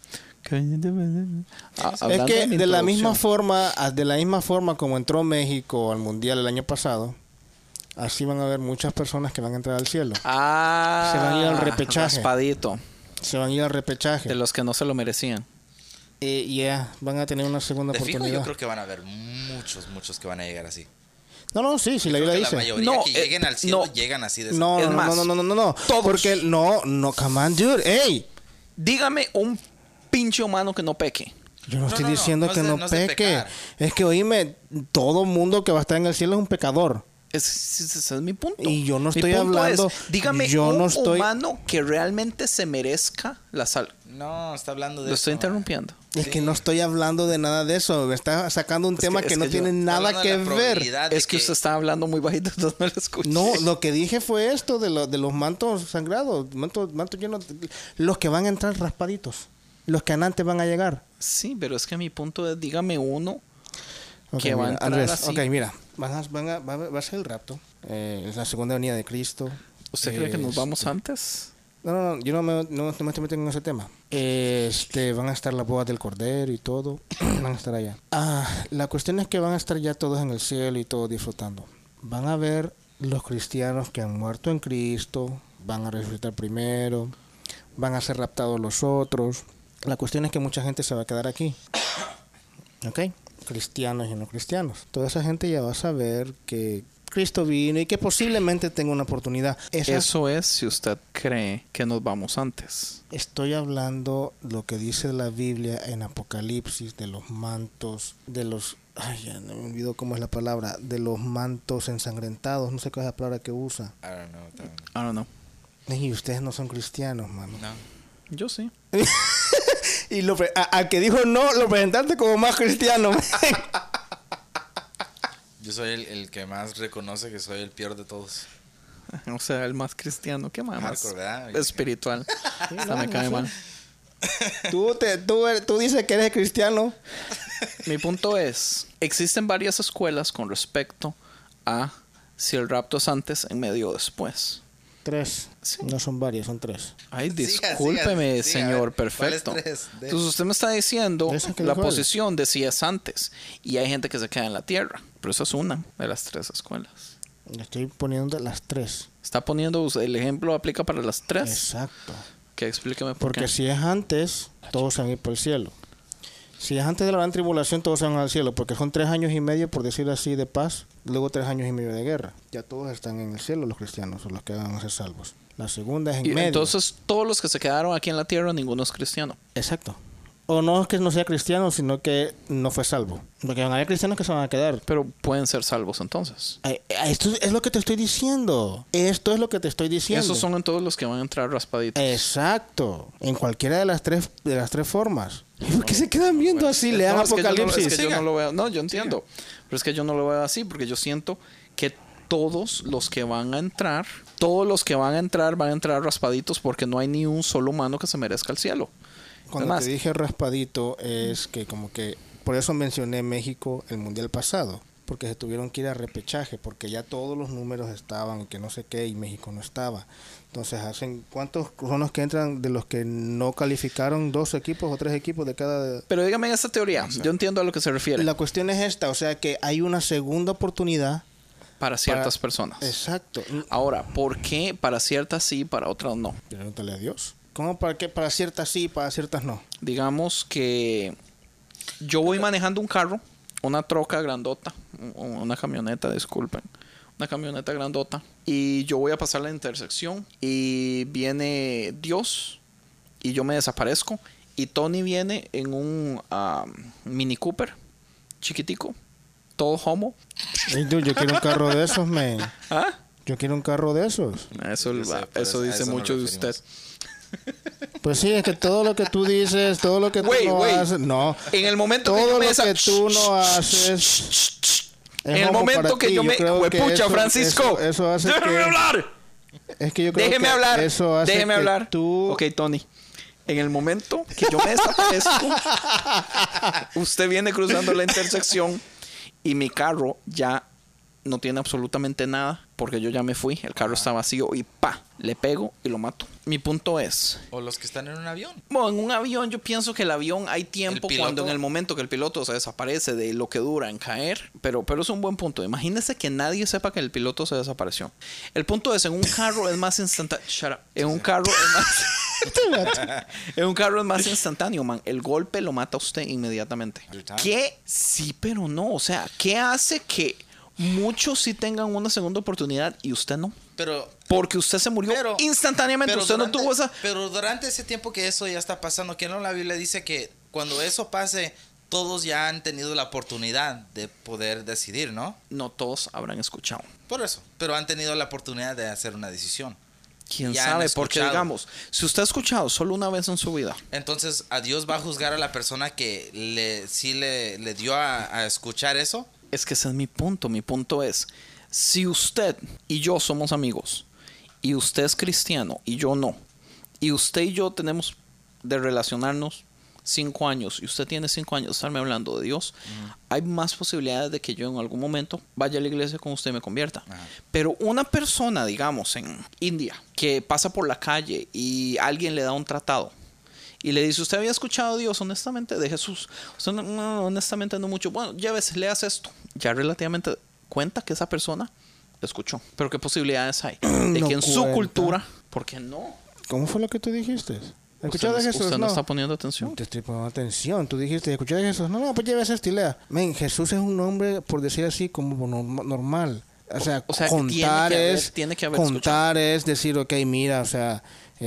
Speaker 1: Ah, hablando
Speaker 5: es que
Speaker 1: mi
Speaker 5: de la misma
Speaker 1: introducción.
Speaker 5: forma, a- de la misma forma como entró México al mundial el año pasado, así van a haber muchas personas que van a entrar al cielo.
Speaker 1: Ah,
Speaker 5: Se van a ir al repechaje.
Speaker 1: raspadito,
Speaker 5: Se van a ir al repechaje.
Speaker 1: De los que no se lo merecían.
Speaker 5: Eh, ya, van a tener una segunda
Speaker 3: De fijo, yo
Speaker 5: oportunidad.
Speaker 3: creo que van a haber muchos, muchos que van a llegar así.
Speaker 5: No, no, sí, sí, la
Speaker 3: Creo
Speaker 5: Biblia
Speaker 3: que
Speaker 5: dice.
Speaker 3: la mayoría
Speaker 1: No,
Speaker 3: que
Speaker 1: eh,
Speaker 3: lleguen al cielo
Speaker 1: no.
Speaker 3: llegan así de
Speaker 5: No,
Speaker 1: Es
Speaker 5: no,
Speaker 1: más,
Speaker 5: no, no, no, no, no.
Speaker 1: todos.
Speaker 5: Porque no, no, come on, dude. Ey,
Speaker 1: Dígame un pinche humano que no peque.
Speaker 5: Yo no,
Speaker 3: No,
Speaker 5: estoy
Speaker 3: no, no,
Speaker 5: diciendo
Speaker 3: no es
Speaker 5: que
Speaker 3: de-
Speaker 5: no,
Speaker 3: no es de
Speaker 5: peque.
Speaker 3: pecar.
Speaker 5: Es que oíme, todo mundo que va a estar en el cielo es un pecador.
Speaker 1: Es- Ese ese es mi punto.
Speaker 5: Y yo no
Speaker 1: Mi
Speaker 5: estoy
Speaker 1: punto
Speaker 5: hablando-
Speaker 1: es, dígame
Speaker 5: yo
Speaker 1: un
Speaker 5: no estoy-
Speaker 1: humano que realmente se merezca la sal.
Speaker 3: No, está hablando de.
Speaker 1: Lo
Speaker 3: esto,
Speaker 1: estoy
Speaker 3: ma.
Speaker 1: interrumpiendo.
Speaker 5: Es que no estoy hablando de nada de eso. Me está sacando un
Speaker 1: Es
Speaker 5: tema
Speaker 1: que-
Speaker 5: que,
Speaker 1: es
Speaker 5: no
Speaker 1: que yo-
Speaker 5: tiene
Speaker 3: Está
Speaker 5: nada
Speaker 3: hablando
Speaker 5: que
Speaker 3: de la
Speaker 5: ver.
Speaker 3: probabilidad Ah, de
Speaker 1: Es que usted está hablando muy bajito, entonces no lo escuché.
Speaker 5: No, lo que dije fue esto de, lo- de los mantos sangrados, mantos, mantos llenos, de- los que van a entrar raspaditos, los que antes van a llegar.
Speaker 1: Sí, pero es que mi punto es, dígame uno.
Speaker 5: Ok,
Speaker 1: Que va a
Speaker 5: mira,
Speaker 1: entrar
Speaker 5: Andrés,
Speaker 1: así.
Speaker 5: ok, mira, van a- van a- va, a- va a ser el rapto, eh, es la segunda venida de Cristo.
Speaker 1: ¿Usted cree que nos
Speaker 5: es-
Speaker 1: vamos antes?
Speaker 5: No, no, no, yo no me, no, no me estoy metiendo en ese tema. Este, van a estar las bodas del cordero y todo, van a estar allá. Ah, la cuestión es que van a estar ya todos en el cielo y todos disfrutando. Van a ver los cristianos que han muerto en Cristo, van a resucitar primero, van a ser raptados los otros. La cuestión es que mucha gente se va a quedar aquí. ¿Ok? Cristianos y no cristianos. Toda esa gente ya va a saber que Cristo vino y que posiblemente tenga una oportunidad. Esa-
Speaker 1: Eso es si usted cree que nos vamos antes.
Speaker 5: Estoy hablando lo que dice la Biblia en Apocalipsis de los mantos, de los... Ay, ya no me olvidó cómo es la palabra, de los mantos ensangrentados, no sé cuál es la palabra que usa.
Speaker 3: I don't know, también.
Speaker 1: I don't know.
Speaker 5: Y ustedes no son cristianos, mano.
Speaker 3: No.
Speaker 1: Yo sí.
Speaker 5: Y lo pre- a- al que dijo no, lo presentaste como más cristiano. man.
Speaker 3: Yo soy el, el que más reconoce que soy el peor de todos.
Speaker 1: O sea, el más cristiano. ¿Qué más?
Speaker 3: Hardcore, ¿verdad?
Speaker 1: Espiritual. Hasta me cae mal.
Speaker 5: tú, te, tú, tú dices que eres cristiano.
Speaker 1: Mi punto es, existen varias escuelas con respecto a si el rapto es antes, en medio o después.
Speaker 5: Tres.
Speaker 1: Sí.
Speaker 5: No son varios, son tres.
Speaker 1: Ay,
Speaker 3: Siga,
Speaker 1: discúlpeme,
Speaker 3: siga, siga.
Speaker 1: señor,
Speaker 3: A ver, ¿cuál es
Speaker 1: perfecto.
Speaker 3: tres? De-
Speaker 1: Entonces usted me está diciendo
Speaker 5: De esa que
Speaker 1: la
Speaker 5: dijo él.
Speaker 1: posición de si es antes y hay gente que se queda en la tierra, pero esa es una de las tres escuelas.
Speaker 5: Estoy poniendo las tres.
Speaker 1: Está poniendo us- el ejemplo aplica para las tres.
Speaker 5: Exacto.
Speaker 1: Que explíqueme por
Speaker 5: Porque
Speaker 1: qué.
Speaker 5: si es antes, todos se van a ir por el cielo. Si es antes de la gran tribulación, todos se van al cielo, porque son tres años y medio, por decir así, de paz, luego tres años y medio de guerra. Ya todos están en el cielo, los cristianos, o los que van a ser salvos. La segunda es en
Speaker 1: Y
Speaker 5: medio.
Speaker 1: entonces todos los que se quedaron aquí en la tierra, ninguno es cristiano.
Speaker 5: Exacto. O no es que no sea cristiano, sino que no fue salvo. Porque van a haber cristianos que se van a quedar.
Speaker 1: Pero pueden ser salvos entonces.
Speaker 5: Ay, ay, Esto es lo que te estoy diciendo. Esto es lo que te estoy diciendo.
Speaker 1: Esos son todos los que van a entrar raspaditos.
Speaker 5: Exacto. En cualquiera de las tres, de las tres formas. ¿Por qué se quedan viendo así?
Speaker 1: Eh, No,
Speaker 5: Lean
Speaker 1: es que yo no- es que
Speaker 5: Apocalipsis.
Speaker 1: yo no lo veo. No, yo entiendo. Pero es que yo no lo veo así porque yo siento que todos los que van a entrar, todos los que van a entrar van a entrar raspaditos porque no hay ni un solo humano que se merezca el cielo.
Speaker 5: Cuando
Speaker 1: Además-
Speaker 5: te dije raspadito es que como que por eso mencioné México el mundial pasado, porque se tuvieron que ir a repechaje porque ya todos los números estaban y que no sé qué y México no estaba. Entonces hacen cuántos son los que entran de los que no calificaron dos equipos o tres equipos de cada
Speaker 1: Pero dígame esta teoría. Yo entiendo a lo que se refiere
Speaker 5: La cuestión es esta, o sea que hay una segunda oportunidad.
Speaker 1: para ciertas
Speaker 5: para-
Speaker 1: personas.
Speaker 5: Exacto.
Speaker 1: Ahora, ¿por qué para ciertas sí, para otras no?
Speaker 5: Pregúntale a Dios. ¿Cómo para qué para ciertas sí, para ciertas no?
Speaker 1: Digamos que yo voy manejando un carro, una troca grandota, un- una camioneta, disculpen, una camioneta grandota, y yo voy a pasar la intersección y viene Dios y yo me desaparezco y Tony viene en un ah, Mini Cooper chiquitico, todo homo.
Speaker 5: Ey, dude, yo quiero un carro de esos, man.
Speaker 1: ¿Ah?
Speaker 5: Yo quiero un carro de esos.
Speaker 1: Eso,
Speaker 3: Yo sé, pero
Speaker 1: eso
Speaker 3: pues, a
Speaker 1: dice
Speaker 3: eso nos
Speaker 1: mucho de
Speaker 3: referimos.
Speaker 1: usted.
Speaker 5: Pues sí, es que todo lo que tú dices, todo lo que tú
Speaker 1: Güey,
Speaker 5: no
Speaker 1: güey.
Speaker 5: haces, no.
Speaker 1: En el momento que yo
Speaker 5: Todo
Speaker 1: me
Speaker 5: lo
Speaker 1: desa-
Speaker 5: que tú no haces.
Speaker 1: En el momento que yo me. ¡Huepucha,
Speaker 5: pucha
Speaker 1: Francisco!
Speaker 5: Eso, eso hace
Speaker 1: ¡Déjame
Speaker 5: que-
Speaker 1: hablar!
Speaker 5: Es que yo creo
Speaker 1: Déjeme
Speaker 5: que
Speaker 1: hablar.
Speaker 5: Eso hace
Speaker 1: Déjeme
Speaker 5: que
Speaker 1: hablar.
Speaker 5: Tú.
Speaker 1: Ok, Tony. En el momento que yo me desaparezco, usted viene cruzando la intersección y mi carro ya no tiene absolutamente nada porque yo ya me fui, el carro está vacío y pa, le pego y lo mato. Mi punto es,
Speaker 3: O los que están en un avión.
Speaker 1: bueno, en un avión yo pienso que el avión hay tiempo
Speaker 3: ¿El
Speaker 1: cuando en
Speaker 3: piloto?
Speaker 1: el momento que el piloto se desaparece de lo que dura en caer, pero, pero es un buen punto. Imagínese que nadie sepa que el piloto se desapareció. El punto es, en un carro es más instantáneo. En un carro es más... en un carro es más instantáneo, man. El golpe lo mata a usted inmediatamente.
Speaker 3: Brutal.
Speaker 1: ¿Qué? Sí, pero no. O sea, ¿qué hace que muchos sí tengan una segunda oportunidad y usted no?
Speaker 3: Pero.
Speaker 1: Porque usted se murió
Speaker 3: pero-
Speaker 1: instantáneamente.
Speaker 3: pero
Speaker 1: usted
Speaker 3: durante-
Speaker 1: no tuvo esa...
Speaker 3: Pero durante ese tiempo que eso ya está pasando, que no la Biblia dice que cuando eso pase, todos ya han tenido la oportunidad de poder decidir, ¿no?
Speaker 1: No todos habrán escuchado.
Speaker 3: Por eso. Pero han tenido la oportunidad de hacer una decisión.
Speaker 1: Quién
Speaker 3: Ya han
Speaker 1: sabe, porque
Speaker 3: escuchado.
Speaker 1: digamos, si usted ha escuchado solo una vez en su vida,
Speaker 3: Entonces, a Dios va a juzgar a la persona que le, sí le, le dio a, a escuchar eso.
Speaker 1: es que ese es mi punto. Mi punto es, si usted y yo somos amigos, y usted es cristiano y yo no, y usted y yo tenemos de relacionarnos cinco años, y usted tiene cinco años de estarme hablando de Dios, hay más posibilidades de que yo en algún momento vaya a la iglesia con usted y me convierta. Pero una persona, digamos, en India, que pasa por la calle y alguien le da un tratado, y le dice, ¿usted había escuchado a Dios honestamente de Jesús? Usted no, no, honestamente no mucho. Bueno, ya ves, leas esto. Ya relativamente cuenta que esa persona escuchó. Pero ¿qué posibilidades hay? De
Speaker 5: No
Speaker 1: que en su
Speaker 5: cuenta.
Speaker 1: cultura, ¿por qué no?
Speaker 5: ¿Cómo fue lo que tú dijiste?
Speaker 1: Usted,
Speaker 5: ¿Escuchaste
Speaker 1: no-
Speaker 5: de Jesús?
Speaker 1: usted no
Speaker 5: no.
Speaker 1: está poniendo
Speaker 5: No
Speaker 1: atención.
Speaker 5: te estoy poniendo atención. Tú dijiste, escuché de Jesús. No, no, pues lleves esta idea. Men, Jesús es un nombre, por decir así, como norm- normal. O sea,
Speaker 1: O sea, que tiene que
Speaker 5: contar
Speaker 1: haber-
Speaker 5: es.
Speaker 1: tiene que haber
Speaker 5: contar es decir, ok, mira, o sea,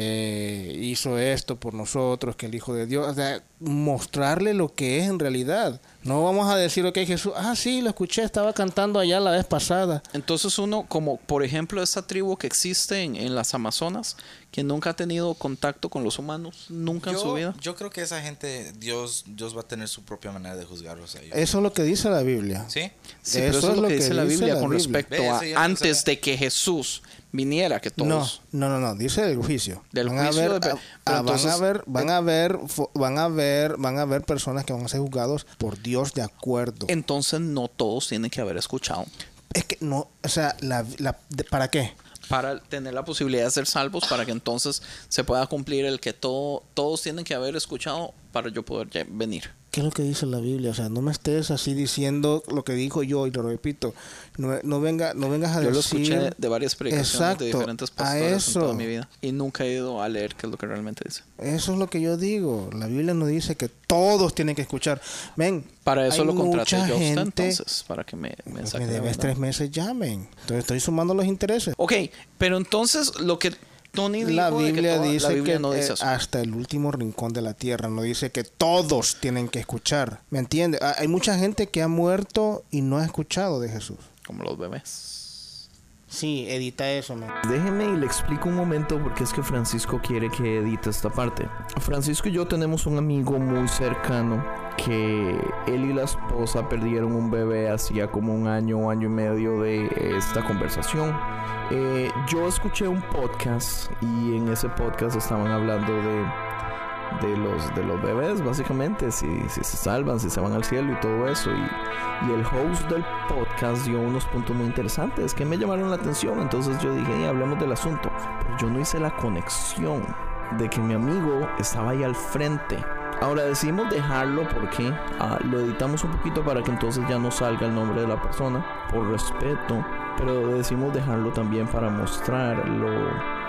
Speaker 5: eh, hizo esto por nosotros, que el Hijo de Dios. O sea, mostrarle lo que es en realidad. No vamos a decir, ok, Jesús, ah, sí, lo escuché, estaba cantando allá la vez pasada.
Speaker 1: Entonces uno, como por ejemplo esta tribu que existe en, en las Amazonas, que nunca ha tenido contacto con los humanos, nunca en su vida.
Speaker 3: Yo, yo creo que esa gente, Dios, Dios va a tener su propia manera de juzgarlos a ellos.
Speaker 5: Eso es lo que dice la Biblia.
Speaker 3: ¿Sí?
Speaker 1: Sí, pero eso es lo que dice la Biblia con
Speaker 5: Biblia.
Speaker 1: respecto
Speaker 3: Ve,
Speaker 1: a
Speaker 3: eso yo no
Speaker 1: antes
Speaker 3: sabía.
Speaker 1: de que Jesús viniera, que todos...
Speaker 5: No, no, no, no, dice el juicio.
Speaker 1: Del
Speaker 5: van
Speaker 1: juicio
Speaker 5: a ver,
Speaker 1: de-
Speaker 5: ah,
Speaker 1: pero
Speaker 5: ah,
Speaker 1: entonces- eh,
Speaker 5: van a ver, van a ver, fo- van a ver, van a ver personas que van a ser juzgados por Dios de acuerdo.
Speaker 1: Entonces no todos tienen que haber escuchado.
Speaker 5: es que no, o sea, la, la- de- ¿para qué?
Speaker 1: para tener la posibilidad de ser salvos, para que entonces se pueda cumplir el que todo, todos tienen que haber escuchado para yo poder ya venir.
Speaker 5: ¿Qué es lo que dice la Biblia? O sea, no me estés así diciendo lo que dijo yo y lo repito. No, no venga, no vengas a
Speaker 1: Yo lo
Speaker 5: decir.
Speaker 1: escuché de varias predicaciones
Speaker 5: Exacto,
Speaker 1: de diferentes
Speaker 5: a
Speaker 1: pastores en
Speaker 5: eso.
Speaker 1: toda mi vida y nunca he ido a leer qué es lo que realmente dice.
Speaker 5: Eso es lo que yo digo. La Biblia no dice que todos tienen que escuchar. Men,
Speaker 1: Para eso
Speaker 5: hay
Speaker 1: lo contraté
Speaker 5: mucha
Speaker 1: yo a usted,
Speaker 5: gente-
Speaker 1: entonces, para que me, me
Speaker 5: Pues
Speaker 1: saque
Speaker 5: me
Speaker 1: de
Speaker 5: debes
Speaker 1: verdad.
Speaker 5: tres meses ya, men. Entonces estoy sumando los intereses.
Speaker 1: Ok, pero entonces lo que Tony dijo
Speaker 5: La
Speaker 1: de que
Speaker 5: Biblia
Speaker 1: toda- la
Speaker 5: dice
Speaker 1: Biblia
Speaker 5: que
Speaker 1: no dice
Speaker 5: eh,
Speaker 1: eso.
Speaker 5: hasta el último rincón de la tierra, no dice que todos tienen que escuchar. ¿Me entiendes? Ah, Hay mucha gente que ha muerto y no ha escuchado de Jesús.
Speaker 1: como los bebés.
Speaker 5: Sí, edita eso, man.
Speaker 7: Déjeme y le explico un momento porque es que Francisco quiere que edite esta parte. Francisco y yo tenemos un amigo muy cercano que él y la esposa perdieron un bebé hacía como un año, año y medio de esta conversación. Eh, yo escuché un podcast y en ese podcast estaban hablando de, de, los, de los bebés, básicamente, si, si se salvan, si se van al cielo y todo eso. Y y el host del podcast dio unos puntos muy interesantes que me llamaron la atención. Entonces yo dije, "Hey, hablemos del asunto. Pero yo no hice la conexión de que mi amigo estaba ahí al frente. Ahora decidimos dejarlo porque ah, lo editamos un poquito para que entonces ya no salga el nombre de la persona, por respeto. Pero decidimos dejarlo también para mostrar lo,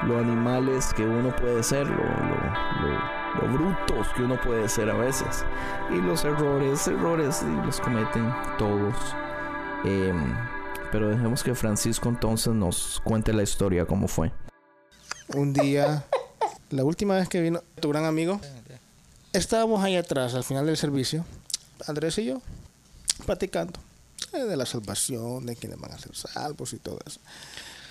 Speaker 7: lo animales que uno puede ser, lo- lo- lo- lo brutos que uno puede ser a veces. Y los errores, errores, y los cometen todos. Em, pero dejemos que Francisco entonces nos cuente la historia, cómo fue.
Speaker 5: Un día, la última vez que vino tu gran amigo, estábamos ahí atrás, al final del servicio, Andrés y yo, platicando eh, de la salvación, de quiénes van a ser salvos y todo eso.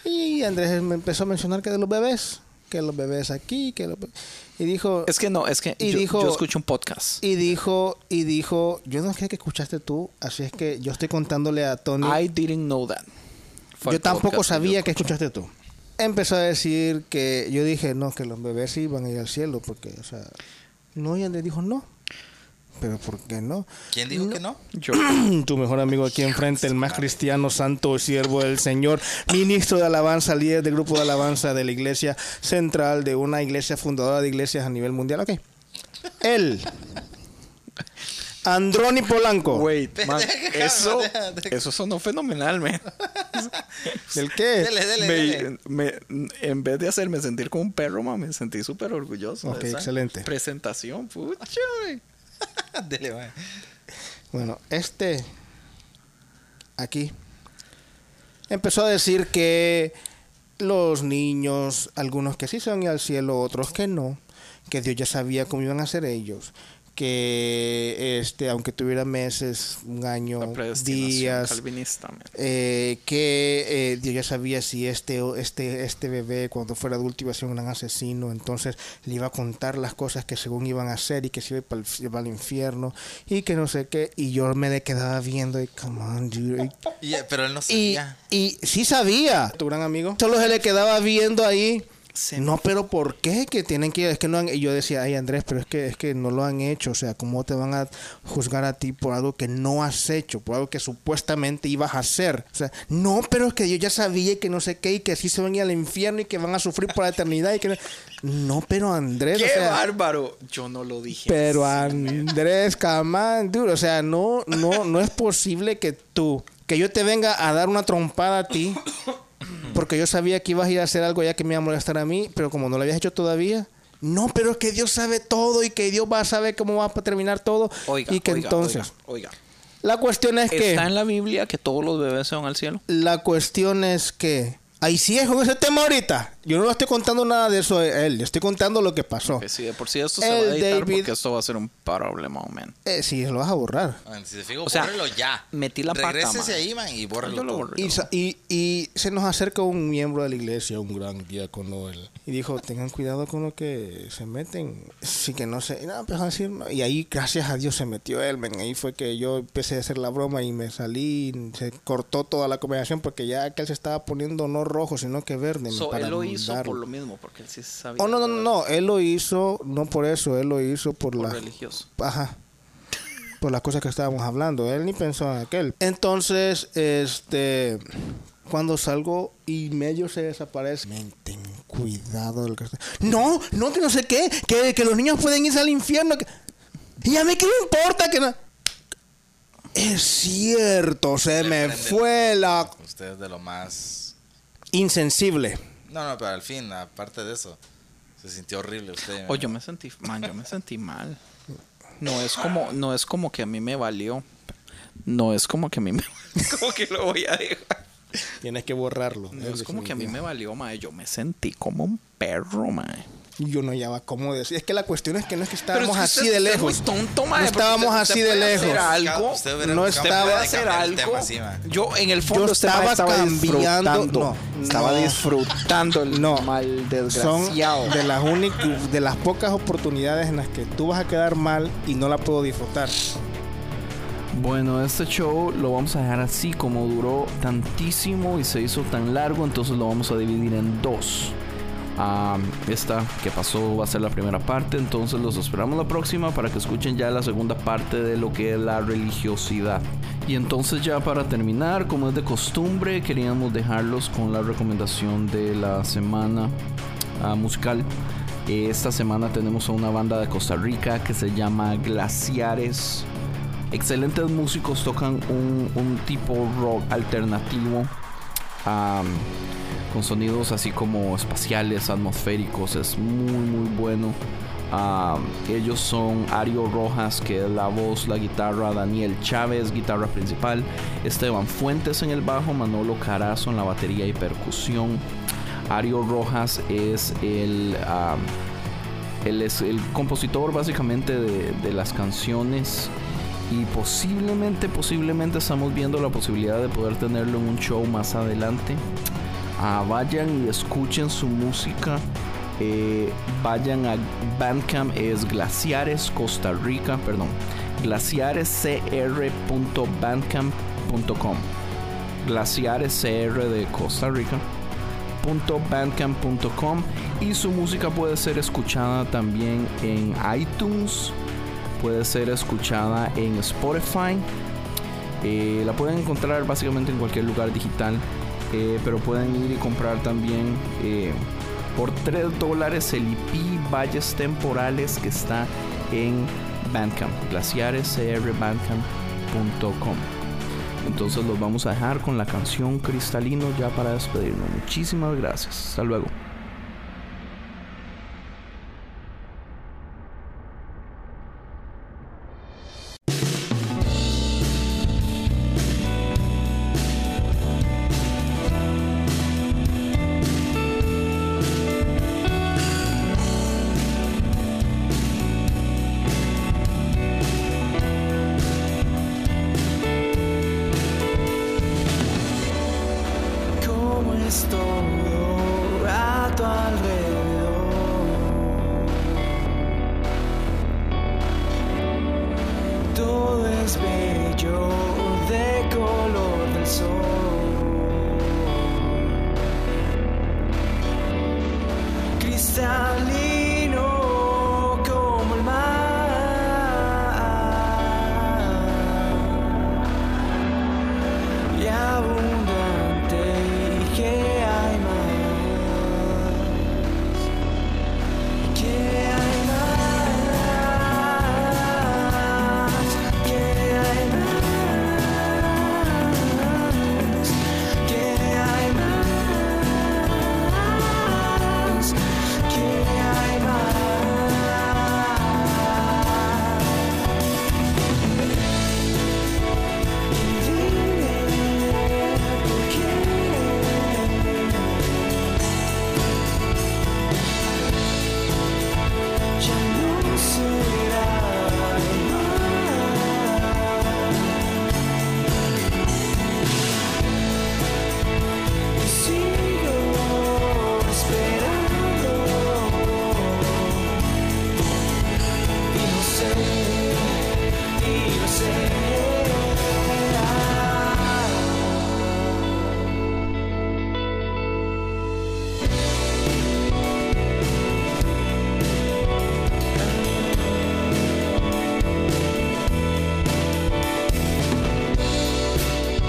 Speaker 5: Y Andrés me empezó a mencionar que de los bebés, que los bebés aquí, que los bebés... Y dijo...
Speaker 1: Es que no, es que
Speaker 5: Y
Speaker 1: yo,
Speaker 5: dijo-
Speaker 1: yo escucho un podcast.
Speaker 5: Y dijo, y dijo, yo no sé qué escuchaste tú, así es que yo estoy contándole a Tony.
Speaker 1: I didn't know that. Fue
Speaker 5: yo
Speaker 1: el
Speaker 5: tampoco
Speaker 1: podcast yo
Speaker 5: sabía que escuchaste tú. Empezó a decir que yo dije, no, que los bebés sí iban a ir al cielo, porque, o sea, no, y Andrés dijo, no. Pero ¿por qué no?
Speaker 3: ¿Quién dijo que no?
Speaker 1: Yo,
Speaker 5: tu mejor amigo aquí enfrente, el más cristiano, santo, siervo del Señor, ministro de alabanza, líder del grupo de alabanza de la iglesia central, de una iglesia fundadora de iglesias a nivel mundial. Ok. Él. Androni Polanco.
Speaker 1: Wait, man,
Speaker 3: Deja,
Speaker 1: eso,
Speaker 3: deja, deja.
Speaker 1: eso sonó fenomenal, man.
Speaker 5: ¿Del qué?
Speaker 3: Dele, dele, dele.
Speaker 1: Me, me- en vez de hacerme sentir como un perro, man, me sentí súper orgulloso.
Speaker 5: Ok,
Speaker 1: de esa
Speaker 5: excelente.
Speaker 1: Presentación, pucha, man.
Speaker 3: Dele, va.
Speaker 5: Bueno, este aquí empezó a decir que los niños, algunos que sí se van a ir al cielo, otros que no, que Dios ya sabía cómo iban a ser ellos, que este aunque tuviera meses, un año,
Speaker 1: La predestinación
Speaker 5: días,
Speaker 1: calvinista. man.
Speaker 5: eh, que eh, Dios ya sabía si este, o- este, este bebé cuando fuera adulto iba a ser un gran asesino, entonces le iba a contar las cosas que según iban a hacer y que se iba para el, infierno y que no sé qué, y yo me le quedaba viendo y come on dude.
Speaker 3: Y, eh, pero él no
Speaker 5: Y,
Speaker 3: sabía.
Speaker 5: y sí sabía, tu gran amigo, solo se le quedaba viendo ahí.
Speaker 1: Se-
Speaker 5: No, pero ¿por qué? Que tienen que es que no han y yo decía, "Ay, Andrés, pero es que es que no lo han hecho, o sea, cómo te van a juzgar a ti por algo que no has hecho, por algo que supuestamente ibas a hacer." O sea, "No, pero es que yo ya sabía y que no sé qué y que así se van a ir al infierno y que van a sufrir por la eternidad y que no, No, pero Andrés, o
Speaker 1: ¡Qué
Speaker 5: sea,
Speaker 1: bárbaro! Yo no lo dije.
Speaker 5: pero Andrés, camán, dude, o sea, no, no, no es posible que tú, que yo te venga a dar una trompada a ti, porque yo sabía que ibas a ir a hacer algo ya que me iba a molestar a mí, pero como no lo habías hecho todavía. No, pero es que Dios sabe todo y que Dios va a saber cómo va a terminar todo.
Speaker 1: Oiga,
Speaker 5: y que
Speaker 1: oiga,
Speaker 5: entonces.
Speaker 1: oiga, oiga.
Speaker 5: La cuestión es que.
Speaker 1: Está en la Biblia que todos los bebés se van al cielo.
Speaker 5: La cuestión es que. Ahí sí es con ese tema ahorita. Yo no le estoy contando nada de eso a él. Le estoy contando lo que pasó.
Speaker 1: Que si de por sí esto se va
Speaker 5: Oh. El
Speaker 1: a editar,
Speaker 5: David-
Speaker 1: porque esto va a ser un problema, man.
Speaker 5: Eh, sí, lo vas a borrar.
Speaker 3: Ah, Si se fijo,
Speaker 1: O sea,
Speaker 3: bórrelo ya.
Speaker 1: metí la pata,
Speaker 3: Regrésese
Speaker 1: man.
Speaker 3: ahí, man, y bórrelo.
Speaker 1: Yo lo
Speaker 3: todo.
Speaker 1: borré.
Speaker 5: Y, sa- y- y se nos acerca un miembro de la iglesia, un gran diácono, él. Y dijo, tengan cuidado con lo que se meten. Sí que no sé. Y, nada, empezó a decir, no. Y ahí, gracias a Dios, se metió él. men. Ahí fue que yo empecé a hacer la broma y me salí. y Se cortó toda la conversación porque ya que él se estaba poniendo no rojo, sino que verde. men,
Speaker 1: So,
Speaker 5: para
Speaker 1: él lo hizo
Speaker 5: dar-
Speaker 1: por lo mismo, porque él sí sabía.
Speaker 5: Oh, no, no, no, no. Él lo hizo, no por eso, él lo hizo por,
Speaker 1: Por
Speaker 5: la...
Speaker 1: religioso.
Speaker 5: Ajá. Por las cosas que estábamos hablando. Él ni pensó en aquel. Entonces, este. Cuando salgo y medio se desaparece. Men, ten cuidado del que está- No, no, que no sé qué. Que, que los niños pueden irse al infierno. que- Y a mí qué me importa que no. Es cierto, se me
Speaker 3: prende
Speaker 5: fue la
Speaker 3: Usted es de lo más.
Speaker 5: insensible.
Speaker 3: No, no, pero al fin, aparte de eso, se sintió horrible usted.
Speaker 1: O Oh, yo me sentí, man, yo me sentí mal. No es como, no es como que a mí me valió. No es como que a mí me como que lo voy a dejar.
Speaker 5: Tienes que borrarlo.
Speaker 1: No es como que a mí me valió, mae. Yo me sentí como un perro, mae.
Speaker 5: Yo no hallaba cómo decir. Es que la cuestión es que no es que
Speaker 1: Pero es
Speaker 5: estábamos
Speaker 1: que usted-
Speaker 5: así de
Speaker 1: usted es
Speaker 5: lejos.
Speaker 1: muy tonto, mae,
Speaker 5: no
Speaker 1: porque
Speaker 5: estábamos
Speaker 1: usted-
Speaker 5: así
Speaker 1: usted
Speaker 5: de
Speaker 1: puede hacer
Speaker 5: lejos.
Speaker 1: algo.
Speaker 5: no estaba-
Speaker 1: Puede
Speaker 5: Puede
Speaker 1: hacer algo. Yo en el fondo
Speaker 5: Yo
Speaker 1: este mae,
Speaker 5: estaba cambiando-
Speaker 1: disfrutando.
Speaker 5: no,
Speaker 1: estaba
Speaker 5: no.
Speaker 1: disfrutando el
Speaker 5: No.
Speaker 1: mal
Speaker 5: Son
Speaker 1: desgraciado.
Speaker 5: de las únicas, de las pocas oportunidades en las que tú vas a quedar mal y no la puedo disfrutar.
Speaker 7: Bueno, este show lo vamos a dejar así como duró tantísimo y se hizo tan largo, entonces lo vamos a dividir en dos. Ah, esta que pasó va a ser la primera parte, entonces los esperamos la próxima para que escuchen ya la segunda parte de lo que es la religiosidad. Y entonces ya para terminar, como es de costumbre, queríamos dejarlos con la recomendación de la semana ah, musical. Eh, Esta semana tenemos a una banda de Costa Rica que se llama Glaciares excelentes músicos tocan un, un tipo rock alternativo am, con sonidos así como espaciales, atmosféricos, es muy muy bueno. Am, ellos son Ario Rojas, que es la voz, la guitarra, Daniel Chávez, guitarra principal, Esteban Fuentes en el bajo, Manolo Carazo en la batería y percusión. Ario Rojas es el am, él es el compositor básicamente de, de las canciones y posiblemente, posiblemente estamos viendo la posibilidad de poder tenerlo en un show más adelante. Ah, vayan y escuchen su música. Eh, vayan a Bandcamp, es Glaciares Costa Rica, perdón, glaciarescr.bandcamp.com. Glaciarescr de Costa Rica bandcamp.com y su música puede ser escuchada también en iTunes, puede ser escuchada en Spotify, eh, la pueden encontrar básicamente en cualquier lugar digital, eh, pero pueden ir y comprar también eh, por 3 dólares el IP Valles Temporales que está en Bandcamp, glaciarescrbandcamp.com. Entonces los vamos a dejar con la canción Cristalino ya para despedirnos. Muchísimas gracias. Hasta luego.
Speaker 8: abundante y que hay más, que hay más, que hay más, que hay más, que hay más. Sigo esperando y no sé, y no sé.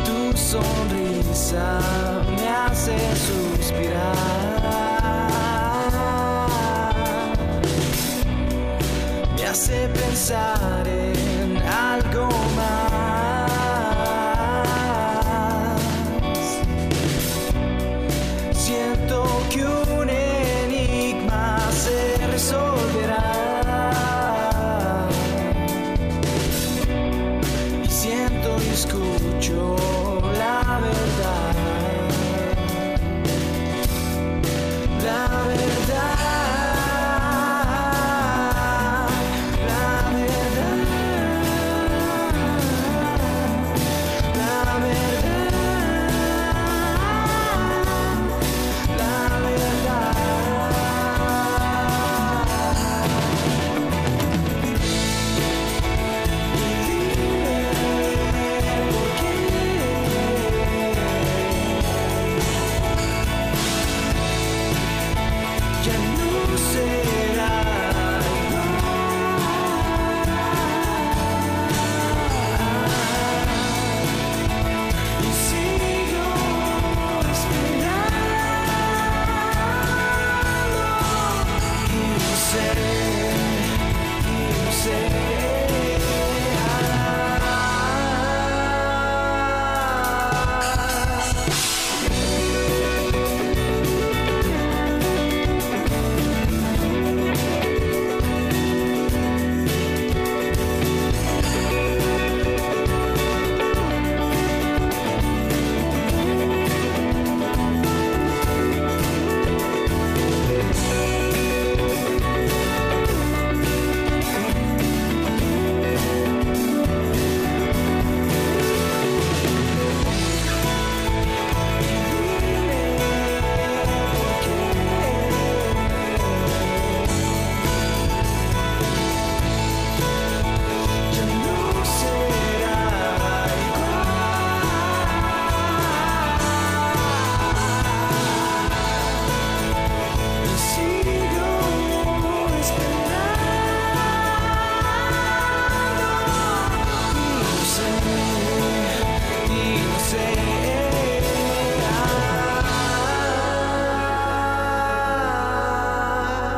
Speaker 8: Tu sonrisa me hace suspirar me hace pensar en algo más. Siento que un enigma se resolverá. Y siento y escucho la verdad. La verdad, la verdad, la verdad, la verdad. Y dime por qué. Ya no será igual. Y sigo esperando. Y no sé, y no sé. Ya no será igual Y sigo esperando Y no sé, y no será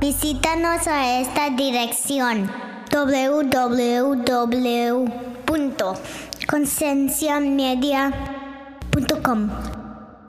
Speaker 9: Visítanos a esta dirección www.concienciamedia.com